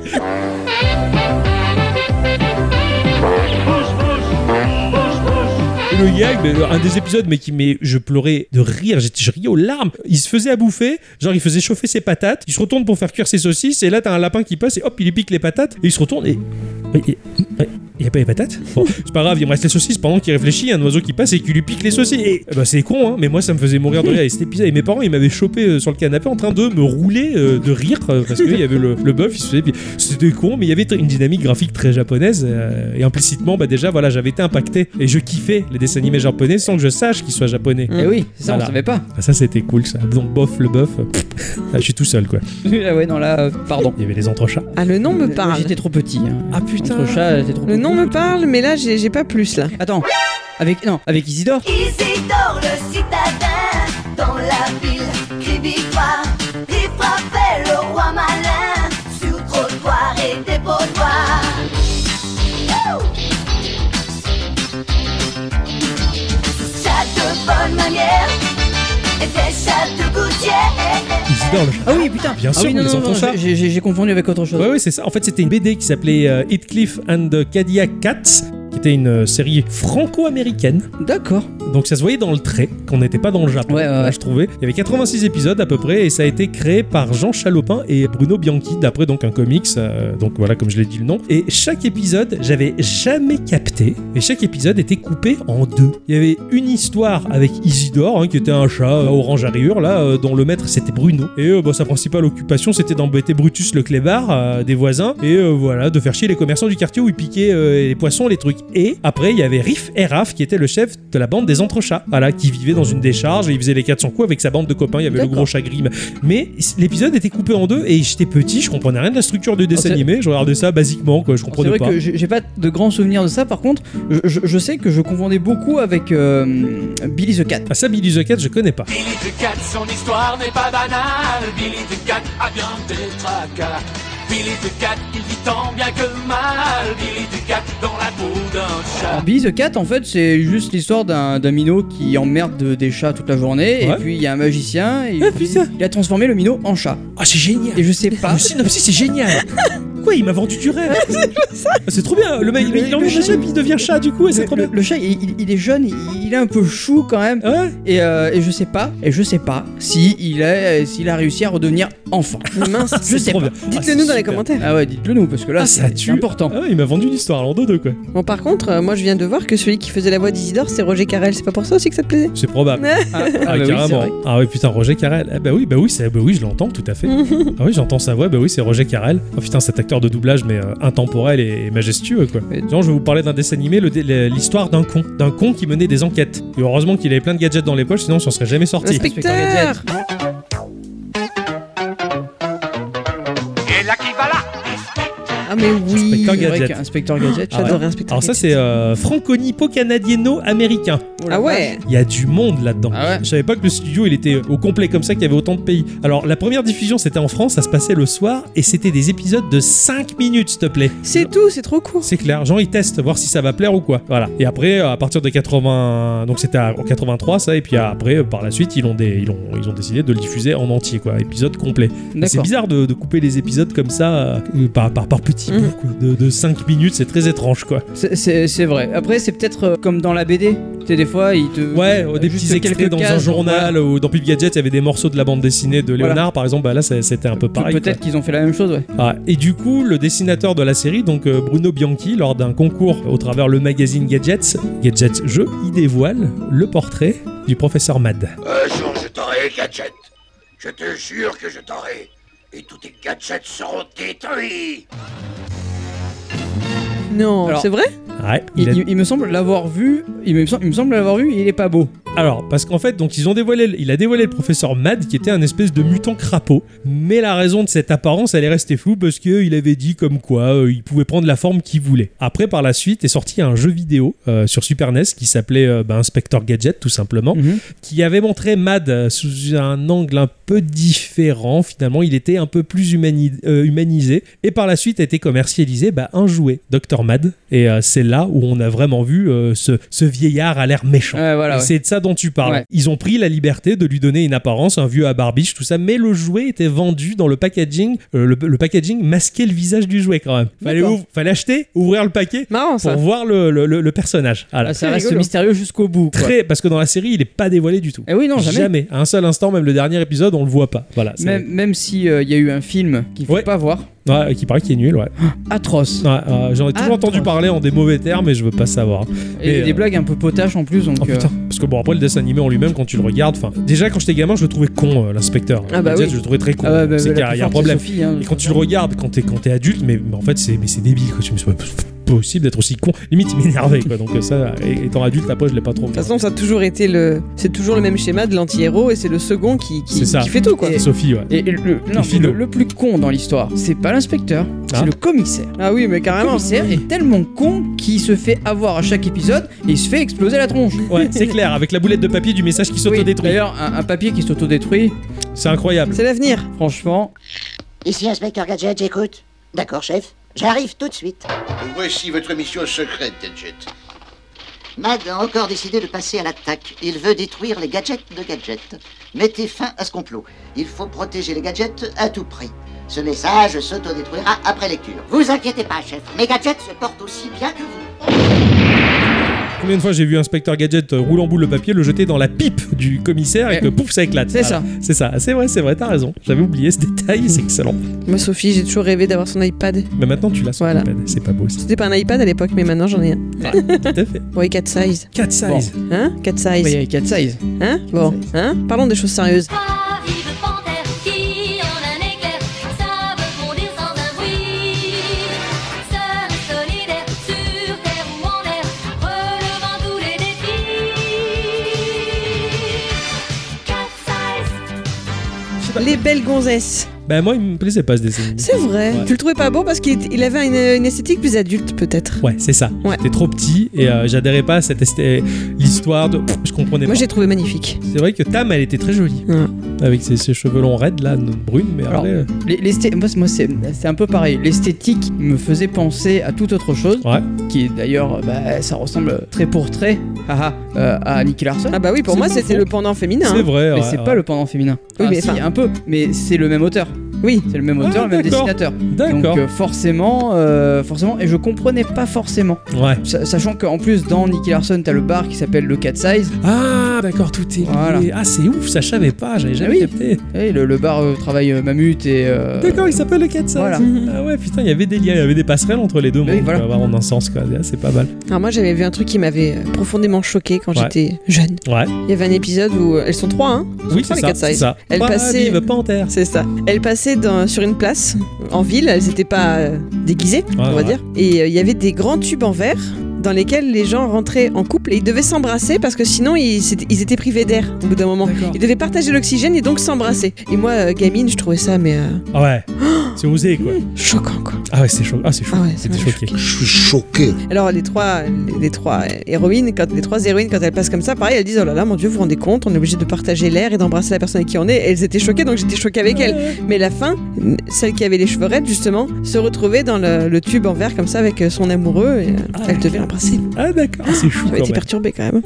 Speaker 1: Et Le gag, mais, euh, un des épisodes, mais qui, mais je pleurais de rire, j'étais- je riais aux larmes. Il se faisait à bouffer, genre il faisait chauffer ses patates, il se retourne pour faire cuire ses saucisses, et là t'as un lapin qui passe, et hop, il lui pique les patates, et il se retourne, et. et- et- Il n'y a pas les patates Bon, c'est pas grave, il me reste les saucisses pendant qu'il réfléchit, un oiseau qui passe et qui lui pique les saucisses. Et, eh ben, c'est con, hein, mais moi ça me faisait mourir de rire. Et cet épisode, et mes parents ils m'avaient chopé euh, sur le canapé en train de me rouler euh, de rire euh, parce qu'il y avait le, le bœuf, il se faisait. puis C'était con, mais il y avait une dynamique graphique très japonaise euh, et implicitement, bah déjà voilà, j'avais été impacté et je kiffais les dessins animés japonais sans que je sache qu'ils soient japonais.
Speaker 3: Eh oui, c'est ça,
Speaker 1: Voilà.
Speaker 3: on savait pas.
Speaker 1: Ah, ça c'était cool ça. Donc bof le bœuf, euh, pff, ah, je suis tout seul quoi.
Speaker 3: ah ouais, non, là, euh, pardon.
Speaker 1: Il y avait les entrechats.
Speaker 2: Ah, le nom me
Speaker 3: Moi,
Speaker 2: parle.
Speaker 3: J'étais trop petit. hein.
Speaker 1: Ah putain.
Speaker 3: Entre chat, j'étais trop
Speaker 2: Le
Speaker 3: petit.
Speaker 2: nom me parle, mais là j'ai j'ai pas plus là.
Speaker 3: Attends. Avec, non, avec Isidore.
Speaker 4: Isidore le citadin, dans la ville, crie victoire, il frappait le roi malin, sur trottoir et dépotoir. Wouh Chat de bonne manière, et des chats de gouttière.
Speaker 1: Isidore le chat.
Speaker 3: Ah oui, putain.
Speaker 1: Bien
Speaker 3: ah
Speaker 1: sûr,
Speaker 3: oui, non,
Speaker 1: les
Speaker 3: non,
Speaker 1: enfants
Speaker 3: non,
Speaker 1: chat.
Speaker 3: j'ai j'ai- j'ai confondu avec autre chose.
Speaker 1: Ouais, ouais, c'est ça. En fait, c'était une BD qui s'appelait euh, Heathcliff and the Cadillac Cats, qui était une euh, série franco-américaine.
Speaker 3: D'accord.
Speaker 1: Donc ça se voyait dans le trait qu'on n'était pas dans le Japon.
Speaker 3: Ouais, ouais,
Speaker 1: Là,
Speaker 3: ouais.
Speaker 1: je trouvais. Il y avait 86 épisodes à peu près et ça a été créé par Jean Chalopin et Bruno Bianchi d'après donc un comics. euh, donc voilà, comme je l'ai dit le nom. Et chaque épisode, j'avais jamais capté. Et chaque épisode était coupé en deux. Il y avait une histoire avec Isidore, hein, qui était un chat euh, orange à rayures là, euh, dont le maître c'était Bruno. Et euh, bah, sa principale occupation c'était d'embêter Brutus le clébard euh, des voisins et euh, voilà de faire chier les commerçants du quartier où il piquait euh, les poissons, les trucs. Et après, il y avait Riff et Raff qui était le chef de la bande des Entrechats, voilà, qui vivait dans une décharge et il faisait les 400 coups avec sa bande de copains. Il y avait le
Speaker 3: D'accord.
Speaker 1: gros chat Grimm. Mais l'épisode était coupé en deux et j'étais petit, je comprenais rien de la structure du dessin
Speaker 3: Ah, c'est- Ah,
Speaker 1: animé. Je regardais ça basiquement, quoi, je
Speaker 3: C'est
Speaker 1: comprenais
Speaker 3: vrai
Speaker 1: pas.
Speaker 3: que j'ai j'ai pas de grands souvenirs de ça. Par contre, je, je- je sais que je confondais beaucoup avec euh, Billy the Cat.
Speaker 1: Ah ça, Billy the Cat, je connais pas.
Speaker 13: Billy the Cat, son histoire n'est pas banale. Billy the Cat a bien des tracas. Billy the Cat, il vit tant bien que mal. Billy the Cat dans la peau d'un chat.
Speaker 3: Alors, Billy the Cat, en fait, c'est juste l'histoire d'un d'un minot qui emmerde de- des chats toute la journée. Et puis il y a un magicien. Et puis, il a transformé le minot en chat.
Speaker 1: Ah, c'est génial.
Speaker 3: Et je sais pas.
Speaker 1: Le synopsis, c'est génial. Quoi, il m'a vendu du rêve. Ah, c'est trop bien. Le mec, il enlève le chat, puis il devient chat, du coup, et c'est trop bien.
Speaker 3: Le chat, il, il- il est jeune, il, il est un peu chou quand même. Et, euh, et je sais pas, et je sais pas si il a, s'il a réussi à redevenir enfant.
Speaker 2: Mince,
Speaker 3: je sais
Speaker 1: trop
Speaker 3: pas.
Speaker 1: bien. Ah, c'est super.
Speaker 3: Ah ouais, dites-le nous parce que là,
Speaker 1: Ah, ça
Speaker 3: c'est
Speaker 1: tue.
Speaker 3: important.
Speaker 1: Ah, il m'a vendu l'histoire en deux, quoi.
Speaker 2: Bon, par contre, euh, moi je viens de voir que celui qui faisait la voix d'Isidore, c'est Roger Carrel. C'est pas pour ça aussi que ça te plaisait
Speaker 1: C'est probable.
Speaker 2: Ah,
Speaker 1: Ah,
Speaker 2: ah, bah oui,
Speaker 1: carrément.
Speaker 2: c'est vrai.
Speaker 1: ah oui, putain, Roger Carrel. Ah bah oui, bah oui, c'est- bah oui, je l'entends tout à fait. ah oui, j'entends sa voix. Bah oui, c'est Roger Carrel. Oh putain, cet acteur de doublage, mais euh, intemporel et, et majestueux, quoi. Genre, je vais vous parler d'un dessin animé, le dé- le- l'histoire d'un con, d'un con qui menait des enquêtes. Et heureusement qu'il avait plein de gadgets dans les poches, sinon on s'en serait jamais sorti.
Speaker 2: Inspecteur
Speaker 13: Et là qui va là
Speaker 2: Ah, mais oui
Speaker 1: Inspecteur
Speaker 3: C'est vrai
Speaker 1: Gadget.
Speaker 3: qu'Inspecteur Gadget,
Speaker 1: Ah ouais.
Speaker 2: j'adorais Inspecteur
Speaker 1: Alors ça c'est euh, franco-nippo-canadienno-américain.
Speaker 2: Ah ouais
Speaker 1: Il y a du monde là-dedans. Je savais pas que le studio il était au complet comme ça, qu'il y avait autant de pays. Alors la première diffusion c'était en France, ça se passait le soir et c'était des épisodes de 5 minutes s'il te plaît.
Speaker 2: C'est tout, c'est trop court.
Speaker 1: C'est clair, Jean il teste voir si ça va plaire ou quoi. Voilà. Et après à partir de 80 donc c'était en 83 ça et puis après par la suite ils ont des ils ont ils ont décidé de le diffuser en entier quoi, épisode complet.
Speaker 3: D'accord.
Speaker 1: C'est bizarre de, de couper les épisodes comme ça euh, par par, par petits bouts quoi, de, de 5 minutes, c'est très étrange quoi.
Speaker 3: C'est- C'est c'est vrai. Après, c'est peut-être euh, comme dans la BD. Tu sais, des fois, il te.
Speaker 1: Ouais, euh, des
Speaker 3: juste
Speaker 1: petits
Speaker 3: quelques
Speaker 1: extraits dans un
Speaker 3: cases,
Speaker 1: journal ou dans Pip Gadget, il y avait des morceaux de la bande dessinée de
Speaker 3: Voilà.
Speaker 1: Léonard, par exemple. Bah là, ça- c'était un peu
Speaker 3: voilà.
Speaker 1: pareil.
Speaker 3: Pe- Peut-être
Speaker 1: quoi.
Speaker 3: qu'ils ont fait la même chose, ouais.
Speaker 1: Ah, et du coup, le dessinateur de la série, donc euh, Bruno Bianchi, lors d'un concours au travers le magazine Gadgets, Gadgets Jeux, il dévoile le portrait du professeur Mad.
Speaker 10: Un jour, je t'aurai, Gadget. Je te jure que je t'aurai. Et tous tes gadgets seront détruits.
Speaker 2: Non,
Speaker 3: Alors-
Speaker 2: c'est vrai
Speaker 1: Ouais,
Speaker 3: Il,
Speaker 1: il a-
Speaker 3: il- il me semble l'avoir vu. Il me semble, il me semble l'avoir vu. Il est pas beau.
Speaker 1: Alors, parce qu'en fait, donc ils ont dévoilé, il a dévoilé le professeur Mad, qui était un espèce de mutant crapaud. Mais la raison de cette apparence, elle est restée floue parce qu'il avait dit comme quoi euh, il pouvait prendre la forme qu'il voulait. Après, par la suite, est sorti un jeu vidéo euh, sur Super NES qui s'appelait euh, bah, Inspector Gadget, tout simplement,
Speaker 3: Mhm.
Speaker 1: qui avait montré Mad euh, sous un angle un peu différent. Finalement, il était un peu plus humani- euh, humanisé. Et par la suite, a été commercialisé bah, un jouet, Dr. Mad. Et euh, c'est là où on a vraiment vu euh, ce, ce vieillard à l'air méchant.
Speaker 3: Ouais, voilà,
Speaker 1: Et
Speaker 3: ouais.
Speaker 1: c'est de ça dont tu parles.
Speaker 3: Ouais.
Speaker 1: Ils ont pris la liberté de lui donner une apparence, un vieux à barbiche, tout ça, mais le jouet était vendu dans le packaging. euh, le, le packaging masquait le visage du jouet quand même. Fallait,
Speaker 3: D'accord.
Speaker 1: ouvre- fallait acheter, ouvrir le paquet
Speaker 2: Marrant, ça.
Speaker 1: pour voir le, le- le- le personnage. Voilà.
Speaker 3: Ah, ça reste mystérieux jusqu'au bout. quoi.
Speaker 1: Très, parce que dans la série, il est pas dévoilé du tout.
Speaker 3: Eh oui, non, jamais.
Speaker 1: À un seul instant, même le dernier épisode, on le voit pas. Voilà. c'est-
Speaker 3: Même, même si euh, il y a eu un film qu'il faut pas voir.
Speaker 1: Ouais, qui paraît qu'il est nul, ouais.
Speaker 3: Atroce.
Speaker 1: Ouais, euh, J'en ai toujours entendu parler en des mauvais termes, mais je veux pas savoir. Et,
Speaker 3: Et, des
Speaker 1: euh,
Speaker 3: blagues un peu potaches en plus. Donc.
Speaker 1: Oh putain,
Speaker 3: euh,
Speaker 1: parce que bon après le dessin animé en lui-même quand tu le regardes, enfin déjà quand j'étais gamin je le trouvais con euh, l'inspecteur.
Speaker 3: Ah bah
Speaker 1: Gadget,
Speaker 3: oui.
Speaker 1: Je le trouvais très con.
Speaker 3: Ah bah, bah,
Speaker 1: c'est
Speaker 3: bah,
Speaker 1: qu'il y a,
Speaker 3: la plus
Speaker 1: il y a un
Speaker 3: forte,
Speaker 1: problème.
Speaker 3: c'est Sophie, hein,
Speaker 1: et quand tu le regardes quand t'es quand t'es adulte, mais, mais en fait c'est mais c'est débile quoi. Tu me dis, c'est pas possible d'être aussi con. Limite il m'énervait quoi. Donc euh, ça et- étant adulte après je l'ai pas trop.
Speaker 2: De toute façon, ça a toujours été le. C'est toujours le même schéma de l'anti-héros et c'est le second qui, qui,
Speaker 1: C'est ça.
Speaker 2: qui fait tout, quoi.
Speaker 1: C'est Sophie ouais.
Speaker 3: Et le, non,
Speaker 1: Philo.
Speaker 3: le, le plus con dans l'histoire, c'est pas l'inspecteur,
Speaker 1: Ah.
Speaker 3: c'est le commissaire.
Speaker 2: Ah oui, mais
Speaker 3: Le
Speaker 2: carrément.
Speaker 3: commissaire est tellement con qu'il se fait avoir à chaque épisode et il se fait exploser la tronche.
Speaker 1: Ouais, c'est clair avec la boulette de papier du message qui s'autodétruit.
Speaker 3: D'ailleurs, un, un papier qui s'autodétruit,
Speaker 1: c'est incroyable.
Speaker 2: C'est l'avenir.
Speaker 3: franchement.
Speaker 2: Ah,
Speaker 14: Ici, inspecteur Gadget, j'écoute. D'accord, chef. J'arrive tout de suite.
Speaker 15: Voici votre mission secrète, Gadget.
Speaker 14: Mad a encore décidé de passer à l'attaque. Il veut détruire les gadgets de Gadget. Mettez fin à ce complot. Il faut protéger les gadgets à tout prix. Ce message s'autodétruira après lecture. Vous inquiétez pas, chef. Mes gadgets se portent aussi bien que vous.
Speaker 1: Combien de fois j'ai vu Inspecteur Gadget euh, rouler en boule le papier, le jeter dans la pipe du commissaire et que pouf ça éclate.
Speaker 2: C'est
Speaker 1: Voilà.
Speaker 2: ça.
Speaker 1: C'est ça. C'est vrai c'est vrai t'as raison. J'avais oublié ce détail c'est excellent.
Speaker 2: Moi, Sophie, j'ai toujours rêvé d'avoir son iPad.
Speaker 1: Mais maintenant tu l'as sur ton iPad, c'est pas beau. ça.
Speaker 2: C'était pas un iPad à l'époque, mais maintenant j'en ai un.
Speaker 1: Tout à fait.
Speaker 2: Oui, 4 size.
Speaker 1: 4
Speaker 2: size. Hein 4 size.
Speaker 3: Oui, il y avait 4 size.
Speaker 2: Hein Bon, hein Parlons des choses sérieuses.
Speaker 11: Trois vives panthères qui, en un éclair, savent bondir sans un bruit. Seuls et solidaires, sur terre ou en l'air,
Speaker 2: Les belles gonzesses.
Speaker 1: Bah moi, il me plaisait pas ce dessin animé.
Speaker 2: C'est vrai.
Speaker 1: Ouais.
Speaker 2: Tu le trouvais pas beau parce qu'il était- il avait une, une esthétique plus adulte, peut-être.
Speaker 1: Ouais, c'est ça. J'étais trop petit et euh, j'adhérais pas à cette esthé- l'histoire de. Pff, Je comprenais
Speaker 2: Moi,
Speaker 1: pas.
Speaker 2: j'ai trouvé magnifique.
Speaker 1: C'est vrai que Tam, elle était très jolie. Avec ses, ses cheveux longs raides, là, brunes, mais
Speaker 3: Alors,
Speaker 1: après, euh,
Speaker 3: les- l'esthé- moi, c'est- moi, c'est c'est un peu pareil. L'esthétique me faisait penser à toute autre chose. Qui est d'ailleurs, bah, ça ressemble très pour trait ah, ah, euh, à Nicky Larson.
Speaker 2: Ah bah oui, pour moi, c'était le pendant féminin. hein.
Speaker 3: Mais c'est pas le pendant féminin.
Speaker 2: Oui, mais
Speaker 3: si,
Speaker 2: enfin-
Speaker 3: un peu. Mais c'est le même auteur.
Speaker 2: Oui.
Speaker 3: C'est le même
Speaker 2: Ah,
Speaker 3: auteur, le même
Speaker 2: d'accord.
Speaker 3: dessinateur.
Speaker 1: D'accord.
Speaker 3: Donc euh, forcément, euh, forcément, et je comprenais pas forcément.
Speaker 1: Ouais.
Speaker 3: Sa- sachant qu'en plus, dans Nicky Larson, t'as le bar qui s'appelle le Cat Size.
Speaker 1: Ah, d'accord, tout est lié. Ah, c'est ouf, ça je savais pas, j'avais
Speaker 2: Ah
Speaker 1: jamais capté.
Speaker 3: le, le bar euh, travaille euh, Mamut et. euh,
Speaker 1: D'accord, il s'appelle le 4
Speaker 3: Voilà.
Speaker 1: Ah ouais, putain, il y avait des liens, il y avait des passerelles entre les deux. Oui, voilà. avoir en un sens, quoi. Ah, C'est pas mal.
Speaker 2: Alors moi, j'avais vu un truc qui m'avait euh, profondément choqué quand
Speaker 1: Ouais.
Speaker 2: j'étais jeune.
Speaker 1: Ouais.
Speaker 2: Il y avait un épisode où elles sont trois, hein Elles sont
Speaker 1: Oui,
Speaker 2: trois,
Speaker 1: c'est ça,
Speaker 2: les Cat Size.
Speaker 1: c'est ça.
Speaker 2: Elles
Speaker 1: Pas
Speaker 2: passaient,
Speaker 1: vive, panthère.
Speaker 2: C'est ça. Elles passaient dans- sur une place en ville. Elles n'étaient pas euh, déguisées, on va
Speaker 1: ouais.
Speaker 2: dire. Et euh, il y avait des grands tubes en verre dans lesquels les gens rentraient en couple et ils devaient s'embrasser parce que sinon ils, c'était- ils étaient privés d'air au bout d'un moment. Ils devaient partager l'oxygène et donc s'embrasser. Et moi, euh, gamine, je trouvais ça, mais euh,
Speaker 1: Ah ouais, c'est osé, quoi.
Speaker 2: Choquant, quoi.
Speaker 1: Ah ouais, c'est chaud. Ah, c'est chaud.
Speaker 2: Ah ouais, ça
Speaker 1: C'était choqué. suis
Speaker 2: Je
Speaker 1: choqué.
Speaker 2: Alors les trois, les, les trois héroïnes, quand les trois héroïnes, quand elles passent comme ça, pareil, elles disent oh là là, mon dieu, vous vous rendez compte, on est obligé de partager l'air et d'embrasser la personne avec qui on est. Et elles étaient choquées, donc j'étais choquée avec elles. Mais la fin, celle qui avait les cheveux raides justement, se retrouvait dans le, le tube en verre comme ça avec euh, son amoureux et euh, elle devait l'embrasser.
Speaker 1: Ah d'accord, c'est chou. quand
Speaker 2: J'avais été
Speaker 1: même.
Speaker 2: perturbée quand même.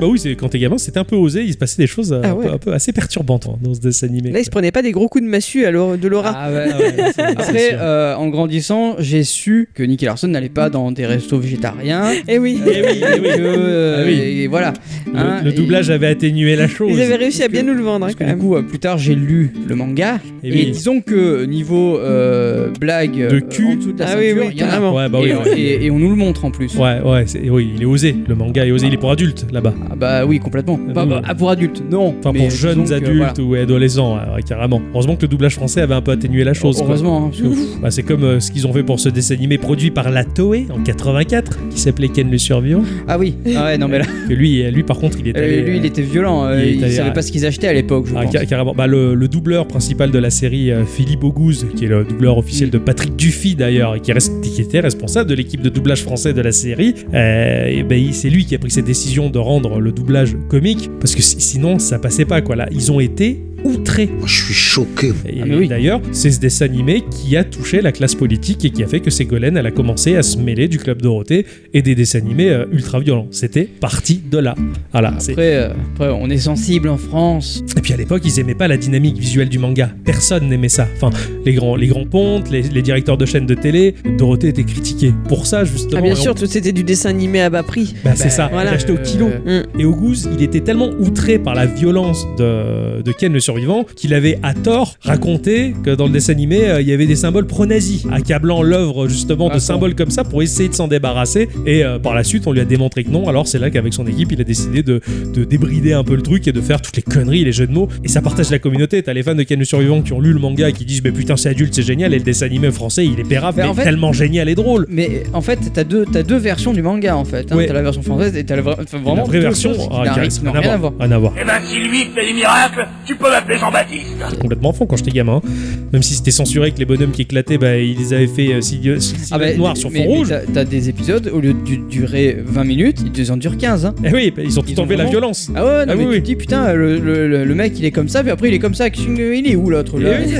Speaker 1: bah oui, c'est- quand t'es gamin, c'était un peu osé, il se passait des choses euh,
Speaker 2: Ah
Speaker 1: un,
Speaker 2: ouais.
Speaker 1: peu, un peu assez perturbantes hein, dans ce dessin animé.
Speaker 2: Là, ils se prenaient pas des gros coups de massue à l'or- de Laura.
Speaker 3: Ah ouais, Après, euh, en grandissant, j'ai su que Nicky Larson n'allait pas dans des restos végétariens.
Speaker 2: Et Eh oui.
Speaker 3: Et oui, et euh,
Speaker 1: Ah Eh oui.
Speaker 3: voilà. Hein,
Speaker 1: Le-
Speaker 3: Ah,
Speaker 1: le doublage avait atténué la chose.
Speaker 2: Ils avaient réussi à bien nous le vendre hein, quand
Speaker 3: Du
Speaker 2: même.
Speaker 3: coup, euh, plus tard, j'ai lu le manga.
Speaker 1: Et Eh
Speaker 3: Et,
Speaker 1: oui.
Speaker 3: disons que niveau euh, blague euh,
Speaker 1: De cul.
Speaker 3: en dessous de la
Speaker 2: Ah oui,
Speaker 3: ceinture,
Speaker 2: oui,
Speaker 3: il y en a.
Speaker 2: carrément.
Speaker 1: Ouais, bah oui,
Speaker 3: et,
Speaker 1: ouais.
Speaker 3: et- et on nous le montre en plus.
Speaker 1: Ouais, ouais, c'est- oui, il est osé. Le manga est osé, il est pour adultes là-bas.
Speaker 3: Ah bah oui, complètement. Pas-
Speaker 1: oui.
Speaker 3: ah, pour adultes, non.
Speaker 1: Enfin,
Speaker 3: Mais
Speaker 1: pour jeunes
Speaker 3: disons que,
Speaker 1: adultes
Speaker 3: voilà.
Speaker 1: ou adolescents, ouais, ouais, carrément. Heureusement que le doublage français avait un peu atténué la chose. quoi.
Speaker 3: Heureusement, hein, parce que,
Speaker 1: Bah, c'est comme euh, ce qu'ils ont fait pour ce dessin animé produit par la Toei en 84, qui s'appelait Ken le Survivant.
Speaker 3: Ah oui, ah ouais, non mais là.
Speaker 1: Que lui, lui, par contre, il est
Speaker 3: Euh,
Speaker 1: allé,
Speaker 3: lui, il
Speaker 1: euh,
Speaker 3: était violent. euh,
Speaker 1: il est
Speaker 3: il
Speaker 1: allé
Speaker 3: savait
Speaker 1: à-
Speaker 3: pas ce qu'ils achetaient à l'époque, je
Speaker 1: Ah,
Speaker 3: pense.
Speaker 1: ca- carrément. Bah, le, le doubleur principal de la série, euh, Philippe Auguste, qui est le doubleur officiel
Speaker 3: Mm.
Speaker 1: de Patrick Duffy d'ailleurs, et qui, est rest- qui était responsable de l'équipe de doublage français de la série, euh, et ben, il- c'est lui qui a pris cette décision de rendre le doublage comique, parce que si- sinon ça passait pas. Quoi. Là, ils ont été outrés. je suis choqué.
Speaker 3: Ah,
Speaker 1: Et, et d'ailleurs, c'est ce dessin animé qui a touché la classe politique et qui a fait que Ségolène, elle a commencé à se mêler du Club Dorothée et des dessins animés euh, ultra violents. C'était parti de là. Voilà, c'est-
Speaker 3: Après, euh, après, on est sensible en France.
Speaker 1: et puis à l'époque, ils aimaient pas la dynamique visuelle du manga. Personne n'aimait ça. Enfin, les grands, les grands pontes, les, les directeurs de chaînes de télé, Dorothée était critiquée pour ça justement.
Speaker 2: Ah bien
Speaker 1: Et on-
Speaker 2: sûr, tout c'était du dessin animé à bas prix.
Speaker 1: bah, c'est ça,
Speaker 2: Voilà.
Speaker 1: il achetait au kilo.
Speaker 3: Euh,
Speaker 1: Et Auguste, il était tellement outré par la violence de, de Ken le survivant qu'il avait à tort raconté que dans le dessin animé, euh, il y avait des symboles pro-nazis, accablant l'œuvre justement
Speaker 3: Ah,
Speaker 1: de symboles comme ça pour essayer de s'en débarrasser. Et euh, par la suite, on lui a démontré que non. Alors c'est là qu'avec son équipe, il a décidé de, de débrider un peu le truc et de faire toutes les conneries, les jeux de mots. Et ça partage la communauté. T'as les fans de Ken le survivant qui ont lu le manga et qui disent Mais putain, c'est adulte, c'est génial. Et le dessin animé français, il est pérave,
Speaker 3: Mais
Speaker 1: mais
Speaker 3: Bah, en fait-
Speaker 1: tellement génial et drôle.
Speaker 3: Mais en fait, t'as deux, t'as deux versions du manga en fait. hein.
Speaker 1: Ouais.
Speaker 3: T'as la version française et t'as la, vra- enfin, vraiment
Speaker 1: la vraie
Speaker 3: deux
Speaker 1: version,
Speaker 3: choses qui
Speaker 1: ah,
Speaker 3: n'ont
Speaker 1: qui a-
Speaker 3: rien-
Speaker 1: ça
Speaker 3: n'ont
Speaker 1: n'a
Speaker 3: rien à voir.
Speaker 1: Rien à voir.
Speaker 10: Eh ben, si lui fait des miracles, tu peux m'appeler Jean-Baptiste.
Speaker 1: J'étais complètement fond quand j'étais gamin. hein. Même si c'était censuré que les bonhommes qui éclataient, bah, ils les avaient fait euh, si, si- si-
Speaker 3: Ah bah,
Speaker 1: noir sur fond
Speaker 3: mais- mais
Speaker 1: rouge.
Speaker 3: t'as- T'as des épisodes, au lieu de durer 20 minutes, ils en durent 15. Hein.
Speaker 1: Eh oui, bah, ils ont tout
Speaker 3: Ils ont
Speaker 1: enlevé la
Speaker 3: vraiment-
Speaker 1: violence.
Speaker 3: Ah ouais, non,
Speaker 1: Ah oui,
Speaker 3: mais tu
Speaker 1: oui.
Speaker 3: te dis putain, le, le- le- le mec il est comme ça, puis après il est comme ça. Il est où l'autre
Speaker 1: Et
Speaker 3: là
Speaker 1: oui,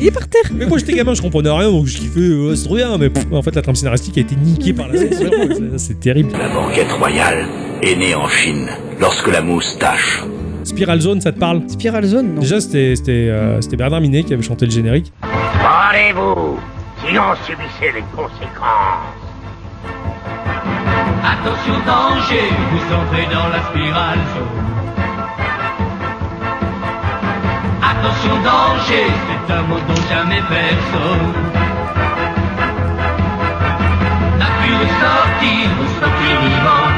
Speaker 2: Il est par terre.
Speaker 1: Mais moi j'étais gamin, je comprenais rien, donc je kiffais, euh, c'est trop bien. Mais pff, en fait, la trame scénaristique a été niquée par la censure. Ça, c'est terrible.
Speaker 10: La banquette royale est née en Chine lorsque la moustache.
Speaker 1: Spiral Zone, ça te parle
Speaker 3: Spiral Zone, non
Speaker 1: Déjà, c'était c'était, euh, c'était Bernard Minet qui avait chanté le générique.
Speaker 16: Parlez-vous, si on subissait les conséquences.
Speaker 13: Attention danger, vous entrez dans la spirale jaune. Attention danger, c'est un mot dont jamais personne n'a pu nous sortir, nous sortir vivants.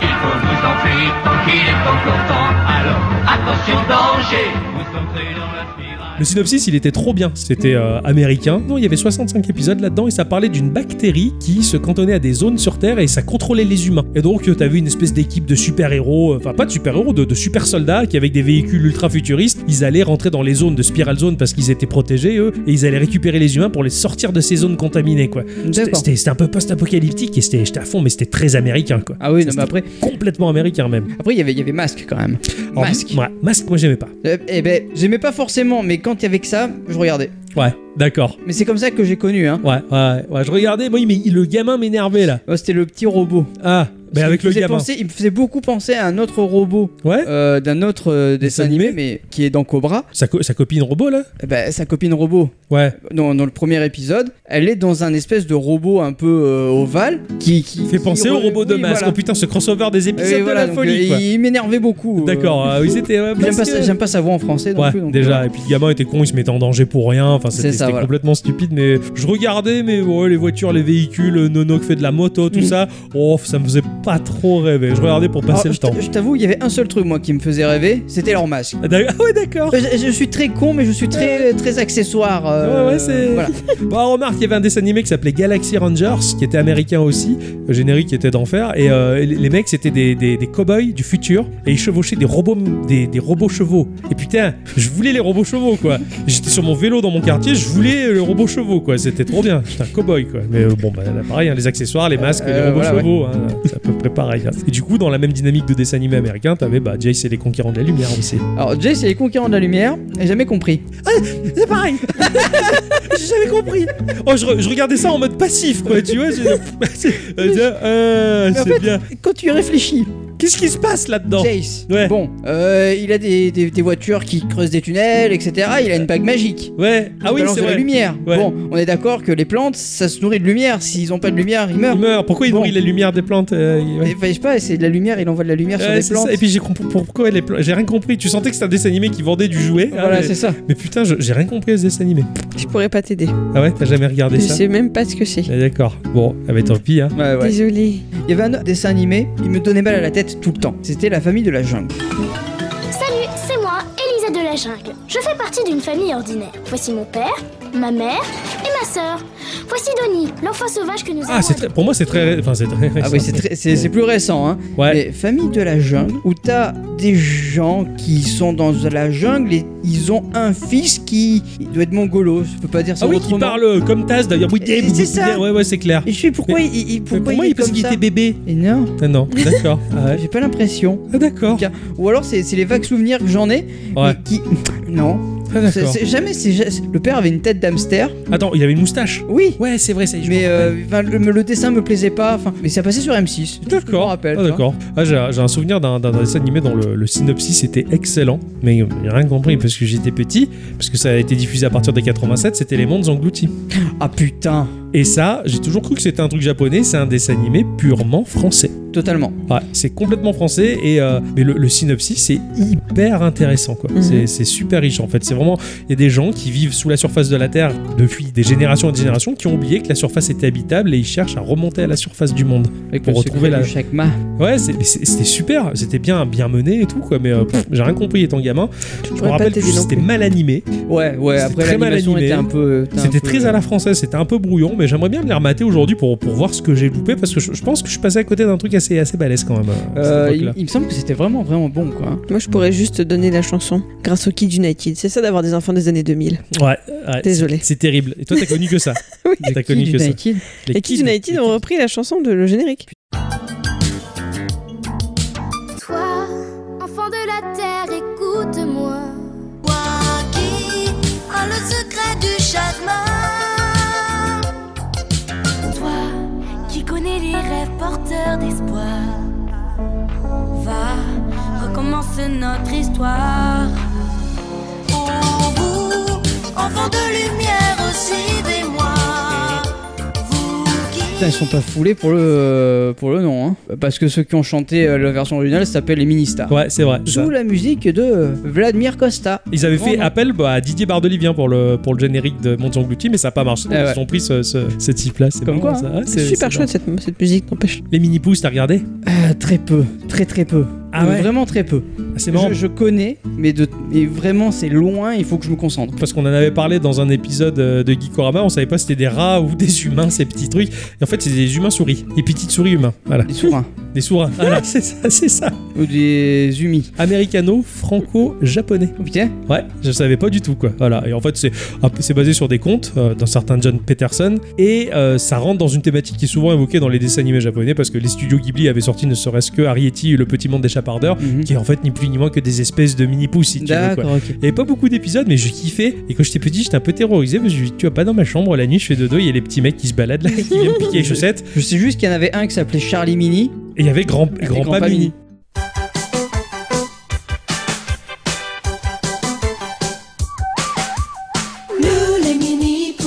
Speaker 13: Il faut vous enfuir tant qu'il est encore temps. Alors attention danger, vous entrez dans la spirale.
Speaker 1: Le synopsis, il était trop bien. C'était euh, américain. Non, il y avait 65 épisodes là-dedans et ça parlait d'une bactérie qui se cantonnait à des zones sur Terre et ça contrôlait les humains. Et donc, euh, t'avais une espèce d'équipe de super-héros, euh, enfin pas de super-héros, de, de super-soldats qui, avec des véhicules ultra-futuristes, ils allaient rentrer dans les zones de Spiral Zone parce qu'ils étaient protégés, eux, et ils allaient récupérer les humains pour les sortir de ces zones contaminées, quoi. C'était-
Speaker 3: D'accord.
Speaker 1: C'était c'était un peu post-apocalyptique et c'était j'étais à fond, mais c'était très américain, quoi.
Speaker 3: Ah oui, non,
Speaker 1: C'était
Speaker 3: mais après.
Speaker 1: Complètement américain, même.
Speaker 3: Après, il y avait- il y avait Masque quand même.
Speaker 1: Alors,
Speaker 3: Masque.
Speaker 1: ouais, masque, moi j'aimais pas.
Speaker 3: Euh, eh ben, j'aimais pas forcément, mais quand il y avait que ça, je regardais.
Speaker 1: Ouais, d'accord.
Speaker 3: Mais c'est comme ça que j'ai connu, hein. Oh,
Speaker 1: Ouais, ouais, ouais. Je regardais, moi, il m'est- le gamin m'énervait là.
Speaker 3: C'était le petit robot.
Speaker 1: Ah, mais avec
Speaker 3: Il me
Speaker 1: le
Speaker 3: faisait
Speaker 1: gamin.
Speaker 3: penser- il me faisait beaucoup penser à un autre robot.
Speaker 1: Ouais.
Speaker 3: Euh, D'un autre euh, dessin animé, mais qui est dans Cobra.
Speaker 1: Sa, co- sa copine robot là
Speaker 3: Eh ben, sa copine robot.
Speaker 1: Ouais.
Speaker 3: Dans, dans le premier épisode, elle est dans un espèce de robot un peu euh, ovale qui, qui
Speaker 1: Fait penser
Speaker 3: qui-
Speaker 1: au robot de
Speaker 3: oui,
Speaker 1: masque.
Speaker 3: voilà.
Speaker 1: Oh putain, ce crossover des épisodes
Speaker 3: Oui,
Speaker 1: de
Speaker 3: voilà,
Speaker 1: la
Speaker 3: donc,
Speaker 1: folie.
Speaker 3: euh,
Speaker 1: quoi.
Speaker 3: Il m'énervait beaucoup. euh.
Speaker 1: D'accord, euh, ils étaient, ouais,
Speaker 3: J'aime
Speaker 1: parce
Speaker 3: pas,
Speaker 1: que-
Speaker 3: sa- j'aime pas sa voix en français non
Speaker 1: Ouais,
Speaker 3: plus. donc,
Speaker 1: déjà.
Speaker 3: euh,
Speaker 1: Et puis le gamin était con, il se mettait en danger pour rien. Enfin,
Speaker 3: C'est
Speaker 1: c'était
Speaker 3: ça,
Speaker 1: c'était
Speaker 3: voilà.
Speaker 1: complètement stupide. Mais je regardais, mais ouais, les voitures, les véhicules, euh, Nono qui fait de la moto,
Speaker 3: Mm.
Speaker 1: tout ça. Oh, ça me faisait pas trop rêver. Je regardais pour passer
Speaker 3: alors,
Speaker 1: le
Speaker 3: Ah, je t'a-
Speaker 1: temps.
Speaker 3: Je t'avoue, il y avait un seul truc moi qui me faisait rêver, c'était leur masque.
Speaker 1: Ah, d'ac- ah ouais, d'accord.
Speaker 3: Je, je suis très con, mais je suis très très accessoire. euh,
Speaker 1: Ouais, ouais, c'est.
Speaker 3: voilà.
Speaker 1: Bon, remarque, il y avait un dessin animé qui s'appelait Galaxy Rangers, qui était américain aussi, le générique était d'enfer, et euh, les- les mecs, c'était des, des, des cow-boys du futur, et ils chevauchaient des robots, des, des robots chevaux. Et putain, je voulais les robots chevaux, quoi. J'étais sur mon vélo dans mon quartier, je voulais les robots chevaux, quoi. C'était trop bien. J'étais un cow-boy, quoi. Mais euh, bon, bah, là, pareil, hein, les accessoires, les masques, les
Speaker 3: Euh,
Speaker 1: robots
Speaker 3: voilà, ouais.
Speaker 1: chevaux, hein, c'est à peu près pareil. hein. Et du coup, dans la même dynamique de dessin animé américain, t'avais bah, Jace et les conquérants de la lumière hein, aussi.
Speaker 3: Alors Jay, c'est les conquérants de la lumière, et jamais compris.
Speaker 1: C'est pareil. J'ai jamais compris. Oh, je, re- je regardais ça en mode passif, quoi. Tu vois, j'ai- Euh, euh,
Speaker 3: Mais en
Speaker 1: c'est
Speaker 3: fait,
Speaker 1: bien.
Speaker 3: Quand tu y réfléchis,
Speaker 1: Qu'est-ce qui se passe là-dedans
Speaker 3: Jace,
Speaker 1: Ouais.
Speaker 3: bon, euh, il a des, des- des voitures qui creusent des tunnels, etc. Il a une bague magique.
Speaker 1: Ouais.
Speaker 3: Il
Speaker 1: Ah oui,
Speaker 3: balance
Speaker 1: c'est
Speaker 3: de
Speaker 1: vrai.
Speaker 3: la lumière.
Speaker 1: Ouais.
Speaker 3: Bon, on est d'accord que les plantes, ça se nourrit de lumière. S'ils ont pas de lumière, ils meurent.
Speaker 1: Il meurt. Pourquoi il
Speaker 3: Bon.
Speaker 1: nourrit la lumière des plantes euh, il- ouais.
Speaker 3: Mais, enfin, je sais pas, c'est de la lumière, il envoie de la lumière sur
Speaker 1: Ouais,
Speaker 3: les
Speaker 1: c'est
Speaker 3: plantes.
Speaker 1: ça. Et puis j'ai compris pourquoi les plantes. J'ai rien compris. Tu sentais que c'était un dessin animé qui vendait du jouet. hein,
Speaker 3: Voilà,
Speaker 1: mais-
Speaker 3: c'est ça.
Speaker 1: Mais putain, je- j'ai rien compris à ce dessin animé.
Speaker 2: Je pourrais pas t'aider.
Speaker 1: Ah ouais, t'as jamais regardé
Speaker 2: Je
Speaker 1: ça
Speaker 2: sais même pas ce que c'est.
Speaker 1: Ah, D'accord. Bon, ah bah tant pis. Hein.
Speaker 3: Ouais, ouais.
Speaker 2: Désolée.
Speaker 3: Il y avait un autre dessin animé, il me donnait mal à la tête tout le temps. C'était la famille de la jungle.
Speaker 17: Salut, c'est moi, Elisa de la Jungle. Je fais partie d'une famille ordinaire. Voici mon père, ma mère et ma sœur. Voici Donnie, l'enfant sauvage que nous avons.
Speaker 1: Ah, c'est très. Pour moi, c'est très. Enfin, c'est très.
Speaker 3: Ah oui, c'est très- c'est c'est plus récent, hein.
Speaker 1: Ouais.
Speaker 3: Mais famille de la jungle, où t'as des gens qui sont dans la jungle et ils ont un fils qui il doit être mongolo, je peux pas dire ça
Speaker 1: Ah oui, qui
Speaker 3: autrement.
Speaker 1: parle euh, comme Taz d'ailleurs. Oui,
Speaker 3: Et c'est ça.
Speaker 1: Ouais, ouais, c'est clair. Euh,
Speaker 3: Et je suis pourquoi il, il- pourquoi
Speaker 1: Pour
Speaker 3: il
Speaker 1: moi,
Speaker 3: est
Speaker 1: il parce
Speaker 3: comme
Speaker 1: qu'il
Speaker 3: ça
Speaker 1: était bébé.
Speaker 3: Et non,
Speaker 1: Ah non, d'accord. Ah ouais.
Speaker 3: j'ai pas l'impression.
Speaker 1: Ah d'accord.
Speaker 3: Tiens, Ou alors c'est c'est les vagues souvenirs que j'en ai,
Speaker 1: Ouais.
Speaker 3: mais qui non.
Speaker 1: Ah,
Speaker 3: C'est-
Speaker 1: d'accord.
Speaker 3: c'est- jamais c'est ja- le père avait une tête d'hamster.
Speaker 1: Attends, il avait une moustache.
Speaker 3: Oui.
Speaker 1: Ouais, c'est vrai, ça y est, je m'en
Speaker 3: Mais
Speaker 1: rappelle.
Speaker 3: euh, enfin, le, le dessin me plaisait pas. Enfin, mais ça passait sur M6. D'accord. Rappelle.
Speaker 1: Ah, d'accord. Ah, j'ai j'ai un souvenir d'un d'un dessin animé dont le, le synopsis était excellent, mais euh, j'ai rien compris parce que j'étais petit, parce que ça a été diffusé à partir des 87, c'était Les Mondes Engloutis.
Speaker 3: Ah putain.
Speaker 1: Et ça, j'ai toujours cru que c'était un truc japonais, c'est un dessin animé purement français.
Speaker 3: Totalement.
Speaker 1: Ouais, c'est complètement français, et, euh, mais le, le synopsis, c'est hyper intéressant, quoi.
Speaker 2: Mhm.
Speaker 1: C'est- C'est super riche, en fait. C'est vraiment, il y a des gens qui vivent sous la surface de la Terre depuis des générations et des générations qui ont oublié que la surface était habitable et ils cherchent à remonter à la surface du monde.
Speaker 3: Avec
Speaker 1: Pour
Speaker 3: le
Speaker 1: retrouver
Speaker 3: secret
Speaker 1: la-
Speaker 3: du Shakma.
Speaker 1: Ouais, c'est- mais c'est- c'était super, c'était bien, bien mené et tout, quoi, mais euh, pff, j'ai rien compris étant gamin. Je me
Speaker 2: pourrais pas
Speaker 1: rappelle que
Speaker 2: t'aider non
Speaker 1: c'était
Speaker 2: plus.
Speaker 1: mal animé,
Speaker 3: Ouais, ouais.
Speaker 1: C'était
Speaker 3: Après
Speaker 1: très mal
Speaker 3: l'animation
Speaker 1: animé.
Speaker 3: était un peu. était un
Speaker 1: c'était
Speaker 3: peu-
Speaker 1: très à la française, c'était un peu brouillon, mais j'aimerais bien me les remater aujourd'hui pour, pour voir ce que j'ai loupé, parce que je, je pense que je suis passé à côté d'un truc assez, assez balèze quand même. euh, à cette
Speaker 3: Euh, il,
Speaker 1: époque-là.
Speaker 3: il me semble que c'était vraiment vraiment bon quoi.
Speaker 2: Moi, je pourrais juste te donner la chanson grâce au Kids United. C'est ça d'avoir des enfants des années 2000.
Speaker 1: Ouais, ouais,
Speaker 2: Désolé.
Speaker 1: c'est- C'est terrible. Et toi, t'as connu que ça.
Speaker 2: Oui.
Speaker 1: T'as connu
Speaker 3: Kid
Speaker 1: que ça.
Speaker 3: United.
Speaker 2: Les Kids United ont repris la chanson de le générique.
Speaker 11: Toi, enfant de la terre, écoute-moi. Toi qui as le secret du chagrin. Toi qui connais les rêves porteurs d'espoir. Va, recommence notre histoire. Oh, vous, enfant de lumière, suivez-moi. Vous qui
Speaker 3: Putain, ils sont pas foulés pour le euh, pour le nom hein. Parce que ceux qui ont chanté euh, la version originale s'appellent les Ministars.
Speaker 1: Ouais, c'est vrai.
Speaker 3: Sous la musique de euh, Vladimir Costa.
Speaker 1: Ils avaient fait
Speaker 3: Vraiment.
Speaker 1: appel bah, à Didier Bardolivien pour le, pour le générique de Montes Engloutis, mais ça n'a pas marché.
Speaker 3: Ah ouais.
Speaker 1: Ils ont pris ce, ce, ce type-là. C'est
Speaker 3: Comme
Speaker 1: marrant,
Speaker 3: quoi,
Speaker 1: ça.
Speaker 3: hein.
Speaker 1: Ouais,
Speaker 2: C'est super chouette cette, cette musique, n'empêche.
Speaker 1: marrant. Les mini-pouces, t'as regardé
Speaker 3: Euh, très peu, très très peu.
Speaker 1: Ah
Speaker 3: Euh,
Speaker 1: ouais
Speaker 3: Vraiment très peu.
Speaker 1: C'est marrant.
Speaker 3: Je, je connais, mais, de, mais vraiment, c'est loin, il faut que je me concentre.
Speaker 1: Parce qu'on en avait parlé dans un épisode euh, de Geekorama, on savait pas si c'était des rats ou des humains, ces petits trucs. Et en fait, c'est des humains souris. Des petites souris humains. Voilà. Des
Speaker 3: sourins.
Speaker 1: Des sourins. Voilà, c'est ça, c'est ça.
Speaker 3: Ou des humis.
Speaker 1: Américano, franco-japonais.
Speaker 3: Putain.
Speaker 1: Ouais, je savais pas du tout, quoi. Voilà. Et en fait, c'est, un peu- c'est basé sur des contes euh, d'un certain John Peterson. Et euh, ça rentre dans une thématique qui est souvent évoquée dans les dessins animés japonais parce que les studios Ghibli avaient sorti ne serait-ce que Arietti et le petit monde des chapardeurs, qui est en fait ni plus ni moins que des espèces de mini-pousses, si tu veux. quoi.
Speaker 3: Mhm. D'accord, ok.
Speaker 1: Il n'y avait pas beaucoup d'épisodes, mais je kiffais. Et quand j'étais petit, j'étais un peu terrorisé parce que je me dis, tu vas pas dans ma chambre la nuit, je fais dodo, il y a les petits mecs qui se baladent là, qui viennent me piquer les chaussettes.
Speaker 3: Je sais juste qu'il y en avait un qui s'appelait Charlie Mini.
Speaker 1: Et il y avait grand, grand,
Speaker 3: Grand
Speaker 1: pas
Speaker 3: Pas
Speaker 1: mini.
Speaker 3: Mini.
Speaker 18: Nous les mini-pousses,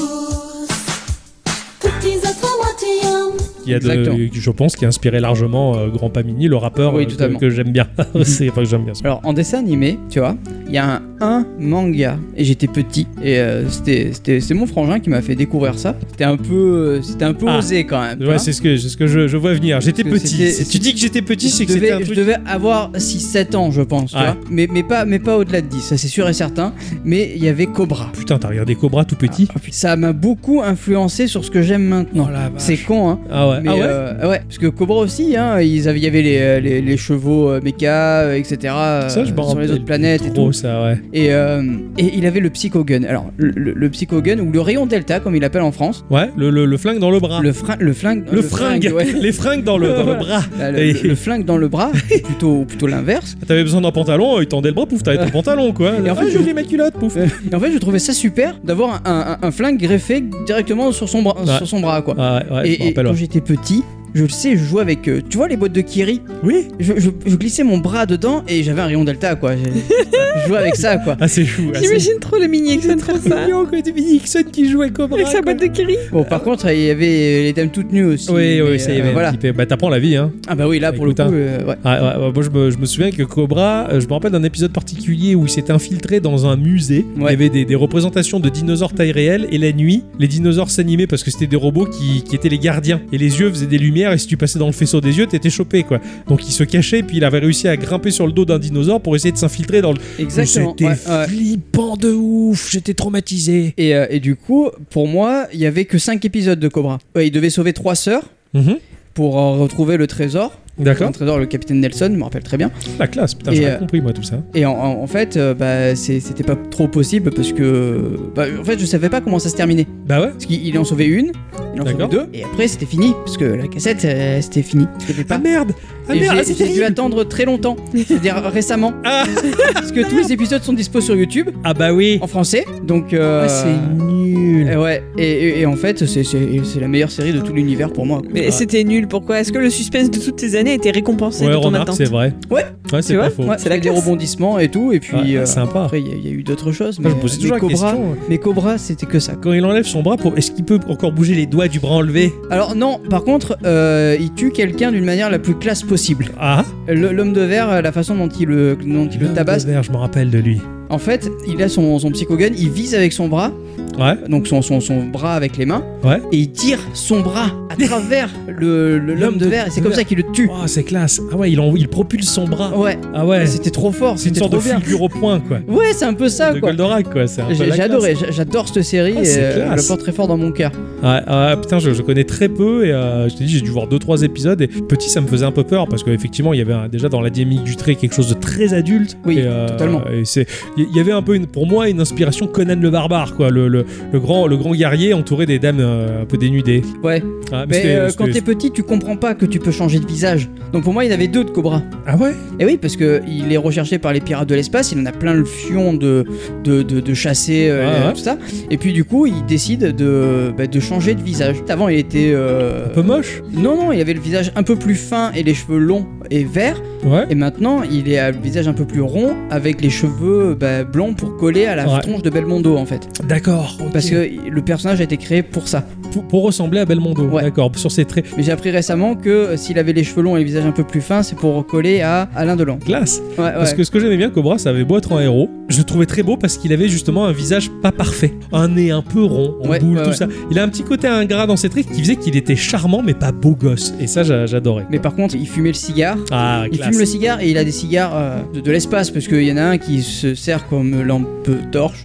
Speaker 18: petits enfants brillants.
Speaker 1: Il y a de-
Speaker 3: Exactement.
Speaker 1: je pense, qui a inspiré largement euh, Grand Pamini, le rappeur
Speaker 3: Oui,
Speaker 1: euh, que-
Speaker 3: totalement.
Speaker 1: que, j'aime bien. c'est enfin, que j'aime bien. ça.
Speaker 3: Alors en dessin animé, tu vois, il y a un, un manga et j'étais petit et euh, c'était c'était- c'est mon frangin qui m'a fait découvrir ça. C'était un peu euh, c'était un peu
Speaker 1: Ah.
Speaker 3: osé quand même. tu vois.
Speaker 1: Ouais, c'est ce que, c'est ce que je, je vois venir. J'étais
Speaker 3: Parce que
Speaker 1: petit.
Speaker 3: c'était-
Speaker 1: Si tu dis que j'étais petit, c'est que
Speaker 3: Je devais-
Speaker 1: c'était un Ah. truc.
Speaker 3: Je devais avoir 6-7 ans, je pense, tu
Speaker 1: Ouais.
Speaker 3: vois. Mais, mais pas, mais pas au-delà de 10, ça c'est sûr et certain. Mais il y avait Cobra.
Speaker 1: Putain, t'as regardé Cobra tout petit
Speaker 3: Ah, Ça m'a beaucoup influencé sur ce que j'aime maintenant. c'est con, hein.
Speaker 1: Ah Oh ouais.
Speaker 3: Mais,
Speaker 1: Ah ouais
Speaker 3: euh, ouais, parce que Cobra aussi, hein, ils avaient, il y avait les, euh, les, les chevaux euh, méca, euh, etc. euh,
Speaker 1: Ça, je m'en
Speaker 3: sur les
Speaker 1: rappelle
Speaker 3: autres planètes et
Speaker 1: Trop
Speaker 3: tout.
Speaker 1: ça, ouais.
Speaker 3: Et, euh, et il avait le Psychogun. Alors, le, le- le Psychogun, ou le rayon Delta, comme il l'appelle en France.
Speaker 1: Ouais, le, le- le flingue dans le bras.
Speaker 3: Le, frin- le flingue.
Speaker 1: Ah. Le fringue.
Speaker 3: ouais.
Speaker 1: Les fringues dans le, dans le
Speaker 3: Voilà.
Speaker 1: bras.
Speaker 3: Là, le,
Speaker 1: Et-
Speaker 3: le- le flingue dans le bras, ou plutôt, ou plutôt l'inverse.
Speaker 1: T'avais besoin d'un pantalon, euh, il tendait le bras, pouf, t'avais ton pantalon, quoi.
Speaker 3: Et en
Speaker 1: Ah,
Speaker 3: fait,
Speaker 1: j'ai
Speaker 3: je-
Speaker 1: oublié ma culotte, pouf.
Speaker 3: Et en fait, je trouvais ça super d'avoir un, un- un flingue greffé directement sur son bras,
Speaker 1: Ouais.
Speaker 3: sur son bras quoi.
Speaker 1: Ah ouais, ouais, je
Speaker 3: et
Speaker 1: me
Speaker 3: et
Speaker 1: rappelle,
Speaker 3: quand
Speaker 1: ouais.
Speaker 3: j'étais petit, je le sais, je jouais avec, euh, tu vois, les boîtes de Kiri.
Speaker 1: Oui.
Speaker 3: Je, je- je glissais mon bras dedans et j'avais un rayon delta, quoi. J'ai- je jouais avec ça, quoi.
Speaker 1: Ah, c'est fou. ah, c'est- Ah,
Speaker 2: J'imagine trop le mini Ixon faire ça.
Speaker 1: mignon, quoi, du mini Ixon qui jouait Cobra.
Speaker 2: Avec sa boîte de Kiri.
Speaker 3: Bon, par contre, il y avait les dames toutes nues aussi.
Speaker 1: Euh, Oui,
Speaker 3: mais,
Speaker 1: oui, ça y
Speaker 3: euh,
Speaker 1: est,
Speaker 3: voilà.
Speaker 1: voilà. Bah, t'apprends la vie, hein.
Speaker 3: Ah bah oui, là pour
Speaker 1: Écoute,
Speaker 3: le coup,
Speaker 1: hein.
Speaker 3: euh, ouais.
Speaker 1: Ah, ouais, ouais, moi, je me, je me souviens que Cobra, euh, je me rappelle d'un épisode particulier où il s'était infiltré dans un musée. Il y avait des, des représentations de dinosaures taille réelle et la nuit, les dinosaures s'animaient parce que c'était des robots qui, qui étaient les gardiens. Et les yeux faisaient des lumières et si tu passais dans le faisceau des yeux, t'étais chopé quoi. Donc il se cachait puis il avait réussi à grimper sur le dos d'un dinosaure pour essayer de s'infiltrer dans le.
Speaker 3: Exactement.
Speaker 1: C'était
Speaker 3: ouais, ouais.
Speaker 1: flippant de ouf, j'étais traumatisé.
Speaker 3: Et, euh, et du coup, pour moi, il y avait que 5 épisodes de Cobra. Ouais, il devait sauver trois sœurs
Speaker 1: Mhm.
Speaker 3: pour euh, retrouver le trésor.
Speaker 1: D'accord.
Speaker 3: Le trésor, le capitaine Nelson, je me rappelle très bien.
Speaker 1: La classe, putain,
Speaker 3: Et,
Speaker 1: j'aurais
Speaker 3: euh,
Speaker 1: compris moi tout ça.
Speaker 3: Et en, en- en fait, euh, bah, c'est- c'était pas trop possible parce que. bah, en fait, je savais pas comment ça se terminait.
Speaker 1: Bah ouais.
Speaker 3: Parce qu'il il en sauvait une, il en sauvait
Speaker 1: D'accord.
Speaker 3: deux, et après c'était fini parce que la cassette euh, c'était fini. Il y avait pas.
Speaker 1: Ah merde Ah
Speaker 3: Et
Speaker 1: merde, ah,
Speaker 3: j'ai-
Speaker 1: c'est
Speaker 3: j'ai dû
Speaker 1: terrible.
Speaker 3: attendre très longtemps, c'est-à-dire récemment. Parce que tous les épisodes sont dispo sur YouTube.
Speaker 1: Ah bah oui
Speaker 3: En français, donc. euh,
Speaker 1: Ah, c'est nul.
Speaker 3: et ouais, et, et- et en fait, c'est- c'est c'est la meilleure série de tout l'univers pour moi.
Speaker 2: Mais c'était nul, pourquoi Est-ce que le suspense de toutes tes années était récompensé
Speaker 1: Ouais,
Speaker 2: de ton
Speaker 1: remarque,
Speaker 2: attente
Speaker 1: c'est vrai.
Speaker 3: Ouais,
Speaker 1: Ouais,
Speaker 3: Tu
Speaker 1: c'est pas
Speaker 3: vois
Speaker 1: faux.
Speaker 3: Ouais, c'est la des rebondissements et tout, et puis
Speaker 1: Ouais,
Speaker 3: euh,
Speaker 1: sympa.
Speaker 3: après il y, a- il y a eu d'autres choses.
Speaker 1: Moi,
Speaker 3: Mais, euh,
Speaker 1: je me posais
Speaker 3: mais
Speaker 1: toujours la
Speaker 3: Cobra,
Speaker 1: question.
Speaker 3: mais Cobra, c'était que ça.
Speaker 1: Quand il enlève son bras, pour... est-ce qu'il peut encore bouger les doigts du bras enlevé
Speaker 3: Alors non, par contre, euh, il tue quelqu'un d'une manière la plus classe possible.
Speaker 1: Ah
Speaker 3: Le- L'homme de verre, euh, la façon dont il le, dont il le tabasse.
Speaker 1: Vert, je me rappelle de lui.
Speaker 3: En fait, il a son, son psychogun, il vise avec son bras,
Speaker 1: Ouais.
Speaker 3: donc son, son, son bras avec les mains,
Speaker 1: Ouais.
Speaker 3: et il tire son bras à travers le- le- l'homme de verre, et c'est comme ça qu'il le tue.
Speaker 1: Oh, c'est classe. Ah ouais, il, en- il propulse son bras.
Speaker 3: Ouais.
Speaker 1: Ah ouais.
Speaker 3: Oh. C'était trop fort,
Speaker 1: C'est une
Speaker 3: c'était
Speaker 1: sorte
Speaker 3: trop
Speaker 1: de
Speaker 3: bien.
Speaker 1: figure au point, quoi.
Speaker 3: Ouais, c'est un peu ça,
Speaker 1: de
Speaker 3: quoi.
Speaker 1: Goldorak, quoi. C'est un peu
Speaker 3: J'ai
Speaker 1: la
Speaker 3: j'ai
Speaker 1: classe.
Speaker 3: adoré, j'a- j'adore cette série,
Speaker 1: Ah,
Speaker 3: et
Speaker 1: c'est
Speaker 3: euh,
Speaker 1: classe.
Speaker 3: je la porte très fort dans mon cœur.
Speaker 1: Ouais, ouais, putain, je, je connais très peu et euh, je t'ai dit, j'ai dû voir 2-3 épisodes. Et petit, ça me faisait un peu peur parce qu'effectivement, il y avait un- déjà dans la dynamique du trait quelque chose de très adulte.
Speaker 3: Oui,
Speaker 1: et, euh,
Speaker 3: totalement.
Speaker 1: Et c'est, il y- y avait un peu, une, pour moi, une inspiration Conan le barbare, quoi. Le, le- le grand, le grand guerrier entouré des dames euh, un peu dénudées.
Speaker 3: Ouais.
Speaker 1: Ah, mais
Speaker 3: Mais
Speaker 1: c'était-
Speaker 3: euh,
Speaker 1: c'était-
Speaker 3: quand t'es petit, tu comprends pas que tu peux changer de visage. Donc pour moi, il y en avait deux de Cobra.
Speaker 1: Ah ouais
Speaker 3: Et oui, parce que il est recherché par les pirates de l'espace. Il en a plein le fion de de, de, de chasser euh,
Speaker 1: Ah ouais.
Speaker 3: tout ça. Et puis du coup, il décide de bah, de changer de visage. Avant, il était euh,
Speaker 1: un peu moche.
Speaker 3: Non, non, il avait le visage un peu plus fin et les cheveux longs et verts.
Speaker 1: Ouais.
Speaker 3: Et maintenant, il est à le visage un peu plus rond avec les cheveux bah, blancs pour coller à la
Speaker 1: Ouais.
Speaker 3: tronche de Belmondo en fait.
Speaker 1: D'accord. ok.
Speaker 3: Parce que le personnage a été créé pour ça.
Speaker 1: Pour, pour ressembler à Belmondo, d'accord, sur ses traits.
Speaker 3: Mais j'ai appris récemment que euh, s'il avait les cheveux longs et le visage un peu plus fin, c'est pour coller à Alain Delon.
Speaker 1: Classe
Speaker 3: Ouais, ouais.
Speaker 1: Parce que ce que j'aimais bien, Cobra, ça avait beau être un héros, je le trouvais très beau parce qu'il avait justement un visage pas parfait, un nez un peu rond, en
Speaker 3: Ouais,
Speaker 1: boule,
Speaker 3: ouais,
Speaker 1: tout
Speaker 3: ouais.
Speaker 1: ça. Il a un petit côté ingrat dans ses traits qui faisait qu'il était charmant mais pas beau gosse. Et ça, j'a- j'adorais.
Speaker 3: Mais par contre, il fumait le cigare.
Speaker 1: Ah,
Speaker 3: Il
Speaker 1: classe.
Speaker 3: fume le cigare et il a des cigares euh, de, de l'espace parce qu'il y en a un qui se sert comme lampe torche.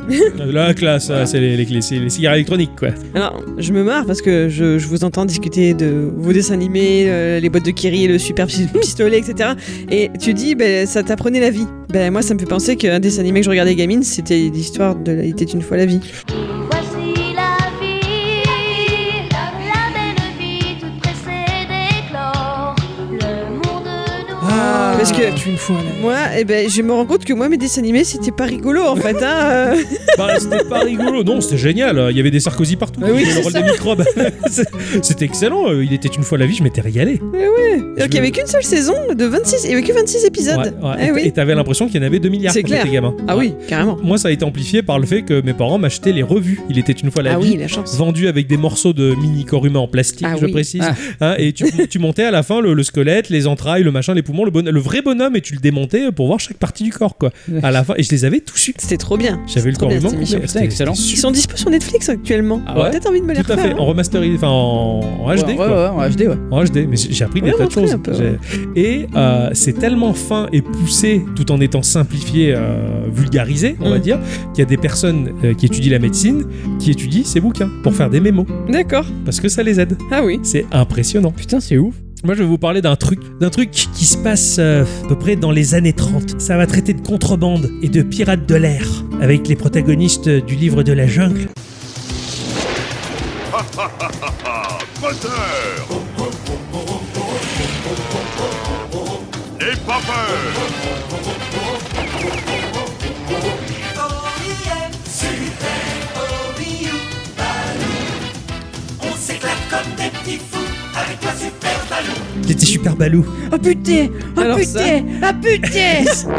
Speaker 1: La classe, ah, c'est les, les, les- les cigares électroniques, quoi.
Speaker 2: Alors, je me marre parce que je, je vous entends discuter de vos dessins animés, euh, les boîtes de Kiri, le super pis- pistolet, etc. Et tu dis, ben, ça t'apprenait la vie. Ben, moi, ça me fait penser qu'un dessin animé que je regardais gamine, c'était l'histoire de la- Il était une fois la vie.
Speaker 11: Voici la vie, la belle vie toute pressée d'éclore. Le monde nous
Speaker 1: Ah.
Speaker 2: Parce que
Speaker 1: une fois
Speaker 2: moi, eh ben, je me rends compte que moi, mes dessins animés, c'était pas rigolo en fait. Hein, euh.
Speaker 1: Bah, c'était pas rigolo, non, c'était génial. Il y avait des Sarkozy partout.
Speaker 2: Ah oui,
Speaker 1: Il y avait
Speaker 2: c'est
Speaker 1: le rôle
Speaker 2: ça.
Speaker 1: des microbes. C'est- c'était excellent. Euh, Il était une fois la vie, je m'étais régalé.
Speaker 2: Eh ouais. Donc, il y avait qu'une seule saison de 26, il y avait que 26 épisodes.
Speaker 1: Ouais, ouais.
Speaker 2: Eh
Speaker 1: Et-
Speaker 2: oui.
Speaker 1: Et t'avais l'impression qu'il y en avait 2 milliards
Speaker 2: C'est
Speaker 1: quand
Speaker 2: clair.
Speaker 1: t'étais gamin.
Speaker 2: Ah oui, carrément.
Speaker 1: Moi, ça a été amplifié par le fait que mes parents m'achetaient les revues. Il était une fois la
Speaker 2: Ah
Speaker 1: vie,
Speaker 2: oui, la chance.
Speaker 1: vendu avec des morceaux de mini corps humain en plastique,
Speaker 2: Ah
Speaker 1: je
Speaker 2: oui.
Speaker 1: précise.
Speaker 2: Ah.
Speaker 1: Hein, et tu, tu montais à la fin le, le squelette, les entrailles, le machin, les poumons, le, bon- le vrai bonhomme, et tu le démontais pour voir chaque partie du corps, quoi. À la fin, et je les avais tous su.
Speaker 2: C'était trop bien.
Speaker 1: J'avais le corps
Speaker 2: Trop bien,
Speaker 1: humain.
Speaker 2: cette émission.
Speaker 1: complet. C'était
Speaker 2: Ils sont dispo sur Netflix actuellement.
Speaker 1: Ah
Speaker 2: J'aurais
Speaker 1: ouais
Speaker 2: Peut-être envie de me les
Speaker 1: Tout à
Speaker 2: refaire.
Speaker 1: fait,
Speaker 2: hein.
Speaker 1: en remasterisé, enfin en, en HD.
Speaker 3: ouais,
Speaker 1: quoi.
Speaker 3: ouais, en HD, ouais.
Speaker 1: En HD, mais j'ai j'ai appris des
Speaker 3: Ouais,
Speaker 1: tas de
Speaker 3: montrer
Speaker 1: choses.
Speaker 3: un peu,
Speaker 1: J'ai-
Speaker 3: ouais.
Speaker 1: Et euh, c'est tellement fin et poussé, tout en étant simplifié, euh, vulgarisé, on va dire, qu'il y a des personnes euh, qui étudient la médecine qui étudient ces bouquins pour faire des mémos.
Speaker 2: hein. D'accord.
Speaker 1: Parce que ça les aide.
Speaker 2: Ah oui.
Speaker 1: C'est impressionnant.
Speaker 3: Putain, c'est ouf.
Speaker 1: Moi, je vais vous parler d'un truc, d'un truc qui se passe euh, à peu près dans les années 30. Ça va traiter de contrebande et de pirates de l'air, avec les protagonistes du livre de la jungle.
Speaker 19: Moteur N'aie pas peur
Speaker 13: On s'éclate comme des petits fous avec la super talou.
Speaker 1: C'était super balou.
Speaker 13: Oh putain
Speaker 2: Oh putain
Speaker 13: Ah putain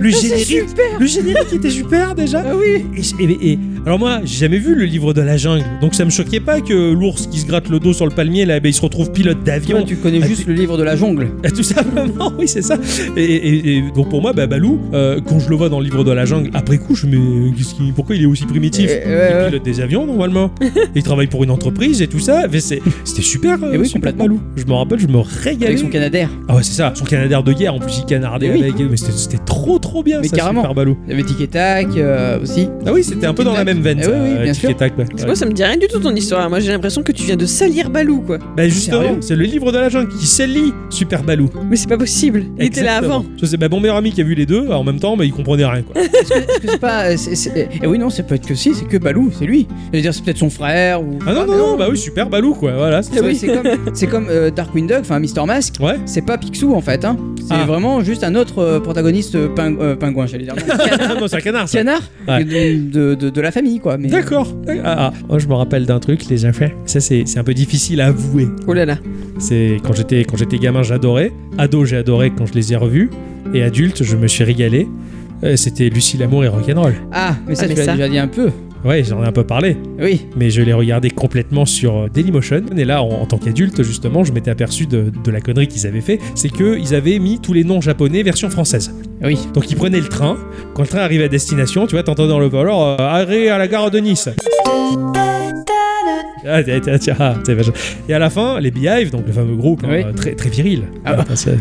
Speaker 1: Le
Speaker 13: Ah, c'est
Speaker 1: générique, le générique était super déjà. oui. Et, et- et- alors moi, j'ai jamais vu le livre de la jungle, donc ça me choquait pas que l'ours qui se gratte le dos sur le palmier là, ben, il se retrouve pilote d'avion.
Speaker 3: Ouais, tu
Speaker 1: Ah,
Speaker 3: connais juste le livre de la jungle.
Speaker 1: Tout simplement, oui, c'est ça. Et, et- et donc pour moi, bah, Balou, euh, quand je le vois dans le livre de la jungle, après coup, je me, mais qu'est-ce qui- pourquoi il est aussi primitif
Speaker 3: Euh, ouais,
Speaker 1: Il
Speaker 3: ouais.
Speaker 1: pilote des avions normalement. il travaille pour une entreprise et tout ça. Mais c'est- C'était super.
Speaker 3: Eh oui,
Speaker 1: complètement. Balou. Je me rappelle, je me régalais.
Speaker 3: Avec son canadair.
Speaker 1: Ah ouais, c'est ça. Son canadair de guerre en plus, il canardait
Speaker 3: Eh oui.
Speaker 1: avec. Mais c'était- c'était trop trop bien.
Speaker 3: Mais
Speaker 1: ça,
Speaker 3: carrément.
Speaker 1: Super Balou.
Speaker 3: Il y avait Tic et Tac euh, aussi.
Speaker 1: Ah oui, c'était un peu dans la même veine.
Speaker 3: Eh
Speaker 1: ça,
Speaker 3: oui, oui,
Speaker 1: euh,
Speaker 3: bien
Speaker 1: Tic
Speaker 3: sûr.
Speaker 1: et Tac, ouais.
Speaker 2: Moi, ça me dit rien du tout ton histoire. Moi, j'ai l'impression que tu viens de salir Balou, quoi.
Speaker 1: Bah justement,
Speaker 2: Sérieux
Speaker 1: c'est le livre de la jungle qui s'allie Super Balou.
Speaker 2: Mais c'est pas possible. Il était là
Speaker 1: Exactement.
Speaker 2: avant.
Speaker 1: Je sais, bah, mon meilleur ami qui a vu les deux, en même temps, bah, il comprenait rien. Quoi.
Speaker 3: Est-ce que c'est pas. c'est- c'est- Eh oui, non, ça peut être que si, c'est que Balou, c'est lui. C'est-à-dire, c'est peut-être son frère ou.
Speaker 1: Ah non, non, non, bah oui, Super Balou, quoi. Voilà, c'est
Speaker 3: C'est
Speaker 1: ça.
Speaker 3: c'est comme, c'est comme euh, Darkwing Duck, enfin Mister Mask. C'est pas Picsou en fait. Hein. C'est
Speaker 1: Ah.
Speaker 3: vraiment juste un autre euh, protagoniste euh, ping- euh, pingouin, j'allais dire. Non,
Speaker 1: Ah Non, c'est un canard. ça.
Speaker 3: canard
Speaker 1: Ouais.
Speaker 3: de, de- de la famille quoi. Mais...
Speaker 1: D'accord. Ah, ah. Oh, je me rappelle d'un truc, les affaires. Ça, c'est c'est un peu difficile à avouer.
Speaker 2: Oh là là.
Speaker 1: C'est quand j'étais quand j'étais gamin, j'adorais. Ado, j'ai adoré quand je les ai revus. Et adulte, je me suis régalé. Euh, C'était Lucie Lamour et Rock'n'Roll.
Speaker 3: Ah, mais ça,
Speaker 2: Ah, mais
Speaker 3: tu l'as
Speaker 2: ça.
Speaker 3: déjà dit un peu.
Speaker 1: Ouais, j'en ai un peu parlé.
Speaker 3: Oui.
Speaker 1: Mais je les regardais complètement sur euh, Dailymotion. Et là, en, en tant qu'adulte, justement, je m'étais aperçu de, de la connerie qu'ils avaient fait. C'est qu'ils avaient mis tous les noms japonais version française.
Speaker 3: Oui.
Speaker 1: Donc ils prenaient le train. Quand le train arrivait à destination, tu vois, t'entends dans le voleur euh, arrêt à la gare de Nice. Ah, tiens, tiens, tiens, ah, c'est vachement- Et à la fin, les Beehive, donc le fameux groupe, hein,
Speaker 3: Oui.
Speaker 1: euh, très, très viril.
Speaker 3: Ah.
Speaker 1: Attends, c'est-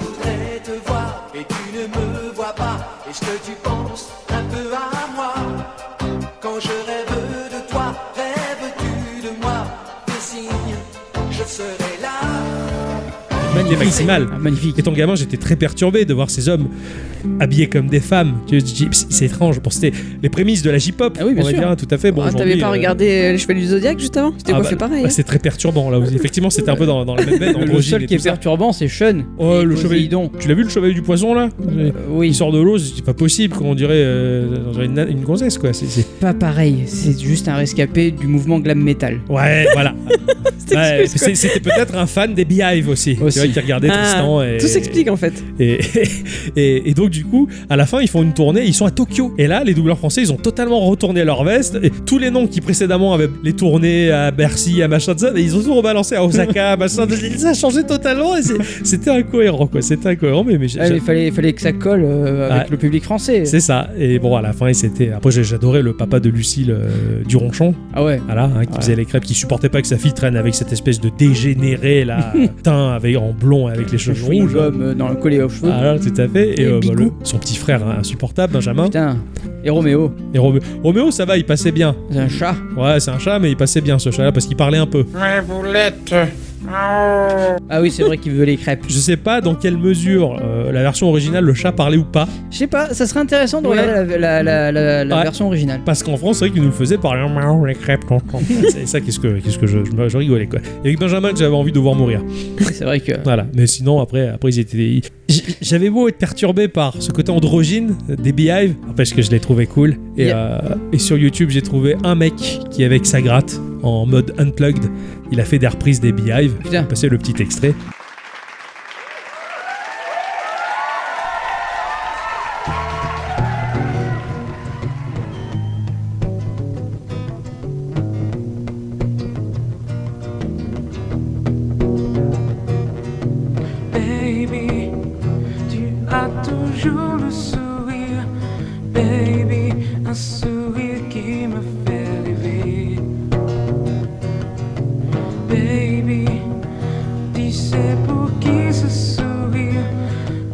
Speaker 13: voudrais te voir et tu ne me vois pas et ce que tu penses un peu à moi quand je rêve de toi rêves-tu de moi des signes je serai là
Speaker 1: Magnifique. maximal.
Speaker 3: Ah,
Speaker 1: Et ton gamin, j'étais très perturbé de voir ces hommes habillés comme des femmes. Tu- tu- C'est c'est étrange. Bon, c'était les prémices de la J-pop.
Speaker 2: Ah oui, bien
Speaker 1: on va
Speaker 2: sûr.
Speaker 1: dire, hein, tout à fait. Bon,
Speaker 2: ah,
Speaker 1: aujourd'hui,
Speaker 2: t'avais pas
Speaker 1: euh,
Speaker 2: regardé euh, Les Chevaliers du Zodiac juste avant C'était
Speaker 1: ah
Speaker 2: quoi
Speaker 1: bah,
Speaker 2: fait pareil
Speaker 1: bah,
Speaker 2: hein
Speaker 1: C'est très perturbant là aussi. Effectivement, c'était un peu dans, dans la même veine.
Speaker 3: Le
Speaker 1: androgyne
Speaker 3: seul
Speaker 1: et
Speaker 3: qui est
Speaker 1: tout ça.
Speaker 3: perturbant, c'est Sean.
Speaker 1: Oh,
Speaker 3: Et
Speaker 1: le chevalier.
Speaker 3: Poséidon.
Speaker 1: Tu l'as vu le chevalier du poisson là
Speaker 3: Oui.
Speaker 1: Il sort de l'eau, c'est pas possible, comme on dirait, euh, on dirait une, na- une gonzesse quoi. C'est- c'est-
Speaker 3: Pas pareil, c'est juste un rescapé du mouvement glam metal.
Speaker 1: Ouais, voilà. Ouais,
Speaker 3: excuse, quoi.
Speaker 1: c'est- C'était peut-être un fan des Beehive aussi. Tu vois, qui qui regardait
Speaker 20: Ah,
Speaker 1: Tristan. Et,
Speaker 20: tout s'explique, en fait.
Speaker 1: Et, et- et donc, du coup, à la fin, ils font une tournée, ils sont à Tokyo. Et là, les doubleurs français, ils ont totalement retourné leur veste. Et tous les noms qui précédemment avaient les tournées à Bercy, à machin, de ça, mais ils ont tout rebalancé à Osaka, à machin. de- Ça a changé totalement. et c'est- C'était incohérent, quoi. C'était incohérent, mais, mais j'ai-
Speaker 3: Ouais, mais
Speaker 1: j'ai-
Speaker 3: il fallait, fallait que ça colle euh, avec
Speaker 1: Ouais.
Speaker 3: le public français.
Speaker 1: c'est ça. Et bon, à la fin, c'était. Après, j'ai- j'adorais le papa de Lucille euh, Duronchon.
Speaker 3: Ah ouais.
Speaker 1: Voilà, hein, qui
Speaker 3: Ouais.
Speaker 1: faisait les crêpes, qui supportait pas que sa fille traîne avec cette espèce de dégénéré là, teint avec en blond avec les cheveux
Speaker 3: cheveux
Speaker 1: rouges. hein.
Speaker 3: comme, euh, dans le collet aux cheveux.
Speaker 1: Voilà, Ah, tout à fait. Et,
Speaker 3: Et
Speaker 1: euh, bah,
Speaker 3: Bigou.
Speaker 1: le- son petit frère hein, insupportable, Benjamin.
Speaker 3: Putain. Et Roméo.
Speaker 1: Et Romé- Roméo, ça va, il passait bien.
Speaker 3: C'est un chat.
Speaker 1: Ouais, c'est un chat, mais il passait bien ce chat-là parce qu'il parlait un peu.
Speaker 3: Mes boulettes. Ah oui, c'est vrai qu'il veut les crêpes.
Speaker 1: Je sais pas dans quelle mesure euh, la version originale, le chat parlait ou pas.
Speaker 3: Je sais pas, ça serait intéressant de
Speaker 1: Ouais.
Speaker 3: regarder la, la- la- la- la
Speaker 1: Ouais.
Speaker 3: version originale.
Speaker 1: Parce qu'en France, c'est vrai qu'ils nous le faisaient parler Miaou, les crêpes. ton, ton. c'est ça, qu'est-ce que, qu'est-ce que je, je, me- je rigolais quoi. Et avec Benjamin, que j'avais envie de voir mourir.
Speaker 3: C'est vrai que.
Speaker 1: Voilà, mais sinon après, après ils étaient. ils- J- J'avais beau être perturbé par ce côté androgyne des Beehive, parce que je les trouvais cool. Et, euh, et sur YouTube, j'ai trouvé un mec qui avec sa gratte en mode unplugged, il a fait des reprises des Beehive. Je vais passer le petit extrait.
Speaker 2: Baby, tu as toujours le sourire. Baby, un sourire qui me fait rêver. Baby, dis c'est pour qui ce sourire.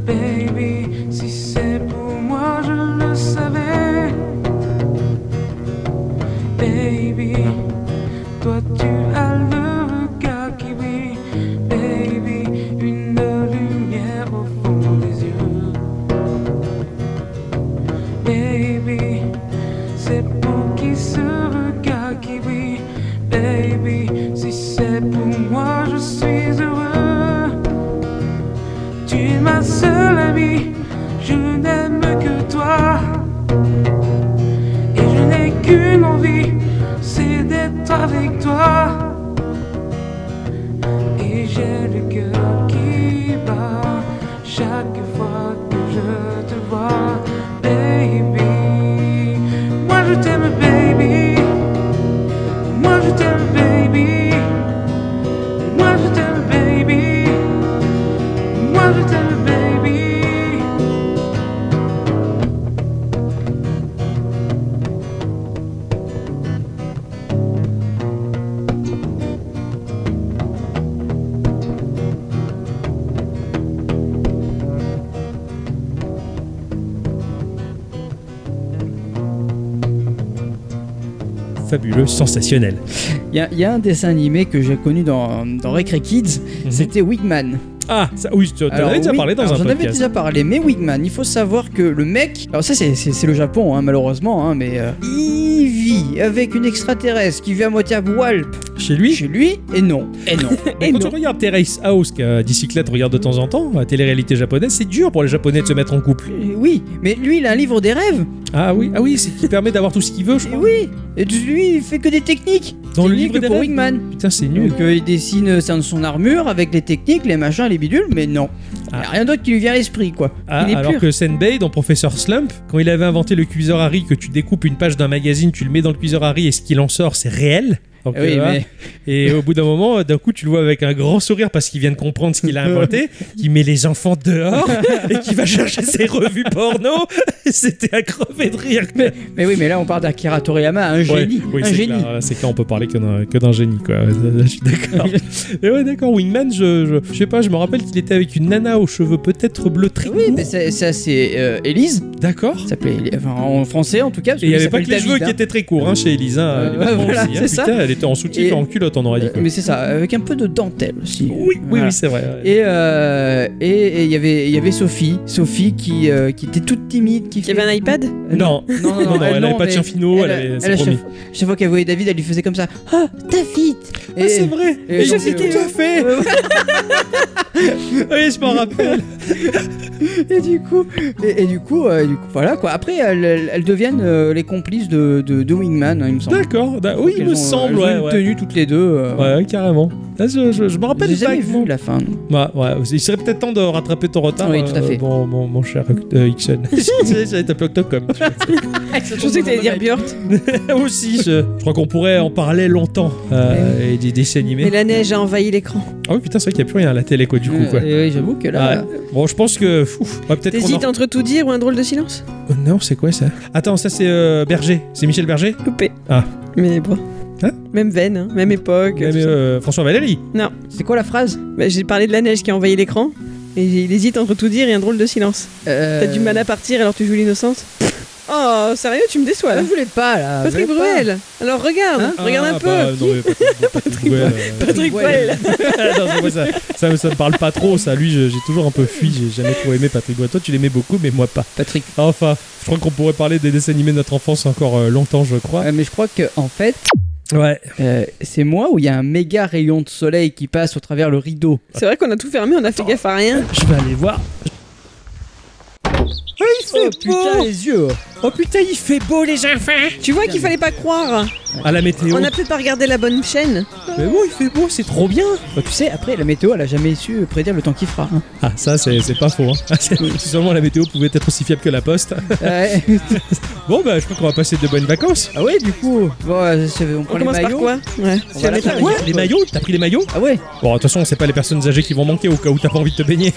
Speaker 2: Baby, si c'est pour moi, je le savais. Baby, toi tu as le regard qui brille. Baby, une lumière au fond des yeux. Baby, c'est pour qui ce regard qui brille. Baby, si c'est pour moi, je suis heureux. Tu es ma seule amie, je n'aime que toi. Et je n'ai qu'une envie, c'est d'être avec toi et j'ai le cœur qui bat chaque fois que je te vois, baby. Moi je t'aime, baby. Moi je t'aime, baby. Moi je t'aime, baby. Moi je t'aime, baby.
Speaker 1: Fabuleux, sensationnel.
Speaker 3: Il y, a- il y a un dessin animé que j'ai connu dans, dans Recre Kids, c'était Wigman.
Speaker 1: Ah, ça, oui, tu en
Speaker 3: Alors,
Speaker 1: avais déjà
Speaker 3: oui,
Speaker 1: parlé dans
Speaker 3: alors,
Speaker 1: un
Speaker 3: J'en avais
Speaker 1: podcast.
Speaker 3: déjà parlé, mais Wigman, il faut savoir que le mec. Alors, ça, c'est- c'est c'est le Japon, hein, malheureusement, hein, mais. euh, il vit avec une extraterrestre qui vit à moitié à Walp.
Speaker 1: Chez lui
Speaker 3: Chez lui, et non. Et non.
Speaker 1: Mais quand tu regardes Terrace House, que Dicyclette regarde de temps en temps, la télé-réalité japonaise, c'est dur pour les japonais de se mettre en couple.
Speaker 3: Euh, Oui, mais lui, il a un livre des rêves.
Speaker 1: Ah oui, ah oui, c'est qui permet d'avoir tout ce qu'il veut, je crois.
Speaker 3: Oui, et lui, il fait que des techniques.
Speaker 1: Dans le
Speaker 3: Techniques
Speaker 1: livre des
Speaker 3: pour
Speaker 1: rêves
Speaker 3: Wigman.
Speaker 1: Putain, c'est nul.
Speaker 3: Donc euh, il dessine euh, ça de son armure avec les techniques, les machins, les bidules, mais non. Il n'y a rien d'autre qui lui vient à l'esprit, quoi.
Speaker 1: Ah,
Speaker 3: il est
Speaker 1: alors
Speaker 3: pur.
Speaker 1: que Senbei dans Professeur Slump, quand il avait inventé le cuiseur à riz, que tu découpes une page d'un magazine, tu le mets dans le cuiseur à riz et ce qu'il en sort, c'est réel. Donc,
Speaker 3: Eh oui,
Speaker 1: voilà.
Speaker 3: mais-
Speaker 1: Et au bout d'un moment, d'un coup, tu le vois avec un grand sourire parce qu'il vient de comprendre ce qu'il a inventé, qui met les enfants dehors et qui va chercher ses revues porno. C'était à crever de rire.
Speaker 3: Mais, mais oui, mais là on parle d'Akira Toriyama, un
Speaker 1: Ouais,
Speaker 3: génie.
Speaker 1: oui,
Speaker 3: un
Speaker 1: c'est
Speaker 3: génie.
Speaker 1: clair, là, c'est clair, on peut parler que d'un, que d'un génie, quoi. Là, je suis d'accord. Et ouais, d'accord, Wingman, je, je, je sais pas, je me rappelle qu'il était avec une nana aux cheveux peut-être bleu très
Speaker 3: Oui,
Speaker 1: courts.
Speaker 3: mais c'est- ça c'est euh, Élise.
Speaker 1: D'accord.
Speaker 3: Ça s'appelait Éli- enfin, en français en tout cas. parce
Speaker 1: Et il n'y
Speaker 3: lui,
Speaker 1: avait pas que
Speaker 3: s'appelle
Speaker 1: les cheveux
Speaker 3: David,
Speaker 1: qui
Speaker 3: hein.
Speaker 1: étaient très courts hein, chez Elisa.
Speaker 3: Euh,
Speaker 1: Elle était pas
Speaker 3: voilà,
Speaker 1: grossie, hein.
Speaker 3: c'est ça.
Speaker 1: Putain, Elle était en soutien
Speaker 3: Et- euh,
Speaker 1: en culotte, on aurait dit. quoi.
Speaker 3: hein. Mais c'est ça, avec un peu de dentelle aussi.
Speaker 1: Oui, oui,
Speaker 3: Voilà.
Speaker 1: oui, c'est vrai.
Speaker 3: Et euh, et- et il y avait il y avait Sophie, Sophie qui euh, qui était toute timide, qui, avait
Speaker 20: un iPad.
Speaker 1: Non, non, non, elle n'avait pas de
Speaker 3: mais
Speaker 1: chien finot, elle,
Speaker 3: elle-
Speaker 1: avait. c'est
Speaker 3: elle, à
Speaker 1: promis.
Speaker 3: chaque, chaque fois qu'elle voyait David, elle lui faisait comme ça. Ah, David
Speaker 1: Ah, c'est vrai
Speaker 3: et- euh,
Speaker 1: Mais
Speaker 3: et-
Speaker 1: je sais tout à fait Oui, je m'en rappelle
Speaker 3: Et du coup, et, et du coup, euh, et du coup, voilà quoi. Après, elles, elles- elles deviennent euh, les complices de, de, de Wingman, hein, il me semble.
Speaker 1: D'accord, da- oui, il
Speaker 3: Elles
Speaker 1: me
Speaker 3: ont-
Speaker 1: semble,
Speaker 3: elles ont
Speaker 1: ouais,
Speaker 3: une
Speaker 1: ouais.
Speaker 3: tenue toutes les deux. euh,
Speaker 1: Ouais, carrément. Là, je, je- je me rappelle
Speaker 3: J'ai jamais
Speaker 1: vaguement.
Speaker 3: vu la fin. non.
Speaker 1: Ouais, ouais, il serait peut-être temps de rattraper ton retard.
Speaker 3: Oui, tout à
Speaker 1: euh,
Speaker 3: fait.
Speaker 1: bon, bon, mon cher euh, Ixon. J'allais t'appeler Octocom.
Speaker 2: Je pensais Ah, que t'allais dire Björk.
Speaker 1: Aussi, je, je crois qu'on pourrait en parler longtemps. euh, et des dessins
Speaker 2: Mais
Speaker 1: animés.
Speaker 2: la neige a envahi l'écran.
Speaker 1: Ah oui, putain, c'est vrai qu'il n'y a plus rien à la télé, quoi, du coup.
Speaker 3: Euh,
Speaker 1: Quoi.
Speaker 3: et oui, j'avoue que là-
Speaker 1: Ouais. Bon, je pense que. fou, ouais, peut-être qu'on en-
Speaker 2: T'hésites entre tout dire ou un drôle de silence
Speaker 1: Oh non, c'est quoi ça Attends, ça c'est euh, Berger. C'est Michel Berger
Speaker 2: Loupé.
Speaker 1: Ah.
Speaker 2: Mais bon. Même veine, hein, même époque.
Speaker 1: Mais,
Speaker 2: tout ça.
Speaker 1: euh, François Valéry
Speaker 2: Non.
Speaker 3: C'est quoi la phrase
Speaker 2: Bah, J'ai parlé de la neige qui a envahi l'écran. Et il hésite entre tout dire et un drôle de silence.
Speaker 3: Euh,
Speaker 2: T'as du mal à partir alors tu joues l'innocente Oh, sérieux, tu me déçois là.
Speaker 3: euh, Je voulais pas là.
Speaker 2: Patrick
Speaker 3: je voulais Ah, pas. Hein
Speaker 2: Bruel Alors regarde, regarde un
Speaker 1: Ah,
Speaker 2: peu
Speaker 1: bah, non, mais Patrick Bruel, euh,
Speaker 2: Patrick Bruel
Speaker 1: non, c'est moi, ça, ça, ça me parle pas trop, ça. Lui, je- j'ai toujours un peu fui. J'ai jamais trop aimé Patrick Bois. Toi, tu l'aimais beaucoup, mais moi pas.
Speaker 3: Patrick.
Speaker 1: Enfin, je crois qu'on pourrait parler des dessins animés de notre enfance encore euh, longtemps, je crois.
Speaker 3: Ouais, mais je crois que en fait,
Speaker 1: Ouais.
Speaker 3: Euh, c'est moi où il y a un méga rayon de soleil qui passe au travers le rideau.
Speaker 2: C'est vrai qu'on a tout fermé, on a fait gaffe à rien.
Speaker 1: Je vais aller voir.
Speaker 3: oh putain les yeux
Speaker 1: Oh putain, il fait beau les enfants
Speaker 2: Tu vois qu'il fallait pas croire
Speaker 1: À la météo.
Speaker 2: On a peut-être pas regardé la bonne chaîne
Speaker 1: Mais bon, il fait beau, c'est trop bien.
Speaker 3: Bah, tu sais, après la météo, elle a jamais su prédire le temps qu'il fera. hein.
Speaker 1: Ah, ça, c'est c'est pas faux. Hein. Ah, c'est- si seulement la météo pouvait être aussi fiable que la poste.
Speaker 3: Ouais.
Speaker 1: bon, bah, je crois qu'on va passer de bonnes vacances.
Speaker 3: ah ouais, du coup. Bon, euh, je- on prend
Speaker 2: On
Speaker 3: les
Speaker 2: commence par
Speaker 3: maillots.
Speaker 2: quoi Ouais.
Speaker 3: On
Speaker 2: C'est
Speaker 3: va
Speaker 2: la
Speaker 3: la
Speaker 2: météo.
Speaker 3: faire.
Speaker 1: Ouais, les maillots T'as pris les maillots
Speaker 3: Ah ouais.
Speaker 1: Bon, de toute façon, c'est pas les personnes âgées qui vont manquer au cas où t'as pas envie de te baigner.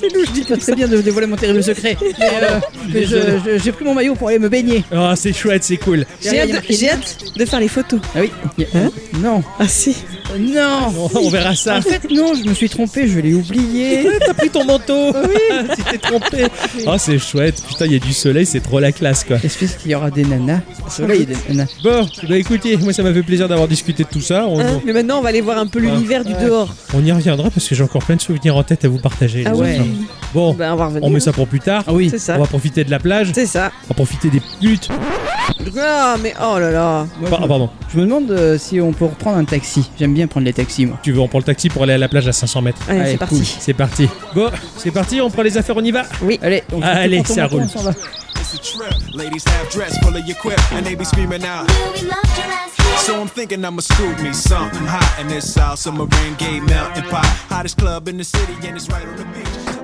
Speaker 2: C'est louche, dis
Speaker 3: Pas très bien de dévoiler mon terrible secret. Mais, euh, mais je- je- j'ai pris mon maillot pour aller me baigner.
Speaker 1: Ah, c'est chouette, c'est cool.
Speaker 2: J'ai hâte, j'ai hâte de faire les photos.
Speaker 3: Ah oui. non.
Speaker 2: Ah si.
Speaker 3: Euh, Non.
Speaker 1: On verra ça.
Speaker 3: En fait, non, je me suis trompé, je l'ai oublié. Ah
Speaker 1: T'as pris ton manteau
Speaker 3: Oui.
Speaker 1: Tu t'es trompé Ah, c'est chouette. Putain, il y a du soleil, c'est trop la classe, quoi.
Speaker 3: Est-ce qu'il y aura des nanas Là, il y a des nanas.
Speaker 1: Bon, bah écoutez, moi ça m'a fait plaisir d'avoir discuté de tout ça. On,
Speaker 2: Hein Mais maintenant, on va aller voir un
Speaker 1: Ah.
Speaker 2: peu l'univers du dehors.
Speaker 1: on y reviendra parce que j'ai encore plein de souvenirs en tête à vous partager.
Speaker 2: Ah
Speaker 1: les
Speaker 2: ouais.
Speaker 1: enfants. Bon,
Speaker 2: Bah, on va revenir.
Speaker 1: on met ça pour plus tard.
Speaker 3: Ah oui.
Speaker 2: C'est ça.
Speaker 1: On va profiter de la plage.
Speaker 2: C'est ça.
Speaker 1: On va profiter des putes.
Speaker 2: Ah, mais oh là là.
Speaker 3: Moi,
Speaker 1: Ah,
Speaker 3: je, me,
Speaker 1: pardon.
Speaker 3: je me demande euh, si on peut reprendre un taxi. J'aime bien prendre les taxis, moi.
Speaker 1: Tu veux, on prend le taxi pour aller à la plage à 500 mètres.
Speaker 2: Allez,
Speaker 3: Allez,
Speaker 2: c'est parti.
Speaker 3: cool.
Speaker 1: C'est parti. Bon, c'est parti, on prend les affaires, on y va.
Speaker 3: Allez, on
Speaker 1: Allez,
Speaker 3: on prend ton
Speaker 1: ça
Speaker 3: manteau,
Speaker 1: roule.
Speaker 3: on s'en va.
Speaker 13: It's a trip. Ladies have dress full of your quip, and they be screaming out. So I'm thinking I'ma scoop me something hot in this South Summer rain game melting pot. Hottest club in the city, and it's right on the beach.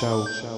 Speaker 13: Ciao.